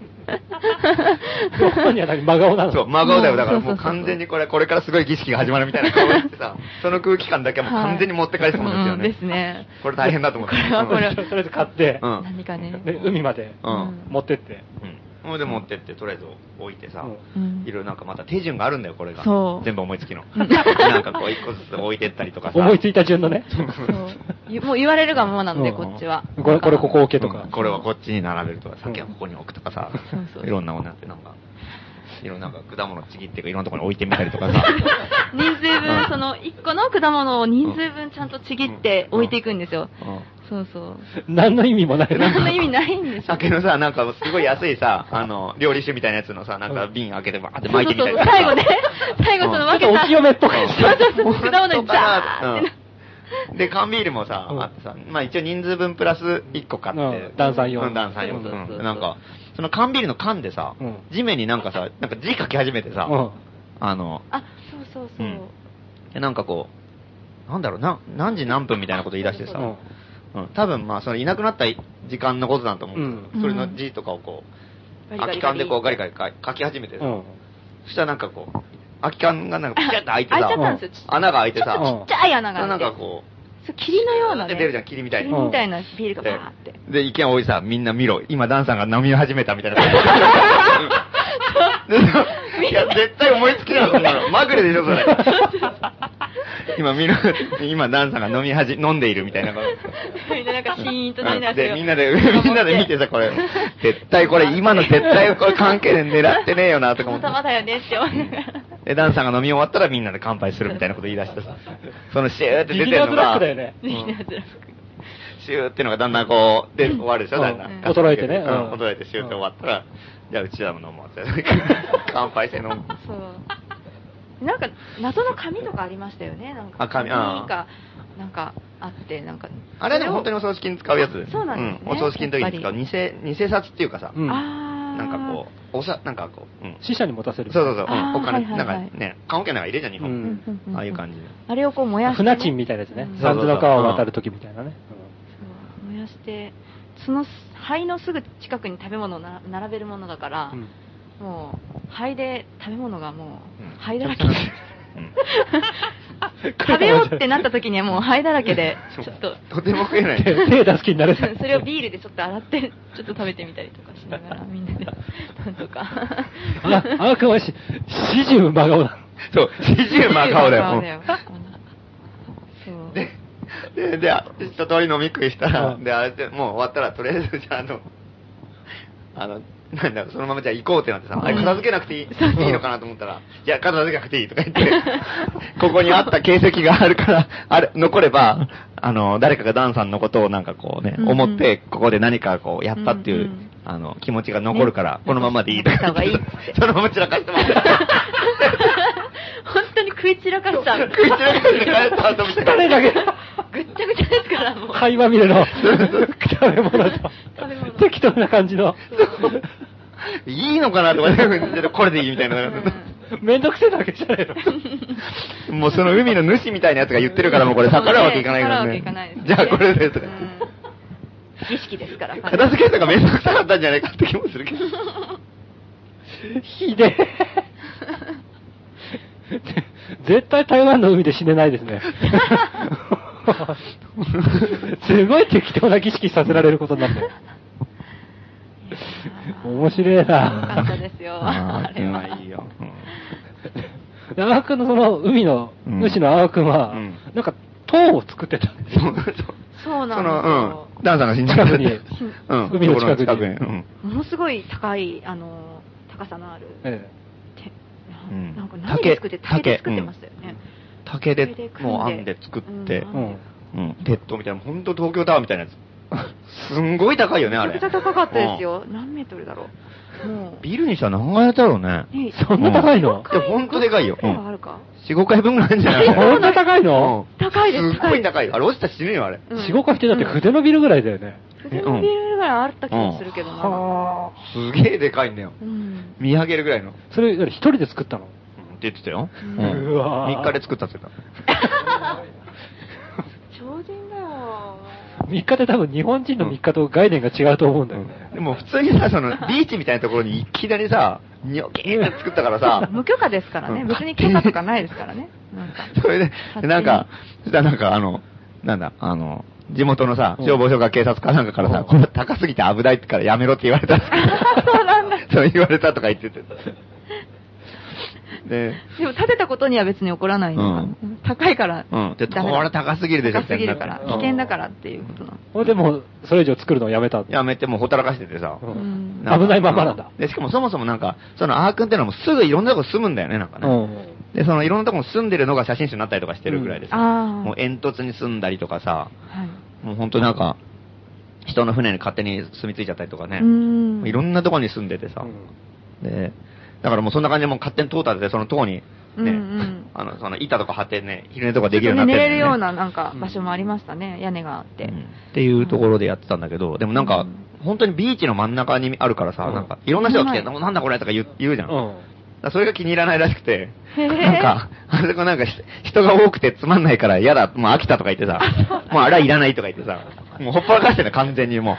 [SPEAKER 1] どこには何真顔なの
[SPEAKER 4] そう、真顔だよ。だからもう
[SPEAKER 5] そうそうそう
[SPEAKER 4] 完全にこれ、これからすごい儀式が始まるみたいな顔して さ、その空気感だけはもう完全に持って帰ってたもんですよ
[SPEAKER 5] うん
[SPEAKER 4] ね。
[SPEAKER 5] ですね。
[SPEAKER 4] これ大変だと思って。
[SPEAKER 5] これ はこれ
[SPEAKER 1] とりあえず買って
[SPEAKER 4] う、ん。
[SPEAKER 5] 何かね。
[SPEAKER 1] で海まで
[SPEAKER 4] うん。
[SPEAKER 1] 持ってって、
[SPEAKER 4] うん。もうで持ってって、とりあえず置いてさ、
[SPEAKER 5] うん
[SPEAKER 4] いろいろなんかまた手順があるんだよ、これが。
[SPEAKER 5] そう
[SPEAKER 4] 全部思いつ きの。なんかこう、一個ずつ置いてったりとかさ。
[SPEAKER 1] 思いついた順のね、
[SPEAKER 5] そうゆもう言われるがままなので、
[SPEAKER 1] うん
[SPEAKER 5] こっちは。
[SPEAKER 1] これこれここ置けと
[SPEAKER 4] う
[SPEAKER 1] か
[SPEAKER 4] ん、これはこっちに並べるとか、酒はここに置くとかさ
[SPEAKER 5] そうそう、そう
[SPEAKER 4] いろんなものやって、なんか、いろんななんか果物ちぎって、いろんなところに置いてみたりと かさ、
[SPEAKER 5] 人数
[SPEAKER 4] うん
[SPEAKER 5] 分、その1個の果物を人数分ちゃんとちぎって置いていくんですよ。そうそう。
[SPEAKER 1] 何の意味もない。
[SPEAKER 5] 何の意味ないんですよ。
[SPEAKER 4] 酒のさ、なんかすごい安いさ、あの、料理酒みたいなやつのさ、なんか瓶開けてバーって
[SPEAKER 5] そう
[SPEAKER 4] 巻い
[SPEAKER 5] そ
[SPEAKER 4] て
[SPEAKER 5] う
[SPEAKER 4] みた
[SPEAKER 5] そう
[SPEAKER 4] り。とかさ。
[SPEAKER 5] 最後ね、 最後その分
[SPEAKER 1] ち
[SPEAKER 5] け
[SPEAKER 1] ょっとお
[SPEAKER 5] た。
[SPEAKER 1] 清めっぽく。
[SPEAKER 5] そうそう果物にザーってな
[SPEAKER 4] うんで、缶ビールもさ、
[SPEAKER 1] うん
[SPEAKER 4] あってさ、まあ一応人数分プラス1個買っ
[SPEAKER 1] う
[SPEAKER 4] て
[SPEAKER 1] ん。段差用
[SPEAKER 4] うん段差用
[SPEAKER 5] そうそうそうそう
[SPEAKER 4] うんなんか、その缶ビールの缶でさ
[SPEAKER 1] うん、
[SPEAKER 4] 地面になんかさ、なんか字書き始めてさ、
[SPEAKER 1] うん
[SPEAKER 4] あの、
[SPEAKER 5] あ、そうそうそう。
[SPEAKER 4] うんで、なんかこう、なんだろうな、何時何分みたいなこと言い出してさ、
[SPEAKER 1] うん
[SPEAKER 4] うん、多分まあ、そのいなくなった時間のことだと思う、
[SPEAKER 1] うん
[SPEAKER 4] それの字とかをこう、
[SPEAKER 5] ガリガ
[SPEAKER 4] 空き
[SPEAKER 5] リ
[SPEAKER 4] 缶でこうガリガリ書い書き始めてさ、
[SPEAKER 1] うん
[SPEAKER 4] そしたらなんかこう、空き缶がなんかピチャッと開いて
[SPEAKER 5] 開いちゃ
[SPEAKER 4] さ、
[SPEAKER 5] ったんですよ。ち
[SPEAKER 4] 穴が開いてさ、
[SPEAKER 1] ちょっと
[SPEAKER 5] っちゃい穴が
[SPEAKER 4] なん
[SPEAKER 5] あって
[SPEAKER 4] かこ
[SPEAKER 5] そう霧のよう
[SPEAKER 4] う、
[SPEAKER 5] なね。
[SPEAKER 4] 出るじゃん、霧みたい
[SPEAKER 5] 霧
[SPEAKER 4] な。
[SPEAKER 5] みたいなビールがバ
[SPEAKER 4] で
[SPEAKER 5] ーって。、
[SPEAKER 4] で、意見多いさ、みんな見ろ。今、ダンさんが飲み始めたみたいな。 でいや、絶対思いつきなの、そんなの。まぐれでしょ、そ れ。今、見ろ。今、ダンさんが飲みはじ、飲んでいるみたいなこと。
[SPEAKER 5] みんななんかシーンとなりながら
[SPEAKER 4] で、みんなで、みんなで見てさ、これ。絶対これ、今の絶対これ関係で狙ってねえよな、とか思
[SPEAKER 5] ま
[SPEAKER 4] った
[SPEAKER 5] ま
[SPEAKER 4] て。
[SPEAKER 5] だよねって思いながら。
[SPEAKER 4] で、ダンさんが飲み終わったらみんなで乾杯するみたいなこと言い出してさ。そのシューって出てるの
[SPEAKER 1] ビギナーズラッ
[SPEAKER 4] が
[SPEAKER 1] ク、だよね
[SPEAKER 5] みんなで。
[SPEAKER 4] シューってのがだんだんこう、で、終わるでしょ、
[SPEAKER 1] うん
[SPEAKER 4] だんだん。
[SPEAKER 1] うん衰えてね
[SPEAKER 4] うん
[SPEAKER 1] うん
[SPEAKER 4] 衰えてシューって終わったら、じゃあうちらも飲もうって。乾杯して飲む。
[SPEAKER 5] そう。なんか、謎の紙とかありましたよね、なんか。
[SPEAKER 4] あ紙あー
[SPEAKER 5] か、なんか、あって、なんか。
[SPEAKER 4] あれはでも本当に
[SPEAKER 5] に。
[SPEAKER 4] お葬式に使うやつ
[SPEAKER 5] そうなんですね
[SPEAKER 4] お葬式の時に使う。偽、偽札っていうかさ、
[SPEAKER 1] うん
[SPEAKER 5] あ
[SPEAKER 4] なんかこ
[SPEAKER 5] う。
[SPEAKER 4] う、おさ、なんかこう、うん。
[SPEAKER 1] 死者に持たせる。
[SPEAKER 4] そうそうそう、う
[SPEAKER 5] あ
[SPEAKER 4] ん、
[SPEAKER 5] ー
[SPEAKER 4] お金、
[SPEAKER 5] はいはい
[SPEAKER 4] なん
[SPEAKER 5] はい
[SPEAKER 4] かね、棺桶なんか入れるじゃん、日
[SPEAKER 1] う
[SPEAKER 5] うん
[SPEAKER 4] 本。
[SPEAKER 5] んうんんん
[SPEAKER 4] ああいう感じで。
[SPEAKER 5] あれをこう燃やして、
[SPEAKER 1] 船賃みたいなやつね
[SPEAKER 5] う。ん
[SPEAKER 1] 三途の川を渡る時みたいなね。
[SPEAKER 5] そう燃やして、その灰のすぐ近くに食べ物をな並べるものだから、
[SPEAKER 1] うん
[SPEAKER 5] もう灰で食べ物がも
[SPEAKER 4] うん
[SPEAKER 5] う灰だらけで、
[SPEAKER 4] うん。
[SPEAKER 5] 食べようってなった時にはもう灰だらけで
[SPEAKER 4] そう
[SPEAKER 5] ちょっと
[SPEAKER 4] とても食えな
[SPEAKER 1] 手
[SPEAKER 4] い。
[SPEAKER 1] 手出す気になれない。
[SPEAKER 5] それをビールでちょっと洗ってちょっと食べてみたりとかし ながらみんなでなんとか
[SPEAKER 1] あ、あの顔はし、四十真顔だ。
[SPEAKER 4] そう、四十真顔だ
[SPEAKER 5] 顔
[SPEAKER 4] よ。
[SPEAKER 5] そう
[SPEAKER 4] で、 で、で、あ一通り飲み食いしたら、
[SPEAKER 1] うん
[SPEAKER 4] で、あれで、もう終わったら、とりあえず、じゃあ、あの、あの、なんだろう、そのままじゃあ行こうってなってさ、あれ片付けなくていい、いいのかなと思ったら、じゃあ片付けなくていいとか言って、 ここにあった形跡があるから、あれ、残れば、あの、誰かがダンさんのことをなんかこうね、
[SPEAKER 5] うんうん
[SPEAKER 4] 思って、ここで何かこう、やったっていう、
[SPEAKER 5] うんうん
[SPEAKER 4] あの、気持ちが残るから、
[SPEAKER 5] ね
[SPEAKER 4] このままでいいとか言って
[SPEAKER 5] 残した方がいいって
[SPEAKER 4] そのまま散らかしてもらって。
[SPEAKER 5] 本当に食い散らかした
[SPEAKER 4] 食い散らかして帰った後みたいな。
[SPEAKER 1] 彼だけ、
[SPEAKER 5] ぐっちゃぐちゃですからもう
[SPEAKER 1] 会話見れの、食べ物と
[SPEAKER 5] 食べ物、
[SPEAKER 1] 適当な感じの、
[SPEAKER 4] いいのかな とかね、これでいいみたいな。
[SPEAKER 1] めんどくせえだけじゃないの。
[SPEAKER 4] もうその海の主みたいなやつが言ってるからもうこれ逆らうわけいかないから
[SPEAKER 5] 逆らうわけ
[SPEAKER 4] ね
[SPEAKER 5] いかないです。ね
[SPEAKER 4] じゃあこれでとか。
[SPEAKER 5] うん儀式ですから
[SPEAKER 4] 片付けるのがめんどくさかったんじゃないかって気もするけど。
[SPEAKER 1] ひでえ。絶対台湾の海で死ねないですね。すごい適当な儀式させられることになって。面白い
[SPEAKER 5] よかった
[SPEAKER 1] な
[SPEAKER 5] ですよ。
[SPEAKER 4] あー
[SPEAKER 5] あれは。
[SPEAKER 4] 今いいよ。うん
[SPEAKER 1] 長尾くんのその海の
[SPEAKER 4] うん
[SPEAKER 1] 主の青くんは、
[SPEAKER 4] うん
[SPEAKER 1] なんか塔を作ってたんです
[SPEAKER 4] そ
[SPEAKER 1] よ。
[SPEAKER 4] うそう。
[SPEAKER 5] そうな
[SPEAKER 4] そ
[SPEAKER 5] んです
[SPEAKER 4] の
[SPEAKER 5] よ、
[SPEAKER 4] うん。ダンさんが死んじゃったって
[SPEAKER 1] 近
[SPEAKER 5] くに。
[SPEAKER 4] うん。
[SPEAKER 1] 海の近くに
[SPEAKER 4] ところのうん。
[SPEAKER 5] ものすごい高い、あの、高さのある、
[SPEAKER 1] え
[SPEAKER 5] て
[SPEAKER 4] う
[SPEAKER 5] なんんなんか何で作って、
[SPEAKER 4] 竹
[SPEAKER 5] 竹で作ってましたよね。
[SPEAKER 4] 竹
[SPEAKER 5] それ
[SPEAKER 4] で
[SPEAKER 5] で、組んで
[SPEAKER 4] もう編んで作って、
[SPEAKER 1] え。うん。
[SPEAKER 4] うん。鉄塔みたいな、ほんと東京タワーみたいなやつ。すんごい高いよね、あ
[SPEAKER 5] めちゃ
[SPEAKER 4] れ。
[SPEAKER 5] くちゃ高かったですよ。何メートルだろう。も
[SPEAKER 4] うん。ビルにしたら何階だろうね。
[SPEAKER 5] う。ね
[SPEAKER 1] そんな高いの
[SPEAKER 4] いや、ほんとでかいよ。
[SPEAKER 5] 高
[SPEAKER 4] う
[SPEAKER 5] いのあ
[SPEAKER 4] ん。
[SPEAKER 5] るか。
[SPEAKER 4] 4、5回分ぐらいあるんじゃない
[SPEAKER 1] そんな高いの
[SPEAKER 4] うん
[SPEAKER 5] 高いです
[SPEAKER 4] すっごい高いよ。あれ落ちたら死ぬよ、あれ。
[SPEAKER 5] うん
[SPEAKER 1] 四五回ってだって筆のビルぐらいだよね。
[SPEAKER 5] 筆のビールぐらいあった気もするけどな。
[SPEAKER 1] はあ。
[SPEAKER 4] すげえでかいんだよ。
[SPEAKER 5] うん。
[SPEAKER 4] 見上げるぐらいの。
[SPEAKER 1] それ、一人で作ったの
[SPEAKER 4] うんって言ってたよ。
[SPEAKER 5] うん
[SPEAKER 1] うわー
[SPEAKER 4] 3日で作ったって言って
[SPEAKER 5] 超人だよ。
[SPEAKER 1] ?3 日で多分日本人の3日と概念が違うと思うんだよね。
[SPEAKER 4] た。でも普通にさ、 その、ビーチみたいなところにいきなりさ、ニョキーンって作ったからさ、
[SPEAKER 5] 無許可ですからね。
[SPEAKER 4] うん
[SPEAKER 5] 別に許可とかないですからね。なんか。
[SPEAKER 4] それで、
[SPEAKER 5] 勝手に
[SPEAKER 4] なんか、そしたらなんかあの、なんだ、あの、地元のさ、
[SPEAKER 1] うん
[SPEAKER 4] 消防署か警察かなんかからさ、これ高すぎて危ないってからやめろって言われた。
[SPEAKER 5] そうなんだ。
[SPEAKER 4] そう言われたとか言ってて。で、
[SPEAKER 5] でも立てたことには別に怒らないのか。高いから。
[SPEAKER 4] うん。で、こ
[SPEAKER 5] ダメだ
[SPEAKER 4] れ高すぎるでしょ、
[SPEAKER 5] 高すぎるから。
[SPEAKER 4] って
[SPEAKER 5] 危
[SPEAKER 4] なって
[SPEAKER 5] 険だからっていうことなの。
[SPEAKER 1] ほんでもう、それ以上作るのをやめた。
[SPEAKER 4] やめてもうほったらかしててさ。
[SPEAKER 1] うん
[SPEAKER 5] うん
[SPEAKER 4] んか
[SPEAKER 1] 危ないままなんだ
[SPEAKER 4] で、しかもそもそもなんか、そのあーくんってのはもうすぐいろんなとこ住むんだよね、なんかね。
[SPEAKER 1] うん。
[SPEAKER 4] で、そのいろんなとこに住んでるのが写真集になったりとかしてるぐらいです、
[SPEAKER 5] うんあー
[SPEAKER 4] もう煙突に住んだりとかさ、
[SPEAKER 5] はい。
[SPEAKER 4] もう本当になんか、人の船に勝手に住み着いちゃったりとかね
[SPEAKER 5] う、ん
[SPEAKER 4] いろんなとこに住んでてさ、で、だからもうそんな感じでもう勝手にトータルでその塔にね、
[SPEAKER 5] うんうん
[SPEAKER 4] あの、その板とか張ってね、昼寝とか
[SPEAKER 5] ちょ
[SPEAKER 4] で
[SPEAKER 5] っ
[SPEAKER 4] きるよ
[SPEAKER 5] と
[SPEAKER 4] うにな
[SPEAKER 5] ね
[SPEAKER 4] って
[SPEAKER 5] 寝れ
[SPEAKER 4] ん
[SPEAKER 5] る
[SPEAKER 4] だよ
[SPEAKER 5] よ
[SPEAKER 4] ね
[SPEAKER 5] うななんか場所もありましたね。屋根があって。
[SPEAKER 4] うんっていうところでやってたんだけど、でもなんか、
[SPEAKER 5] うん
[SPEAKER 4] 本当にビーチの真ん中にあるからさ、
[SPEAKER 1] うん
[SPEAKER 4] なんか、いろんな人が来て、
[SPEAKER 5] うん
[SPEAKER 4] なんだこれとか言う言うじゃん。だか
[SPEAKER 1] うん。
[SPEAKER 4] らそれが気に入らないらしくて、
[SPEAKER 5] へえ
[SPEAKER 4] なんか、あれこなんかひ人が多くてつまんないから嫌だ、もう飽きたとか言ってさ、もうあれはいらないとか言ってさ、もうほっぱらかしてる完全にも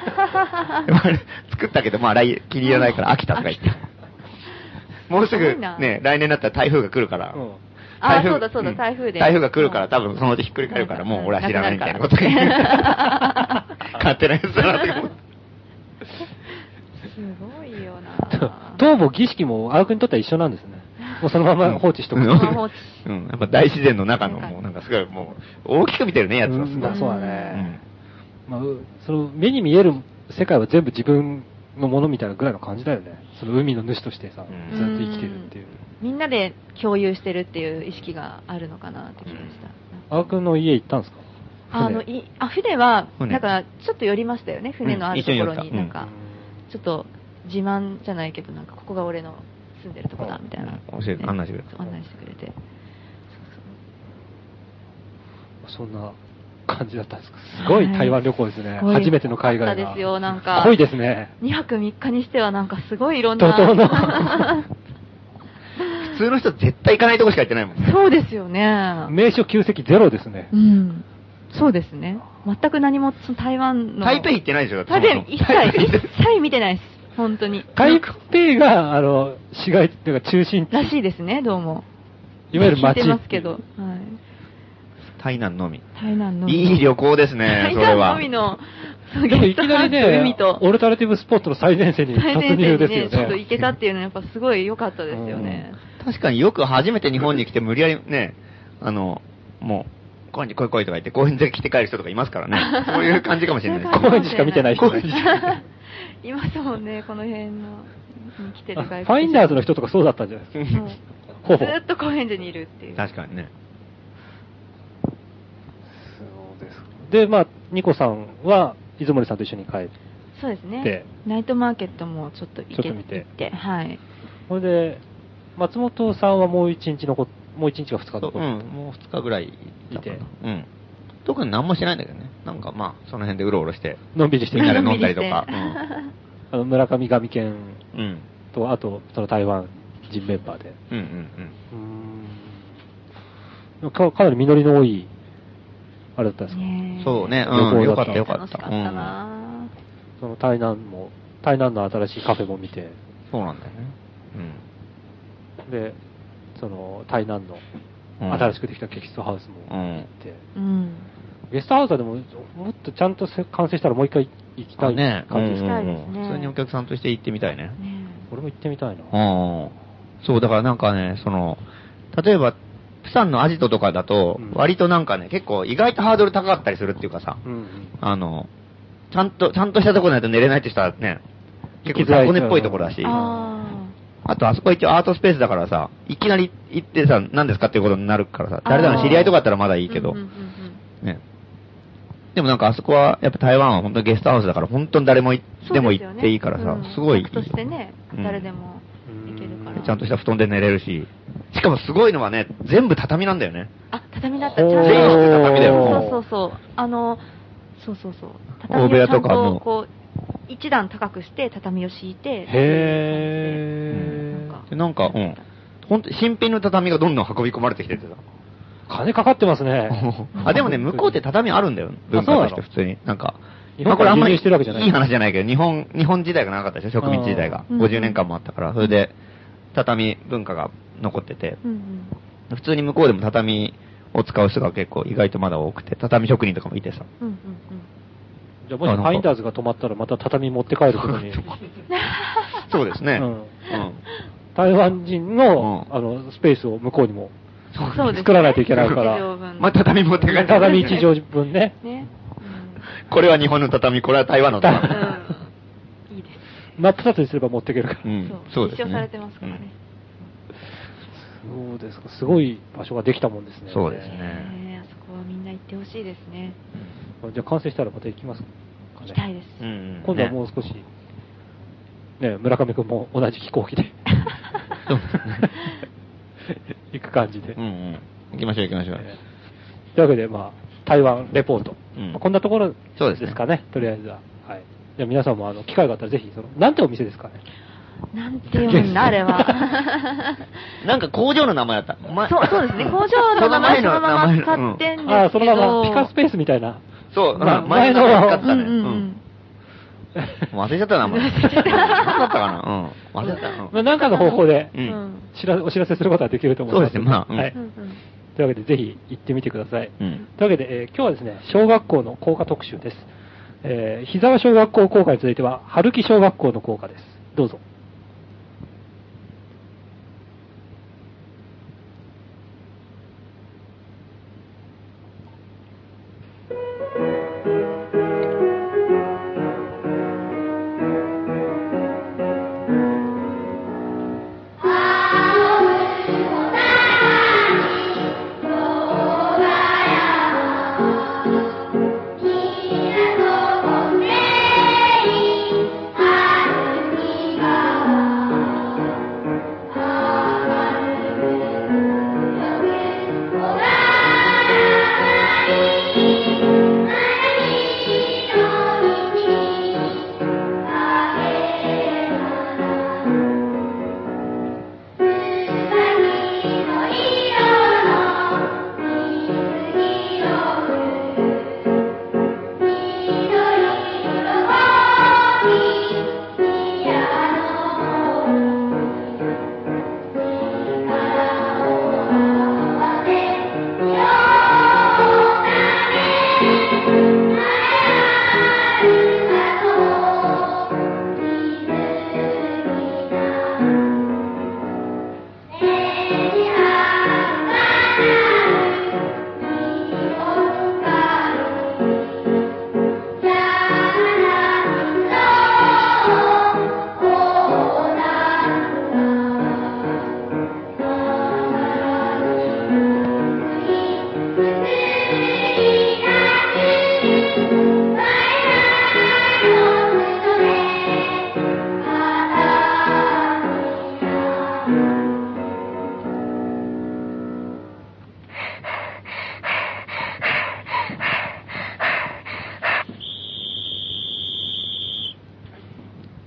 [SPEAKER 4] う。でもあれ作ったけど、まああれ気に入らないから飽きたとか言って。もうす
[SPEAKER 5] すご
[SPEAKER 4] ぐ
[SPEAKER 5] いな
[SPEAKER 4] ね、来年になったら台風が来るから、
[SPEAKER 1] うん
[SPEAKER 5] あ
[SPEAKER 4] 台
[SPEAKER 5] ー、
[SPEAKER 4] 風
[SPEAKER 5] そうだそうだ、
[SPEAKER 4] ん
[SPEAKER 5] 台風で。
[SPEAKER 4] 台風が来るか
[SPEAKER 5] う
[SPEAKER 4] ら、
[SPEAKER 5] ん
[SPEAKER 4] 多分そのうちひっくり返るから、
[SPEAKER 5] うん
[SPEAKER 4] もう俺は知らないみたいなこと言う。
[SPEAKER 5] なくなるから
[SPEAKER 4] 勝手なやつだなって 思って。
[SPEAKER 5] すごいよな
[SPEAKER 1] と。塔も儀式も、青くんにとっては一緒なんですね。もうそのまま放置しとく。
[SPEAKER 4] うん
[SPEAKER 5] まあ放置
[SPEAKER 4] うん、やっぱ大自然の中の、
[SPEAKER 5] なんか
[SPEAKER 4] もうなんかすごい、もう、大きく見てるね、やつはすご
[SPEAKER 1] ま
[SPEAKER 4] い
[SPEAKER 1] あ。
[SPEAKER 5] ん
[SPEAKER 1] そうだ
[SPEAKER 4] う
[SPEAKER 1] ね
[SPEAKER 4] ん。
[SPEAKER 1] まあ、うその目に見える世界は全部自分のものみたいなぐらいの感じだよね。その海の主としてさ、
[SPEAKER 4] うん
[SPEAKER 1] ずっと生きてるっていう。
[SPEAKER 5] みんなで共有してるっていう意識があるのかなって気がした。
[SPEAKER 1] 青くんの家行ったんですか
[SPEAKER 5] あの、い、あ、船は、
[SPEAKER 4] 船
[SPEAKER 5] なんか、ちょっと寄りましたよね、船のあるところ
[SPEAKER 4] うん一
[SPEAKER 5] に。
[SPEAKER 4] 緒
[SPEAKER 5] な
[SPEAKER 4] に寄
[SPEAKER 5] ん
[SPEAKER 4] った
[SPEAKER 5] か、ちょっと、自慢じゃないけど、なんか、ここが俺の住んでるとこだ、みたいな。
[SPEAKER 4] うん教えて
[SPEAKER 5] ね
[SPEAKER 4] 案内してくれた
[SPEAKER 5] そう案内してくれて。そう
[SPEAKER 1] そんな感じだったんですかすごい台湾旅行ですね。
[SPEAKER 5] すごい
[SPEAKER 1] 初めての海外
[SPEAKER 5] 良かっ
[SPEAKER 1] が。
[SPEAKER 5] たですよなんか
[SPEAKER 1] 濃いですね。
[SPEAKER 5] そう2泊3日にしては、なんか、すごいいろん
[SPEAKER 1] 怒
[SPEAKER 5] な。
[SPEAKER 1] 涛の
[SPEAKER 4] 普通の人絶対行かないとこしか行ってないもんね。
[SPEAKER 5] そうですよね。
[SPEAKER 1] 名所旧跡ゼロですね
[SPEAKER 5] う。ん。そうですね。全く何も、その台湾の。
[SPEAKER 4] 台北行ってないでしょ、だ
[SPEAKER 5] 台
[SPEAKER 4] ってそも
[SPEAKER 5] 北
[SPEAKER 4] そも
[SPEAKER 5] 一切、一切見てないです。本当に。
[SPEAKER 1] 台北が、あの、市街地というか中心地。
[SPEAKER 5] らしいですね、どうも。
[SPEAKER 1] いわゆる街
[SPEAKER 5] 聞いてますけど。はい。
[SPEAKER 4] 台南のみ。
[SPEAKER 5] 台南の。
[SPEAKER 4] いい旅行ですね、
[SPEAKER 5] 台
[SPEAKER 4] それ
[SPEAKER 5] 南
[SPEAKER 4] は。
[SPEAKER 5] のみの、そう
[SPEAKER 1] でもいきな
[SPEAKER 5] ゲス
[SPEAKER 1] り
[SPEAKER 5] トハウス
[SPEAKER 1] ね
[SPEAKER 5] 海と、、
[SPEAKER 1] オルタナティブスポットの最前線に
[SPEAKER 5] 最
[SPEAKER 1] 突
[SPEAKER 5] 前線に
[SPEAKER 1] 入ですよ
[SPEAKER 5] ね、ちょっと
[SPEAKER 1] ね
[SPEAKER 5] 行。けたっていうのはやっぱすごい良かったですよね。
[SPEAKER 4] 確かによく初めて日本に来て無理やりね、あの、もう、公園に来い来いとか言って公園で来て帰る人とかいますから ね。そういう感じかもしれない。
[SPEAKER 1] 公園にしか見てない人ね
[SPEAKER 4] 公園にしか見てない
[SPEAKER 5] いますもんね、この辺の、に来てる
[SPEAKER 1] あ
[SPEAKER 5] 外国人
[SPEAKER 1] ファインダーズの人とかそうだったんじゃないですか。
[SPEAKER 5] もう
[SPEAKER 1] ほ
[SPEAKER 5] ず
[SPEAKER 1] ぼ。
[SPEAKER 5] ーっと高円寺にいるっていう。
[SPEAKER 4] 確かにね。
[SPEAKER 1] で、まあ、ニコさんは、出森さんと一緒に帰って、
[SPEAKER 5] そうですね
[SPEAKER 1] で。
[SPEAKER 5] ナイトマーケットもちょっと行け
[SPEAKER 1] ちょっと見て
[SPEAKER 5] 行って、はい。
[SPEAKER 1] それで、松本さんはもう一日残っ、もう一日か二日
[SPEAKER 4] そ
[SPEAKER 1] 残
[SPEAKER 4] うう
[SPEAKER 1] っ
[SPEAKER 4] ん、もう2日ぐらいい
[SPEAKER 1] いて
[SPEAKER 4] て。うん。特に何もしないんだけどね。なんかまあ、その辺でうろうろして、
[SPEAKER 1] のんびりして
[SPEAKER 4] みんなで飲んだりと
[SPEAKER 5] のんびり
[SPEAKER 4] か。
[SPEAKER 1] あの村上神県
[SPEAKER 4] うん。うん。
[SPEAKER 1] と、あと、その台湾人メンバーで。
[SPEAKER 4] うんうん
[SPEAKER 1] かかなり実りの多い、あれだったんですか、
[SPEAKER 4] う
[SPEAKER 5] ね
[SPEAKER 4] ん。
[SPEAKER 5] え
[SPEAKER 4] そうね、
[SPEAKER 1] 旅
[SPEAKER 4] うん。
[SPEAKER 1] 行
[SPEAKER 4] よ
[SPEAKER 1] だ
[SPEAKER 4] かった
[SPEAKER 1] っ
[SPEAKER 4] たよかった。
[SPEAKER 5] 楽しかったな
[SPEAKER 1] その台南も、台南の新しいカフェも見て、
[SPEAKER 4] うん。そうなんだよね。うん。
[SPEAKER 1] で、その、台南の、
[SPEAKER 4] うん
[SPEAKER 1] 新しくできたゲストハウスも行って、
[SPEAKER 5] うん。
[SPEAKER 1] ゲストハウスはでも、もっとちゃんとせ完成したらもう一回行きたい
[SPEAKER 4] ね、
[SPEAKER 1] 感じです
[SPEAKER 5] し
[SPEAKER 1] ね。
[SPEAKER 5] たいですね
[SPEAKER 4] うんうんうん普通にお客さんとして行ってみたいね。
[SPEAKER 5] ね
[SPEAKER 1] 俺も行ってみたいな。
[SPEAKER 4] うん。そう、だからなんかね、その、例えば、プサンのアジトとかだと
[SPEAKER 1] うん、
[SPEAKER 4] 割となんかね、結構意外とハードル高かったりするっていうかさ、
[SPEAKER 1] うんうん。
[SPEAKER 4] あの、ちゃんと、ちゃんとしたとこないと寝れないって人はね、結構
[SPEAKER 1] 行きづらい
[SPEAKER 4] 雑魚寝っぽいところだし、
[SPEAKER 5] あ
[SPEAKER 4] あとあそこ一応アートスペースだからさ、いきなり行ってさ、何ですかっていうことになるからさ、誰だの知り合いとかだったらまだ
[SPEAKER 5] あ。
[SPEAKER 4] いいけど
[SPEAKER 5] うんう、んうん
[SPEAKER 4] ね。でもなんかあそこは、やっぱ台湾は本当ゲストハウスだから、本当に誰もい
[SPEAKER 5] うん
[SPEAKER 4] でも行っていいからさ、すごい、
[SPEAKER 5] そうですよね
[SPEAKER 4] う
[SPEAKER 5] うん客としてね、
[SPEAKER 4] ん
[SPEAKER 5] 誰でも行けるから。
[SPEAKER 4] ちゃんとした布団で寝れるし、しかもすごいのはね、全部畳なんだよね。
[SPEAKER 5] あ、畳だった。ちゃん
[SPEAKER 1] お
[SPEAKER 5] と
[SPEAKER 1] ー
[SPEAKER 4] 全員の畳だよ。
[SPEAKER 5] そうそうそう。あの、そうそうそ
[SPEAKER 4] 大
[SPEAKER 5] う。
[SPEAKER 4] 部
[SPEAKER 5] 畳を
[SPEAKER 4] 屋
[SPEAKER 5] ちゃ
[SPEAKER 4] と
[SPEAKER 5] ん
[SPEAKER 4] かも
[SPEAKER 5] とこう、一段高くして畳を敷いて、
[SPEAKER 1] へー
[SPEAKER 5] なんか
[SPEAKER 4] でなんか、うん。本当新品の畳がどんどん運び込まれてきてて さ。
[SPEAKER 1] 金かかってますね。
[SPEAKER 4] あ、でもね、向こうって畳あるんだよ。文化として普通に。なんか、
[SPEAKER 1] 日本から輸入してるわけじゃない
[SPEAKER 4] いい話じゃないけど、日本、日本時代が長かったでしょ、植民地時代が。
[SPEAKER 5] うん
[SPEAKER 4] 50年間もあったから。それで、畳文化が残ってて。
[SPEAKER 5] うんうん。
[SPEAKER 4] 普通に向こうでも畳を使う人が結構意外とまだ多くて、畳職人とかもいてさ。
[SPEAKER 5] うんうん
[SPEAKER 1] じゃあもしファインダーズが止まったらまた畳持って帰ること に。
[SPEAKER 4] そうですね。
[SPEAKER 1] う
[SPEAKER 4] うんん。
[SPEAKER 1] 台湾人の、
[SPEAKER 4] うん
[SPEAKER 1] あの、スペースを向こうにも。
[SPEAKER 5] うん。そうですね
[SPEAKER 1] 作らないといけないから
[SPEAKER 5] 一畳分
[SPEAKER 4] まあ、畳持って帰って
[SPEAKER 1] 畳一畳分ね。
[SPEAKER 5] ね。
[SPEAKER 4] これは日本の畳、これは台湾の
[SPEAKER 5] う
[SPEAKER 4] 畳。
[SPEAKER 5] ん。うん。いいです。
[SPEAKER 1] 真っ二つにすれば持っていけるから。
[SPEAKER 4] うん、そうですね。
[SPEAKER 5] 一生されてますからね。
[SPEAKER 1] そうですか。すごい場所ができたもんです
[SPEAKER 4] う
[SPEAKER 1] ね。
[SPEAKER 4] ん。そうです
[SPEAKER 5] ね
[SPEAKER 4] ね。
[SPEAKER 5] えあそこはみんな行ってほしいですね。
[SPEAKER 1] じゃあ完成したらまた行きますか
[SPEAKER 5] 行き
[SPEAKER 1] ね
[SPEAKER 5] たいです。
[SPEAKER 4] うん
[SPEAKER 1] 今度はもう少し、ね、村上くんも同じ飛行 機で
[SPEAKER 4] そう
[SPEAKER 1] 行く感じで。
[SPEAKER 4] うんうん。行きましょう行きましょう。
[SPEAKER 1] えーというわけで、まあ、台湾レポート。
[SPEAKER 4] うん
[SPEAKER 1] まあこんなところ
[SPEAKER 4] そうですね
[SPEAKER 1] ですかね、とりあえずは。はい。じゃあ皆さんも、あの、機会があったらぜひ、その、なんてお店ですかね。
[SPEAKER 5] なんていう んだ、あれは。
[SPEAKER 4] なんか工場の名前だった。お前
[SPEAKER 5] そうそうですね、工場の名前そのまま使っ。てんですけど。
[SPEAKER 1] ああ、そのまま、ピカスペースみたいな。
[SPEAKER 4] そう、
[SPEAKER 1] まあ
[SPEAKER 4] うん前の名前使って
[SPEAKER 5] う
[SPEAKER 4] た
[SPEAKER 5] ん
[SPEAKER 4] ね。
[SPEAKER 5] う
[SPEAKER 4] うん
[SPEAKER 5] う
[SPEAKER 4] ん。
[SPEAKER 5] ん
[SPEAKER 4] もう忘れちゃったな、もう。忘れちゃったな。うん。忘れちゃった。
[SPEAKER 1] ま
[SPEAKER 4] う
[SPEAKER 1] あ、
[SPEAKER 4] ん
[SPEAKER 1] なんかの方法で
[SPEAKER 4] う、ん
[SPEAKER 1] 知ら、お知らせすることはできると思います。
[SPEAKER 4] そうですねまあうん
[SPEAKER 1] はい。というわけで、ぜひ行ってみてください。
[SPEAKER 4] うん。
[SPEAKER 1] というわけで、えー今日はですね、小学校の校歌特集です。えー、日沢小学校校歌については、春木小学校の校歌です。どうぞ。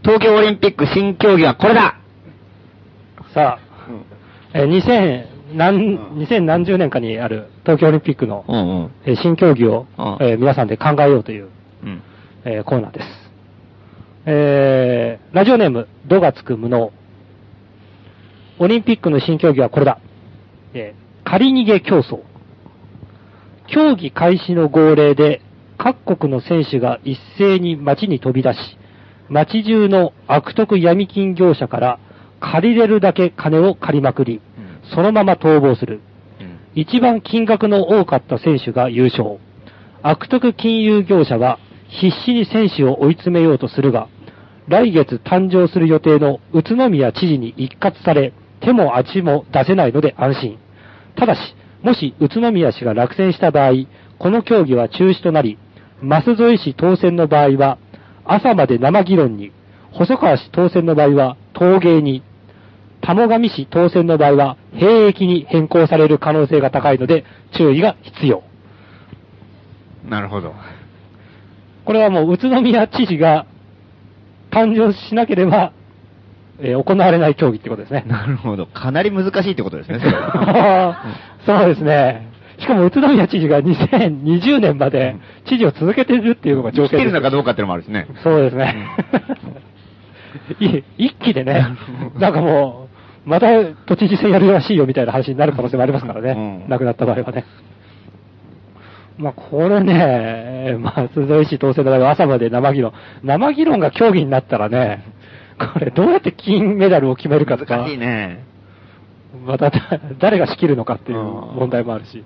[SPEAKER 4] 東京オリンピック新競技はこれだ
[SPEAKER 1] さあ、えー2000何、2000何十年かにある東京オリンピックの、
[SPEAKER 4] うんうん。
[SPEAKER 1] えー新競技を、
[SPEAKER 4] うん
[SPEAKER 1] えー皆さんで考えようという、
[SPEAKER 4] うん。
[SPEAKER 1] えーコーナーです。えーラジオネーム、ドがつく無能。オリンピックの新競技はこれだ。えー仮逃げ競争。競技開始の号令で、各国の選手が一斉に街に飛び出し、街中の悪徳闇金業者から借りれるだけ金を借りまくり、そのまま逃亡する。
[SPEAKER 4] うん
[SPEAKER 1] 一番金額の多かった選手が優勝。悪徳金融業者は必死に選手を追い詰めようとするが、来月誕生する予定の宇都宮知事に一括され、手も足も出せないので安心。ただし、もし宇都宮市が落選した場合、この競技は中止となり、舛添市当選の場合は、朝まで生議論に、細川市当選の場合は、陶芸に、玉上市当選の場合は、兵役に変更される可能性が高いので、注意が必要。
[SPEAKER 4] なるほど。
[SPEAKER 1] これはもう宇都宮知事が誕生しなければ、えー行われない競技ってことです ね。
[SPEAKER 4] なるほど。かなり難しいってことですね、それは。
[SPEAKER 1] そうですね。しかも宇都宮知事が2020年まで知事を続けてるっていうのが条
[SPEAKER 4] 生き
[SPEAKER 1] 件
[SPEAKER 4] て
[SPEAKER 1] で
[SPEAKER 4] る
[SPEAKER 1] す
[SPEAKER 4] のかどうかっていうのもあるしね。
[SPEAKER 1] そうですね。い一気でね、 なんかもう、また都知事選やるらしいよみたいな話になる可能性もありますからね、
[SPEAKER 4] うん
[SPEAKER 1] 亡くなった場合はね。まあ、これね、まあ、鈴井市当選の場合は朝まで生議論。生議論が競技になったらね、これどうやって金メダルを決めるかとか、
[SPEAKER 4] 難しいね。
[SPEAKER 1] まただ誰が仕切るのかっていう問題もあるし。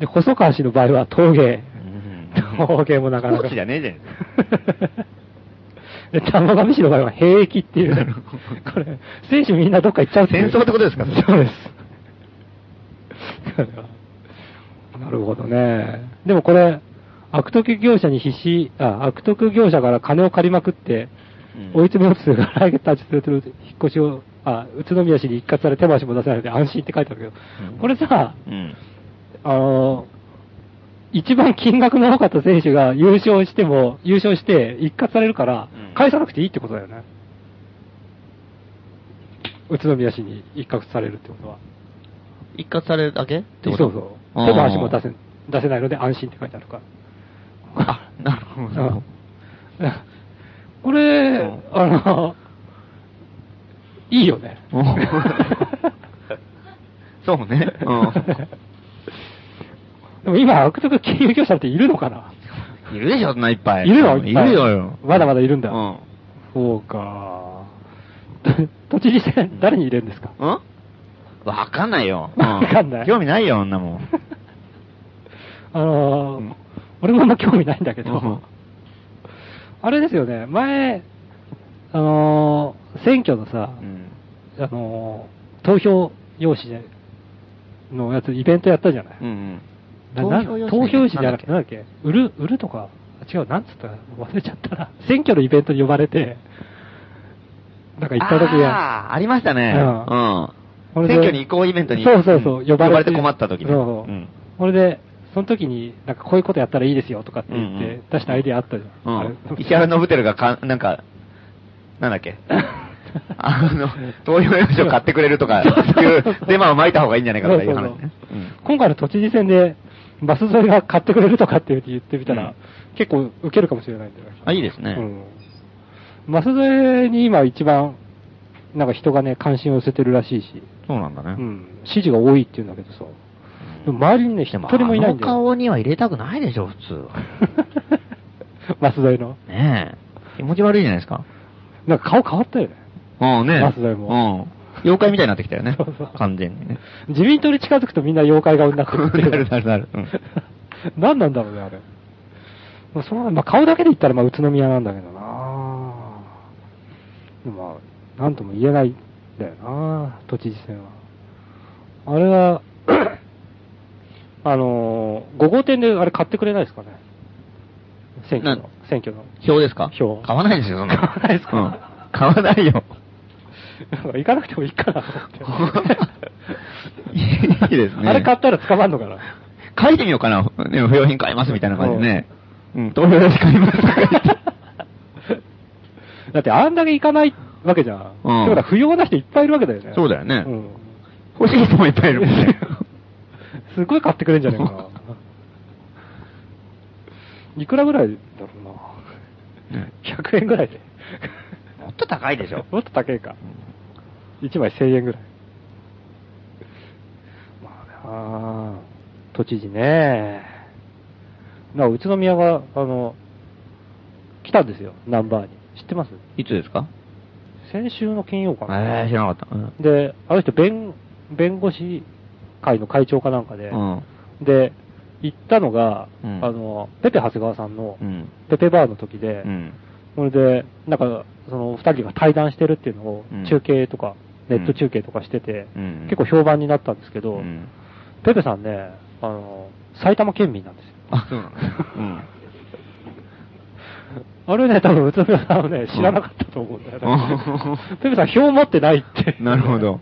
[SPEAKER 1] で、細川氏の場合は陶芸。陶芸もなかな
[SPEAKER 4] スポ
[SPEAKER 1] か
[SPEAKER 4] ーツ。じゃねえじゃん。、
[SPEAKER 1] で、玉上市の場合は兵役っていうこれ、選手みんなどっか行っちゃうっていう
[SPEAKER 4] 戦争ってことですか
[SPEAKER 1] そうです。なるほどね。でもこれ、悪徳業者に必死、あ、悪徳業者から金を借りまくって、追い詰めようとするから、来月立ちする引っ越しを、あ、宇都宮市に一括され手も足も出せないので安心って書いてあるけど、
[SPEAKER 4] うん
[SPEAKER 1] これさ、
[SPEAKER 4] うん。
[SPEAKER 1] あの、一番金額の多かった選手が優勝しても、優勝して一括されるから
[SPEAKER 4] うん、
[SPEAKER 1] 返さなくていいってことだよね。宇都宮市に一括されるってことは。
[SPEAKER 4] 一括されるだけって
[SPEAKER 1] そ
[SPEAKER 4] こ
[SPEAKER 1] うそ
[SPEAKER 4] と
[SPEAKER 1] う。手も足も出せ出せないので安心って書いてあるから。
[SPEAKER 4] あ、なるほど。
[SPEAKER 1] これ、
[SPEAKER 4] うん
[SPEAKER 1] あの、いいよね。
[SPEAKER 4] うんそうね。
[SPEAKER 1] でも今、悪徳金融業者っているのかな
[SPEAKER 4] うん。いるでしょ、そんないっぱい。
[SPEAKER 1] いるの
[SPEAKER 4] い
[SPEAKER 1] っぱ
[SPEAKER 4] るよ。
[SPEAKER 1] まだまだいるんだ。
[SPEAKER 4] うん。
[SPEAKER 1] そうか。 都知事選、誰に入れるんですか
[SPEAKER 4] うんわかんないよ。う
[SPEAKER 1] わかんない
[SPEAKER 4] 興味ないよ、女もん。
[SPEAKER 1] あのー
[SPEAKER 4] うん
[SPEAKER 1] 俺もあんま興味ないんだけど、
[SPEAKER 4] うん
[SPEAKER 1] あれですよね、前、あのー選挙のさ、
[SPEAKER 4] うん
[SPEAKER 1] あのー投票用紙でのやつ、イベントやったじゃない。
[SPEAKER 4] うんう。
[SPEAKER 1] なんな投票用紙じゃなくて、なん
[SPEAKER 4] な
[SPEAKER 1] だっけ、売る、売るとか、違う、なんつったか忘れちゃったな。選挙のイベントに呼ばれて、なんか行った時や、
[SPEAKER 4] ああー、ありましたね。
[SPEAKER 1] う
[SPEAKER 4] うんん。
[SPEAKER 1] これで
[SPEAKER 4] 選挙に移行イベントに
[SPEAKER 1] そうそうそう、
[SPEAKER 4] ん呼ばれて困った時に。
[SPEAKER 1] そうそう
[SPEAKER 4] うん
[SPEAKER 1] これで、その時に、なんかこういうことやったらいいですよとかって言っ
[SPEAKER 4] うんう
[SPEAKER 1] て
[SPEAKER 4] ん、
[SPEAKER 1] 出したアイディアあったじゃ。
[SPEAKER 4] うん
[SPEAKER 1] あれ
[SPEAKER 4] ん。石原伸晃がか、なんか、なんだっけ。 あの、投票用紙を買ってくれるとか、いうデマを撒いた方がいいんじゃないかとかいう話ね。
[SPEAKER 1] そうそうそう
[SPEAKER 4] うん
[SPEAKER 1] 今回の都知事選で、バス沿いが買ってくれるとかって言ってみたら、結構受けるかもしれないんだよね。
[SPEAKER 4] あ、いいですね
[SPEAKER 1] う。ん。バス沿いに今一番、なんか人がね、関心を寄せてるらしいし、
[SPEAKER 4] そうなんだ
[SPEAKER 1] う
[SPEAKER 4] ね。
[SPEAKER 1] ん。支持が多いって言うんだけどさ、でも周りにね、一
[SPEAKER 4] でも
[SPEAKER 1] 人もいないんだ
[SPEAKER 4] あの
[SPEAKER 1] よ。
[SPEAKER 4] 顔には入れたくないでしょ、普通 は。
[SPEAKER 1] バス沿いの。
[SPEAKER 4] ねえ。気持ち悪いじゃないですか。
[SPEAKER 1] なんか顔変わったよね。
[SPEAKER 4] うんね。
[SPEAKER 1] バス代も
[SPEAKER 4] うん。妖怪みたいになってきたよね
[SPEAKER 1] そうそう。
[SPEAKER 4] 完全にね。
[SPEAKER 1] 自民党に近づくとみんな妖怪顔になってくっていう
[SPEAKER 4] なるなるなるうん
[SPEAKER 1] 何なんだろうね、あれ。まあ、そのまあ、顔だけで言ったら、まあ、宇都宮なんだけどなでも、まあ、なんとも言えないんだよな都知事選は。あれは、 あのー、5号店であれ買ってくれないですかね選挙
[SPEAKER 4] な
[SPEAKER 1] の。選挙の。
[SPEAKER 4] 票ですか
[SPEAKER 1] 票
[SPEAKER 4] 買わないですよ、そんなの。
[SPEAKER 1] 買わないですか
[SPEAKER 4] うん。買わないよ。
[SPEAKER 1] なん か行かなくてもいいかなと思って。
[SPEAKER 4] いいですね。
[SPEAKER 1] あれ買ったら捕まんのかな
[SPEAKER 4] 書いてみようかな。でも不要品買いますみたいな感じでね。うん、投票用紙買いますとか言って。
[SPEAKER 1] だってあんだけ行かないわけじゃん。
[SPEAKER 4] うん
[SPEAKER 1] だから不要な人いっぱいいるわけだよね。
[SPEAKER 4] そうだよね
[SPEAKER 1] ん
[SPEAKER 4] 欲しい人もいっぱいいるもんね。
[SPEAKER 1] すごい買ってくれるんじゃないかな。 いくらぐらいだろうな
[SPEAKER 4] ね。
[SPEAKER 1] 100円ぐらいで。
[SPEAKER 4] もっ と高いでしょ。
[SPEAKER 1] もっと高いか。1枚1000円ぐらい。都知事ね。な宇都宮が、あの、来たんですよ、ナンバーに。知ってます
[SPEAKER 4] いつですか
[SPEAKER 1] 先週の金曜かな。
[SPEAKER 4] えー、知らなかった。うん。
[SPEAKER 1] で、あの人弁、弁護士会の会長かなんかで、
[SPEAKER 4] うん。
[SPEAKER 1] で、行ったのが、
[SPEAKER 4] うん
[SPEAKER 1] あの、ペペ長谷川さんの
[SPEAKER 4] う、ん。
[SPEAKER 1] ペペバーの時で、
[SPEAKER 4] うん。
[SPEAKER 1] それで、なんか、その、二人が対談してるっていうのを
[SPEAKER 4] うん、
[SPEAKER 1] 中継とか、
[SPEAKER 4] うん
[SPEAKER 1] ネット中継とかしてて、
[SPEAKER 4] うん
[SPEAKER 1] 結構評判になったんですけ
[SPEAKER 4] う
[SPEAKER 1] ど、
[SPEAKER 4] ん
[SPEAKER 1] ペペさんね、あの、埼玉県民なんですよ。
[SPEAKER 4] あ、そうなのうん。
[SPEAKER 1] あれね、多分宇都宮さんはね、知らなかったと思うんだよね。
[SPEAKER 4] うん
[SPEAKER 1] ペペさん、票持ってないって。
[SPEAKER 4] なるほど。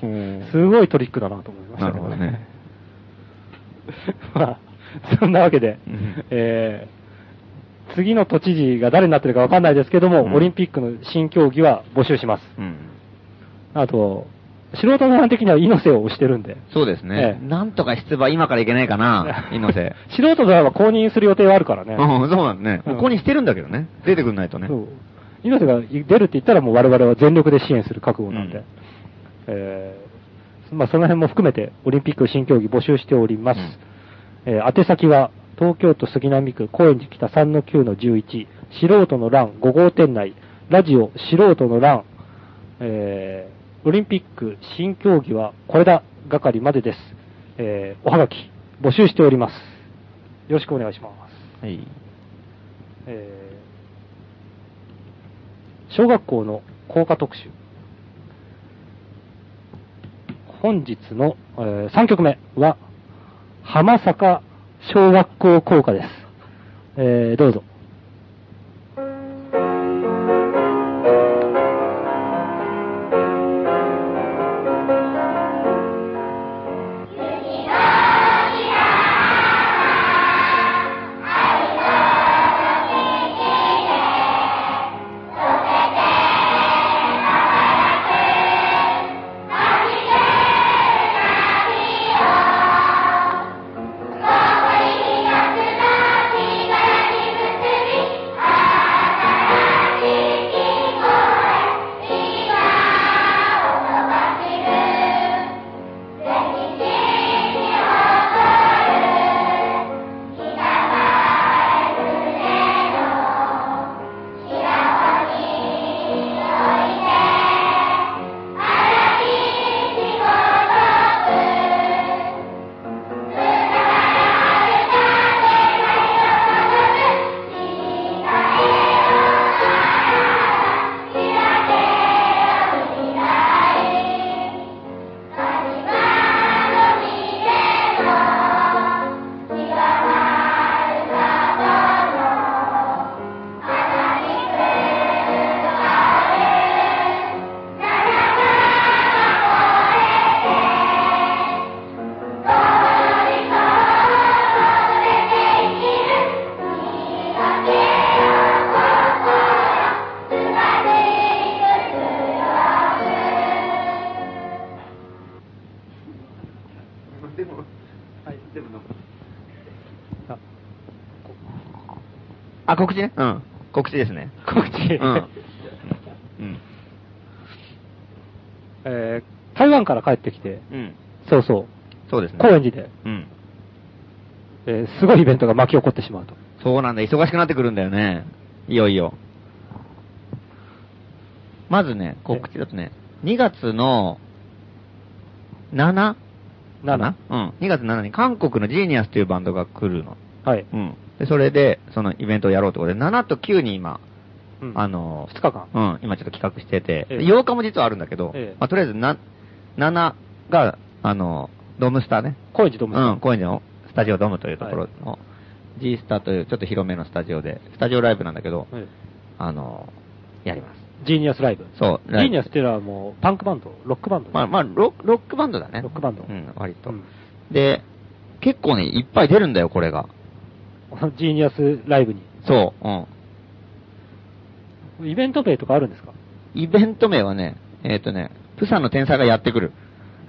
[SPEAKER 4] ほう
[SPEAKER 1] すごいトリックだなと思いまし
[SPEAKER 4] な
[SPEAKER 1] た
[SPEAKER 4] る
[SPEAKER 1] けど
[SPEAKER 4] ほど
[SPEAKER 1] ね。
[SPEAKER 4] ね。
[SPEAKER 1] まあ、そんなわけで
[SPEAKER 4] うん、
[SPEAKER 1] えー次の都知事が誰になってるかわかんないですけども、
[SPEAKER 4] うん
[SPEAKER 1] オリンピックの新競技は募集します。
[SPEAKER 4] うん。
[SPEAKER 1] あと、素人さん的には猪瀬を推してるんで。
[SPEAKER 4] そうですね。
[SPEAKER 1] ええ
[SPEAKER 4] なんとか出馬今からいけないか な、猪瀬。
[SPEAKER 1] 素人さんは公認する予定はあるから
[SPEAKER 4] う
[SPEAKER 1] ね。
[SPEAKER 4] ん、そうなんね。
[SPEAKER 1] うん
[SPEAKER 4] ここにしてるんだけどね。出てくんないとね。
[SPEAKER 1] そう。猪瀬が出るって言ったらもう我々は全力で支援する覚悟なんで。
[SPEAKER 4] うん
[SPEAKER 1] えーまあその辺も含めてオリンピック新競技募集しております。えー宛先は東京都杉並区高円寺北3の9の11、素人の欄5号店内、ラジオ素人の欄、えーオリンピック新競技はこれだ係までです。えーおはがき募集しております。よろしくお願いします。
[SPEAKER 4] はい。
[SPEAKER 1] えー小学校の校歌特集。本日の、え3曲目は、浜坂小学校校歌です。えーどうぞ。
[SPEAKER 4] あ、告知ね。うん。告知ですね。
[SPEAKER 1] 告知
[SPEAKER 4] うん。うん。
[SPEAKER 1] えー台湾から帰ってきて、
[SPEAKER 4] うん。
[SPEAKER 1] そうそう、
[SPEAKER 4] そうですね。
[SPEAKER 1] 高円寺で、
[SPEAKER 4] うん。
[SPEAKER 1] えーすごいイベントが巻き起こってしまうと。
[SPEAKER 4] そうなんだ。忙しくなってくるんだよね。いよいよ。まずね、告知だとね、2月の 7?
[SPEAKER 1] 7。
[SPEAKER 4] うん。2月7日に韓国のジーニアスというバンドが来るの。
[SPEAKER 1] はい。
[SPEAKER 4] うん。で、それで、そのイベントをやろうってことで、7と9に今、
[SPEAKER 1] うん
[SPEAKER 4] あの、
[SPEAKER 1] 二日間
[SPEAKER 4] うん、今ちょっと企画してて、
[SPEAKER 1] ええ
[SPEAKER 4] 8日も実はあるんだけど、
[SPEAKER 1] ええ
[SPEAKER 4] まあ、とりあえずな、7が、あの、ドームスターね。
[SPEAKER 1] 高円寺ドームスター
[SPEAKER 4] うん、高円寺のスタジオドームというところの、G スターというちょっと広めのスタジオで、スタジオライブなんだけど、
[SPEAKER 1] え
[SPEAKER 4] あの、やります。
[SPEAKER 1] ージーニアスライブ。
[SPEAKER 4] そう
[SPEAKER 1] ジーニアスっていうのはもう、パンクバンド、ロックバンド。
[SPEAKER 4] まあ、まあロック、ロックバンドだね。
[SPEAKER 1] ロックバンド
[SPEAKER 4] うん、割と。
[SPEAKER 1] うん
[SPEAKER 4] で、結構ね、いっぱい出るんだよ、これが。
[SPEAKER 1] ジーニアスライブに。
[SPEAKER 4] そう、うん。
[SPEAKER 1] イベント名とかあるんで すか
[SPEAKER 4] イベント名はね、えっ、とね、プサンの天才がやってくる。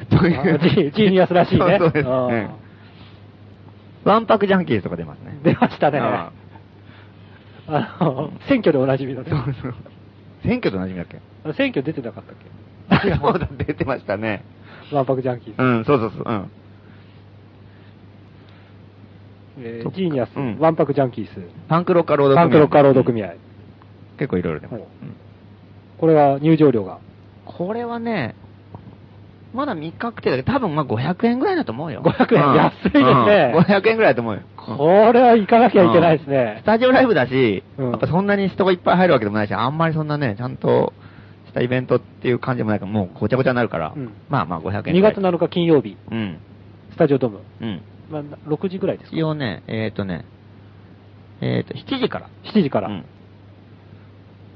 [SPEAKER 4] という
[SPEAKER 1] あジージーニアスらしいね
[SPEAKER 4] そうそうです。
[SPEAKER 1] あー
[SPEAKER 4] うんワンパクジャンキーズとか出ますね。
[SPEAKER 1] 出ましたね。
[SPEAKER 4] あ
[SPEAKER 1] あの、選挙でおなじみの
[SPEAKER 4] ー
[SPEAKER 1] ね
[SPEAKER 4] そ。うそう。選挙と馴染み だっけ
[SPEAKER 1] 選挙出てなかったっけ
[SPEAKER 4] そうだ、出てましたね。
[SPEAKER 1] ワンパクジャンキーズ。
[SPEAKER 4] うん、そうそうそう、うん。
[SPEAKER 1] え
[SPEAKER 4] そ
[SPEAKER 1] ー
[SPEAKER 4] っか
[SPEAKER 1] ジーニアス
[SPEAKER 4] う、ん
[SPEAKER 1] ワンパクジャンキース、
[SPEAKER 4] パンクロッカー労働
[SPEAKER 1] パ
[SPEAKER 4] 組合。
[SPEAKER 1] ンクロッカー労働組合。
[SPEAKER 4] うん結構いろいろでも、
[SPEAKER 1] はい
[SPEAKER 4] うん
[SPEAKER 1] これは入場料が。
[SPEAKER 4] これはね、まだ未確定だけど、多分まあ500円ぐらいだと思うよ。
[SPEAKER 1] 500円
[SPEAKER 4] うん
[SPEAKER 1] 安いですね
[SPEAKER 4] うん500円ぐらいだと思うよ。
[SPEAKER 1] これは行かなきゃいけないです
[SPEAKER 4] うんス
[SPEAKER 1] ね。
[SPEAKER 4] タジオライブだし、
[SPEAKER 1] うん
[SPEAKER 4] やっぱそんなに人がいっぱい入るわけでもないし、あんまりそんなね、ちゃんとしたイベントっていう感じでもないから、もうごちゃごちゃになるから、
[SPEAKER 1] うん
[SPEAKER 4] まあまあ500円
[SPEAKER 1] 2
[SPEAKER 4] ぐらい。
[SPEAKER 1] 月7日金曜日、
[SPEAKER 4] うん。
[SPEAKER 1] スタジオドーム。
[SPEAKER 4] うん。
[SPEAKER 1] まあ、6時ぐらいですか
[SPEAKER 4] 一応ね、えっ、とね、えっ、と、7時から。
[SPEAKER 1] ?7 時から。
[SPEAKER 4] うん。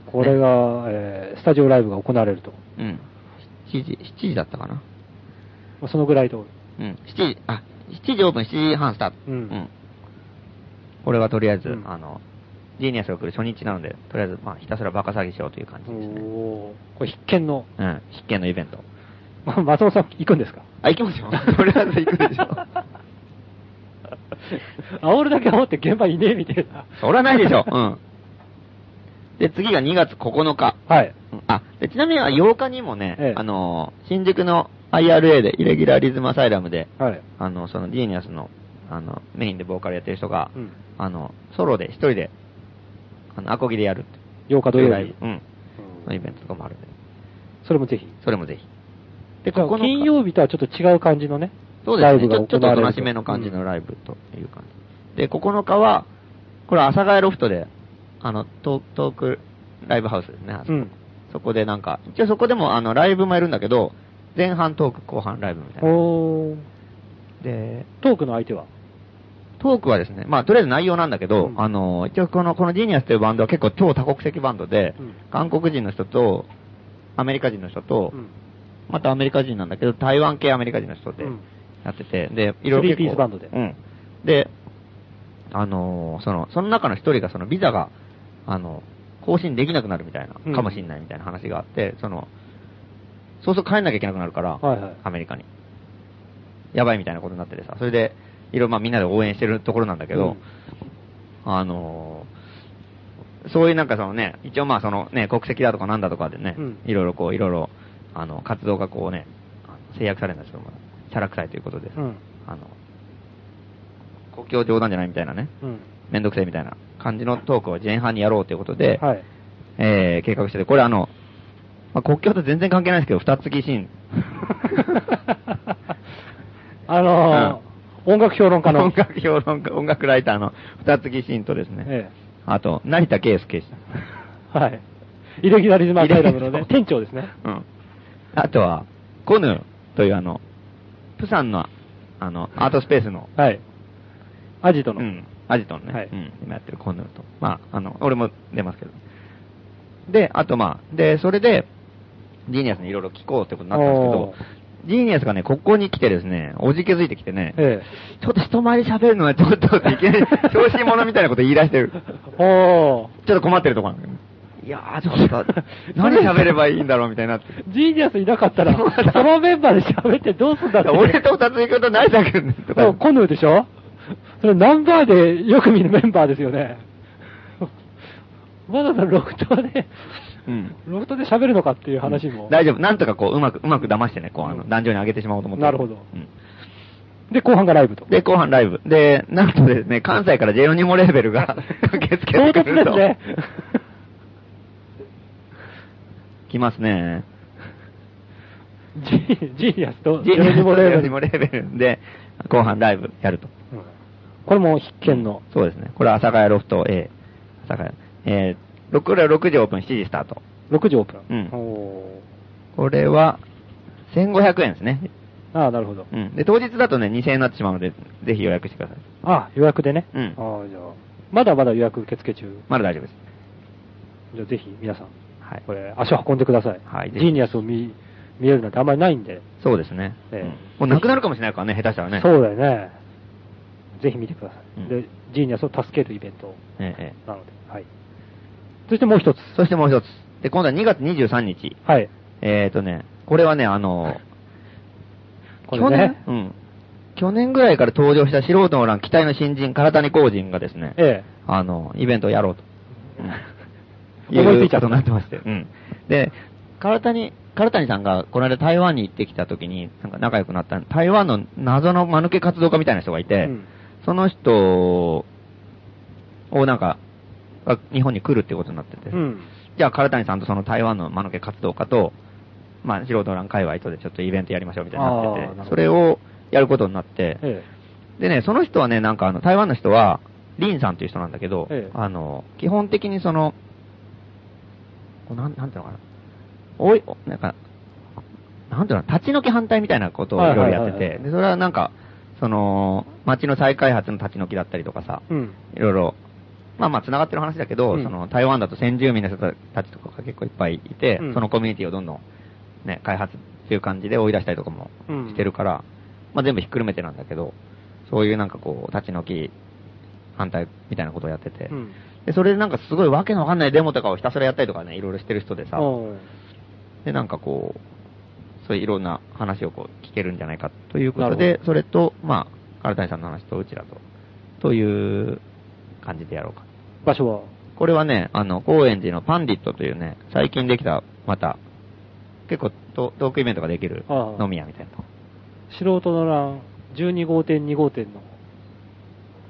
[SPEAKER 1] これ が、えースタジオライブが行われると。
[SPEAKER 4] うん。7時、7時だったかな。
[SPEAKER 1] まあ、そのぐらいと。
[SPEAKER 4] うん。7時、あ、7時オープン、7時半スタート。
[SPEAKER 1] うん
[SPEAKER 4] これはとりあえず、
[SPEAKER 1] うん
[SPEAKER 4] あの、ジーニアスが来る初日なので、とりあえず、まあ、ひたすらバカ騒ぎしようという感じですね。
[SPEAKER 1] おーこれ必見の。
[SPEAKER 4] うん。必見のイベント。
[SPEAKER 1] ま松本さん行くんですか
[SPEAKER 4] あ、行きますよ。とりあえず行くでしょ。
[SPEAKER 1] 煽るだけ煽って現場いねえみたいな。
[SPEAKER 4] そらないでしょ。うん。で、次が2月9日。
[SPEAKER 1] はい。
[SPEAKER 4] うんあ、でちなみに8日にもね、
[SPEAKER 1] ええ
[SPEAKER 4] あの、新宿の IRA で、イレギュラーリズムアサイラムで、
[SPEAKER 1] はい。
[SPEAKER 4] あの、そのジーニアスの、あの、メインでボーカルやってる人が、
[SPEAKER 1] うん
[SPEAKER 4] あの、ソロで、一人で、あの、アコギでやるって。
[SPEAKER 1] 8日土曜
[SPEAKER 4] ライ
[SPEAKER 1] 日
[SPEAKER 4] ブ。うん。
[SPEAKER 1] う
[SPEAKER 4] のイ
[SPEAKER 1] ん
[SPEAKER 4] ベントとかもあるんで。
[SPEAKER 1] それもぜひ。
[SPEAKER 4] それもぜひ。で
[SPEAKER 1] で、こ
[SPEAKER 4] ここの
[SPEAKER 1] 金曜日とはちょっと違う感じのね。
[SPEAKER 4] そうです
[SPEAKER 1] ライ
[SPEAKER 4] ね。ち
[SPEAKER 1] ブ
[SPEAKER 4] ょ
[SPEAKER 1] が
[SPEAKER 4] ちょっとおとなし
[SPEAKER 1] 行われる
[SPEAKER 4] めの感じのライブという感じ。で、9日は、これ、阿佐ヶ谷ロフトで、あの、トートークライブハウスですね。あそこ
[SPEAKER 1] うん
[SPEAKER 4] そこでなんか、一応そこでも、あの、ライブもやるんだけど、前半トーク、後半ライブみたいな。
[SPEAKER 1] おー
[SPEAKER 4] で、
[SPEAKER 1] トークの相手は
[SPEAKER 4] トークはですね、まあ、とりあえず内容なんだけど、
[SPEAKER 1] うん
[SPEAKER 4] あの、一応この、このジーニアスというバンドは結構超多国籍バンドで、
[SPEAKER 1] うん
[SPEAKER 4] 韓国人の人と、アメリカ人の人と、
[SPEAKER 1] うん
[SPEAKER 4] またアメリカ人なんだけど、台湾系アメリカ人の人で
[SPEAKER 1] うん
[SPEAKER 4] やってて、で、いろいろ結構。
[SPEAKER 1] スリーピースバンドで
[SPEAKER 4] うん。で、あのーその、その中の一人が、そのビザが、あの、更新できなくなるみたい
[SPEAKER 1] うん
[SPEAKER 4] な、かもしんないみたいな話があって、その、そうそう帰んなきゃいけなくなるから、
[SPEAKER 1] はいはい
[SPEAKER 4] アメリカに。やばいみたいなことになっててさ、それで、いろいろまあみんなで応援してるところなんだけど、あのーそういうなんかそのね、一応まあそのね、国籍だとかなんだとかでね、
[SPEAKER 1] うん
[SPEAKER 4] いろいろこう、いろいろ、あの、活動がこうね、あの制約されるんですけども、チャラ臭いということで、
[SPEAKER 1] うん
[SPEAKER 4] あの、国境冗談じゃないみたいなね、
[SPEAKER 1] うん。
[SPEAKER 4] めんどくせえみたいな感じのトークを前半にやろうということで、
[SPEAKER 1] はい。
[SPEAKER 4] えー、計画してて、これあの、まあ、国境と全然関係ないですけど、二つきシーン。
[SPEAKER 1] あのー、音楽評論家の。
[SPEAKER 4] 音楽評論家、音楽ライターの二つ木慎とですね、
[SPEAKER 1] ええ
[SPEAKER 4] あと、成田圭介氏。
[SPEAKER 1] はい。イレギュラリズムアカイラムのね、店長ですね。
[SPEAKER 4] うん。あとは、コヌというあの、プサンの、あの、アートスペースの、
[SPEAKER 1] はい。アジトの。
[SPEAKER 4] うん、アジトのね、
[SPEAKER 1] はい
[SPEAKER 4] うん、今やってるコヌと。まあ、あの、俺も出ますけど。で、あとまあ、で、それで、ジーニアスにいろいろ聞こうってことになったんですけ
[SPEAKER 1] お
[SPEAKER 4] ど
[SPEAKER 1] ー、
[SPEAKER 4] ジーニアスがね、ここに来てですね、おじけづいてきてね、
[SPEAKER 1] え
[SPEAKER 4] ちょっと人前で喋るのはちょっとっていきな り、調子者みたいなこと言い出してる。
[SPEAKER 1] え。 おー。
[SPEAKER 4] ちょっと困ってるとこなんだけど。いやー、ちょっと、何喋ればいいんだろうみたいになって。
[SPEAKER 1] ジーニアスいなかったら
[SPEAKER 4] そうだ、
[SPEAKER 1] そのメンバーで喋ってどうすんだって。
[SPEAKER 4] 俺と二つ行くと何だけんと
[SPEAKER 1] そ
[SPEAKER 4] か。
[SPEAKER 1] うコヌーでしょそれナンバーでよく見るメンバーですよ ね。わざわざロフトで、
[SPEAKER 4] うん
[SPEAKER 1] ロフトで喋るのかっていう話も。
[SPEAKER 4] 大丈夫。なんとかこう、うまく、うまく騙してね、こう、あ
[SPEAKER 1] う
[SPEAKER 4] の、
[SPEAKER 1] ん
[SPEAKER 4] 壇上に上げてしまおうと思って。
[SPEAKER 1] なるほど
[SPEAKER 4] うん
[SPEAKER 1] で、後半がライブと。
[SPEAKER 4] で、後半ライブ。で、なんとです ね、関西からジェロニモレーベルが駆けつけてくると。
[SPEAKER 1] 唐突ですね
[SPEAKER 4] 来ますね。
[SPEAKER 1] ジージーニアスとジ
[SPEAKER 4] ジェ
[SPEAKER 1] ェ
[SPEAKER 4] ロ
[SPEAKER 1] ロニ
[SPEAKER 4] ニ
[SPEAKER 1] モ
[SPEAKER 4] モ
[SPEAKER 1] レ
[SPEAKER 4] レ
[SPEAKER 1] ー
[SPEAKER 4] ー
[SPEAKER 1] ベル。
[SPEAKER 4] ベルで、後半ライブやると。
[SPEAKER 1] うんこれも必見の。
[SPEAKER 4] そうですね。これ、阿佐ヶ谷ロフト A。阿佐ヶ谷。えー、6, 6時オープン、7時スタート。
[SPEAKER 1] 6時オープン。
[SPEAKER 4] うん
[SPEAKER 1] お
[SPEAKER 4] これは、1500円ですね。
[SPEAKER 1] ーああ、なるほど。
[SPEAKER 4] うん。で、当日だとね、2000円になってしまうので、ぜひ予約してください。
[SPEAKER 1] ああ、予約でね。
[SPEAKER 4] うん
[SPEAKER 1] ああ、じゃあ。まだまだ予約受付中。
[SPEAKER 4] まだ大丈夫です。
[SPEAKER 1] じゃあぜひ皆さん、
[SPEAKER 4] はい。
[SPEAKER 1] これ、足を運んでください。
[SPEAKER 4] はい
[SPEAKER 1] ジ
[SPEAKER 4] ぜひ
[SPEAKER 1] ーニアスを見、見えるなんてあんまりないんで。
[SPEAKER 4] そうですね。
[SPEAKER 1] ええ
[SPEAKER 4] うんもうなくなるかもしれないからね、下手したらね。
[SPEAKER 1] そうだよね。ぜひ見てください。
[SPEAKER 4] うん
[SPEAKER 1] で、ジーニアスを助けるイベント
[SPEAKER 4] えええ
[SPEAKER 1] なので。はい。そしてもう一つ
[SPEAKER 4] え。そしてもう一つ。で、今度は2月23日。
[SPEAKER 1] はい。
[SPEAKER 4] えっ、ー、とね、これはね、あの、
[SPEAKER 1] こ
[SPEAKER 4] 去
[SPEAKER 1] れ
[SPEAKER 4] 年
[SPEAKER 1] ね、。
[SPEAKER 4] うん。去年ぐらいから登場した素人の欄、期待の新人、唐谷浩人がですね、
[SPEAKER 1] ええ。
[SPEAKER 4] あの、イベントをやろうと。
[SPEAKER 1] 思いついちゃった
[SPEAKER 4] うことになってまして。うん。で、唐谷、唐谷さんが、この間台湾に行ってきた時に、なんか仲良くなった、台湾の謎の間抜け活動家みたいな人がいて、
[SPEAKER 1] うん
[SPEAKER 4] その人をなんか、が日本に来るってことになってて、
[SPEAKER 1] うん。
[SPEAKER 4] じゃあ、唐谷さんとその台湾の間抜け活動家と、まあ、素人欄界隈とでちょっとイベントやりましょうみたいにな
[SPEAKER 1] あーなる
[SPEAKER 4] っ
[SPEAKER 1] ほ
[SPEAKER 4] て
[SPEAKER 1] ど
[SPEAKER 4] て、それをやることになって、
[SPEAKER 1] え
[SPEAKER 4] でね、その人はね、なんかあの、台湾の人は、リンさんという人なんだけど、
[SPEAKER 1] ええ
[SPEAKER 4] あの、基本的にその、こうなん、なんていうのかな、おい、おなんか、なんていうの、立ち退き反対みたいなことをいろいろやって
[SPEAKER 1] はいはいはいは
[SPEAKER 4] て、
[SPEAKER 1] い
[SPEAKER 4] で、それはなんか、その、町の再開発の立ち退きだったりとかさ、
[SPEAKER 1] え。うん。
[SPEAKER 4] いろいろ、まあまあ、繋がってる話だけど、
[SPEAKER 1] うん
[SPEAKER 4] その、台湾だと先住民の人たちとかが結構いっぱいいて、
[SPEAKER 1] うん
[SPEAKER 4] そのコミュニティをどんどん、ね、開発っていう感じで追い出したりとかも
[SPEAKER 1] うん
[SPEAKER 4] してるから、まあ全部ひっくるめてなんだけど、そういうなんかこう、立ち退き反対みたいなことをやってて、
[SPEAKER 1] うん。
[SPEAKER 4] で、それでなんかすごいわけのわかんないデモとかをひたすらやったりとかね、いろいろしてる人でさ、
[SPEAKER 1] うん
[SPEAKER 4] で、なんかこう、そういういろんな話をこう聞けるんじゃないかということ
[SPEAKER 1] なる
[SPEAKER 4] で、それと、まあ、唐谷さんの話とうちらと、という感じでやろうか。
[SPEAKER 1] 場所は
[SPEAKER 4] これはね、あの、高円寺のパンディットというね、最近できた、また、結構トトークイベントができる
[SPEAKER 1] ああ
[SPEAKER 4] 飲み屋みたいなとこ
[SPEAKER 1] 素人の欄12号店2号店の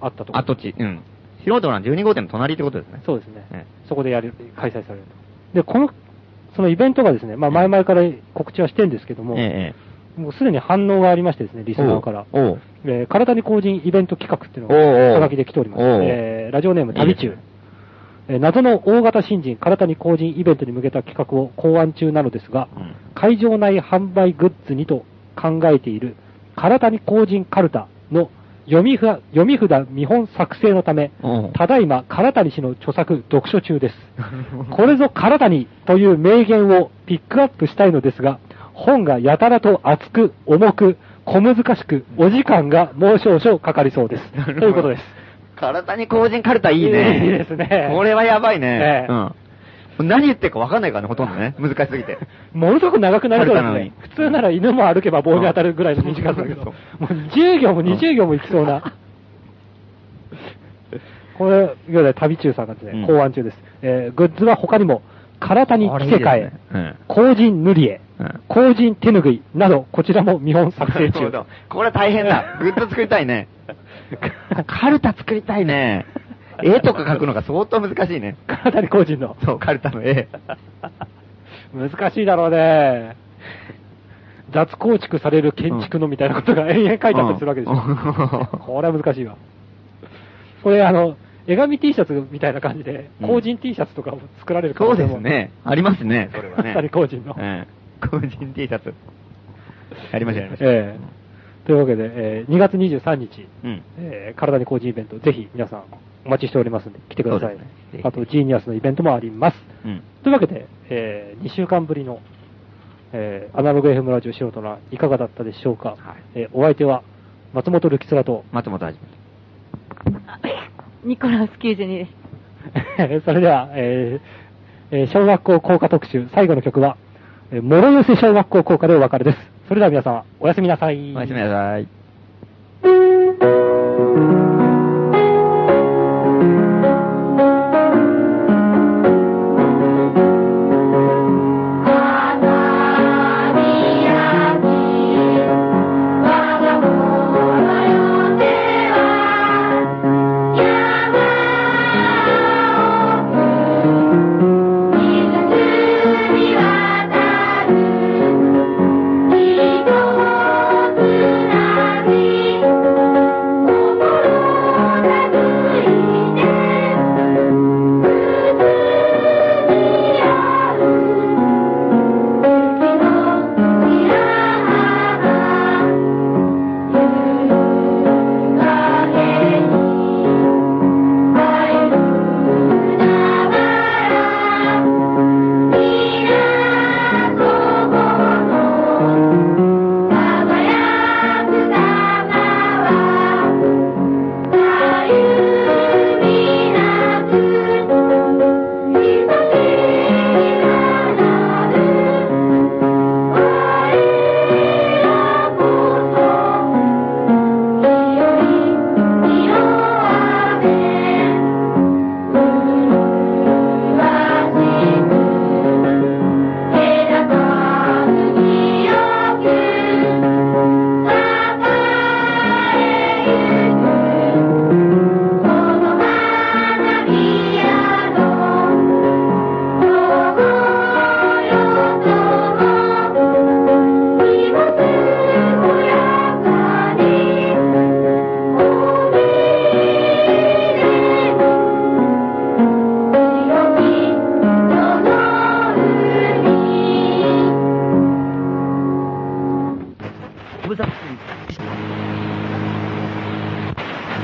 [SPEAKER 1] あったところ
[SPEAKER 4] 跡地、うん。素人なん12号店の隣ってことですね。
[SPEAKER 1] そうですね、
[SPEAKER 4] え
[SPEAKER 1] そこでやる開催されると。で、この、そのイベントがですね、まあ前々から告知はしてるんですけども、
[SPEAKER 4] ええ
[SPEAKER 1] もうすでに反応がありましてですね、
[SPEAKER 4] え
[SPEAKER 1] リスナーから。
[SPEAKER 4] おう
[SPEAKER 1] えー、体に工人イベント企画っていうの
[SPEAKER 4] おうおう
[SPEAKER 1] が、はがきで来ておりま
[SPEAKER 4] お
[SPEAKER 1] す。
[SPEAKER 4] うおう
[SPEAKER 1] えー、ラジオネーム、旅中。
[SPEAKER 4] いいですね
[SPEAKER 1] えー謎の大型新人、体に工人イベントに向けた企画を考案中なのですが、
[SPEAKER 4] うん
[SPEAKER 1] 会場内販売グッズにと考えている、体に工人カルタの読み札、読み札見本作成のため、
[SPEAKER 4] おう
[SPEAKER 1] ただいま、唐谷氏の著作、読書中です。 これぞ唐谷という名言をピックアップしたいのですが、本がやたらと厚く、重く、小難しく、お時間がもう少々かかりそ うです。ということです。
[SPEAKER 4] 体に工人カルタいいね。
[SPEAKER 1] いいですね
[SPEAKER 4] これはやばい
[SPEAKER 1] え
[SPEAKER 4] ね。
[SPEAKER 1] え
[SPEAKER 4] うん。何言ってるかわかんないからね、ほとんどね。難しすぎて。
[SPEAKER 1] ものすごく長くなりそうで
[SPEAKER 4] カルタ
[SPEAKER 1] すね
[SPEAKER 4] なのに。
[SPEAKER 1] 普通なら犬も歩けば棒に当たるぐらいの短さだけど、
[SPEAKER 4] そう
[SPEAKER 1] もう10行も20行もいきそうな。 これ、現在旅中さんがです
[SPEAKER 4] うん
[SPEAKER 1] ね、考案中です。えーグッズは他にも、体に着せ
[SPEAKER 4] こ
[SPEAKER 1] 替
[SPEAKER 4] れいいで
[SPEAKER 1] え
[SPEAKER 4] す、ね
[SPEAKER 1] 工人塗り絵
[SPEAKER 4] うん、
[SPEAKER 1] 工人手ぬぐいなど、こちらも見本
[SPEAKER 4] うん。
[SPEAKER 1] 作成
[SPEAKER 4] なるほ
[SPEAKER 1] 中
[SPEAKER 4] ど。これ大変だ。グッズ作りたい ね。カルタ作りたいね。絵とか描くのが相当難しいね。
[SPEAKER 1] 体に工人の。
[SPEAKER 4] そう、カルタの絵。
[SPEAKER 1] 難しいだろうね。雑構築される建築のみたいなことが延々書いてあったりするわけでしょ。
[SPEAKER 4] うん
[SPEAKER 1] これは難しいわ。これ、あの、絵紙 T シャツみたいな感じで、
[SPEAKER 4] うん
[SPEAKER 1] 工人 T シャツとかも作られる可
[SPEAKER 4] そ
[SPEAKER 1] 能
[SPEAKER 4] う
[SPEAKER 1] 性
[SPEAKER 4] で
[SPEAKER 1] も
[SPEAKER 4] す。ね。ありますね、それはね。
[SPEAKER 1] あったり工人の
[SPEAKER 4] ええ個人 T シャツ。やりましょう、やりましょう。
[SPEAKER 1] ええというわけで、えー2月23日、
[SPEAKER 4] うん。
[SPEAKER 1] えー体に工事イベント、ぜひ皆さんお待ちしておりますんで、来てください。
[SPEAKER 4] そうですねぜひ
[SPEAKER 1] あと、ジーニアスのイベントもあります。
[SPEAKER 4] うん。
[SPEAKER 1] というわけで、え2週間ぶりの、えーアナログ FM ラジオ素人らいかがだったでしょうか、
[SPEAKER 4] い
[SPEAKER 1] えーお相手は、松本るきつら と、
[SPEAKER 4] 松本はじめ。
[SPEAKER 5] ニコラス92です。
[SPEAKER 1] それでは、えーえー小学校校歌特集、最後の曲は、えー諸寄せ小学校校歌でお別れです。それでは皆様、おやすみなさい。
[SPEAKER 4] おやすみなさい。
[SPEAKER 2] 「ひとつなぐ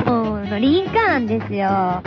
[SPEAKER 5] の、リンカーンですよ。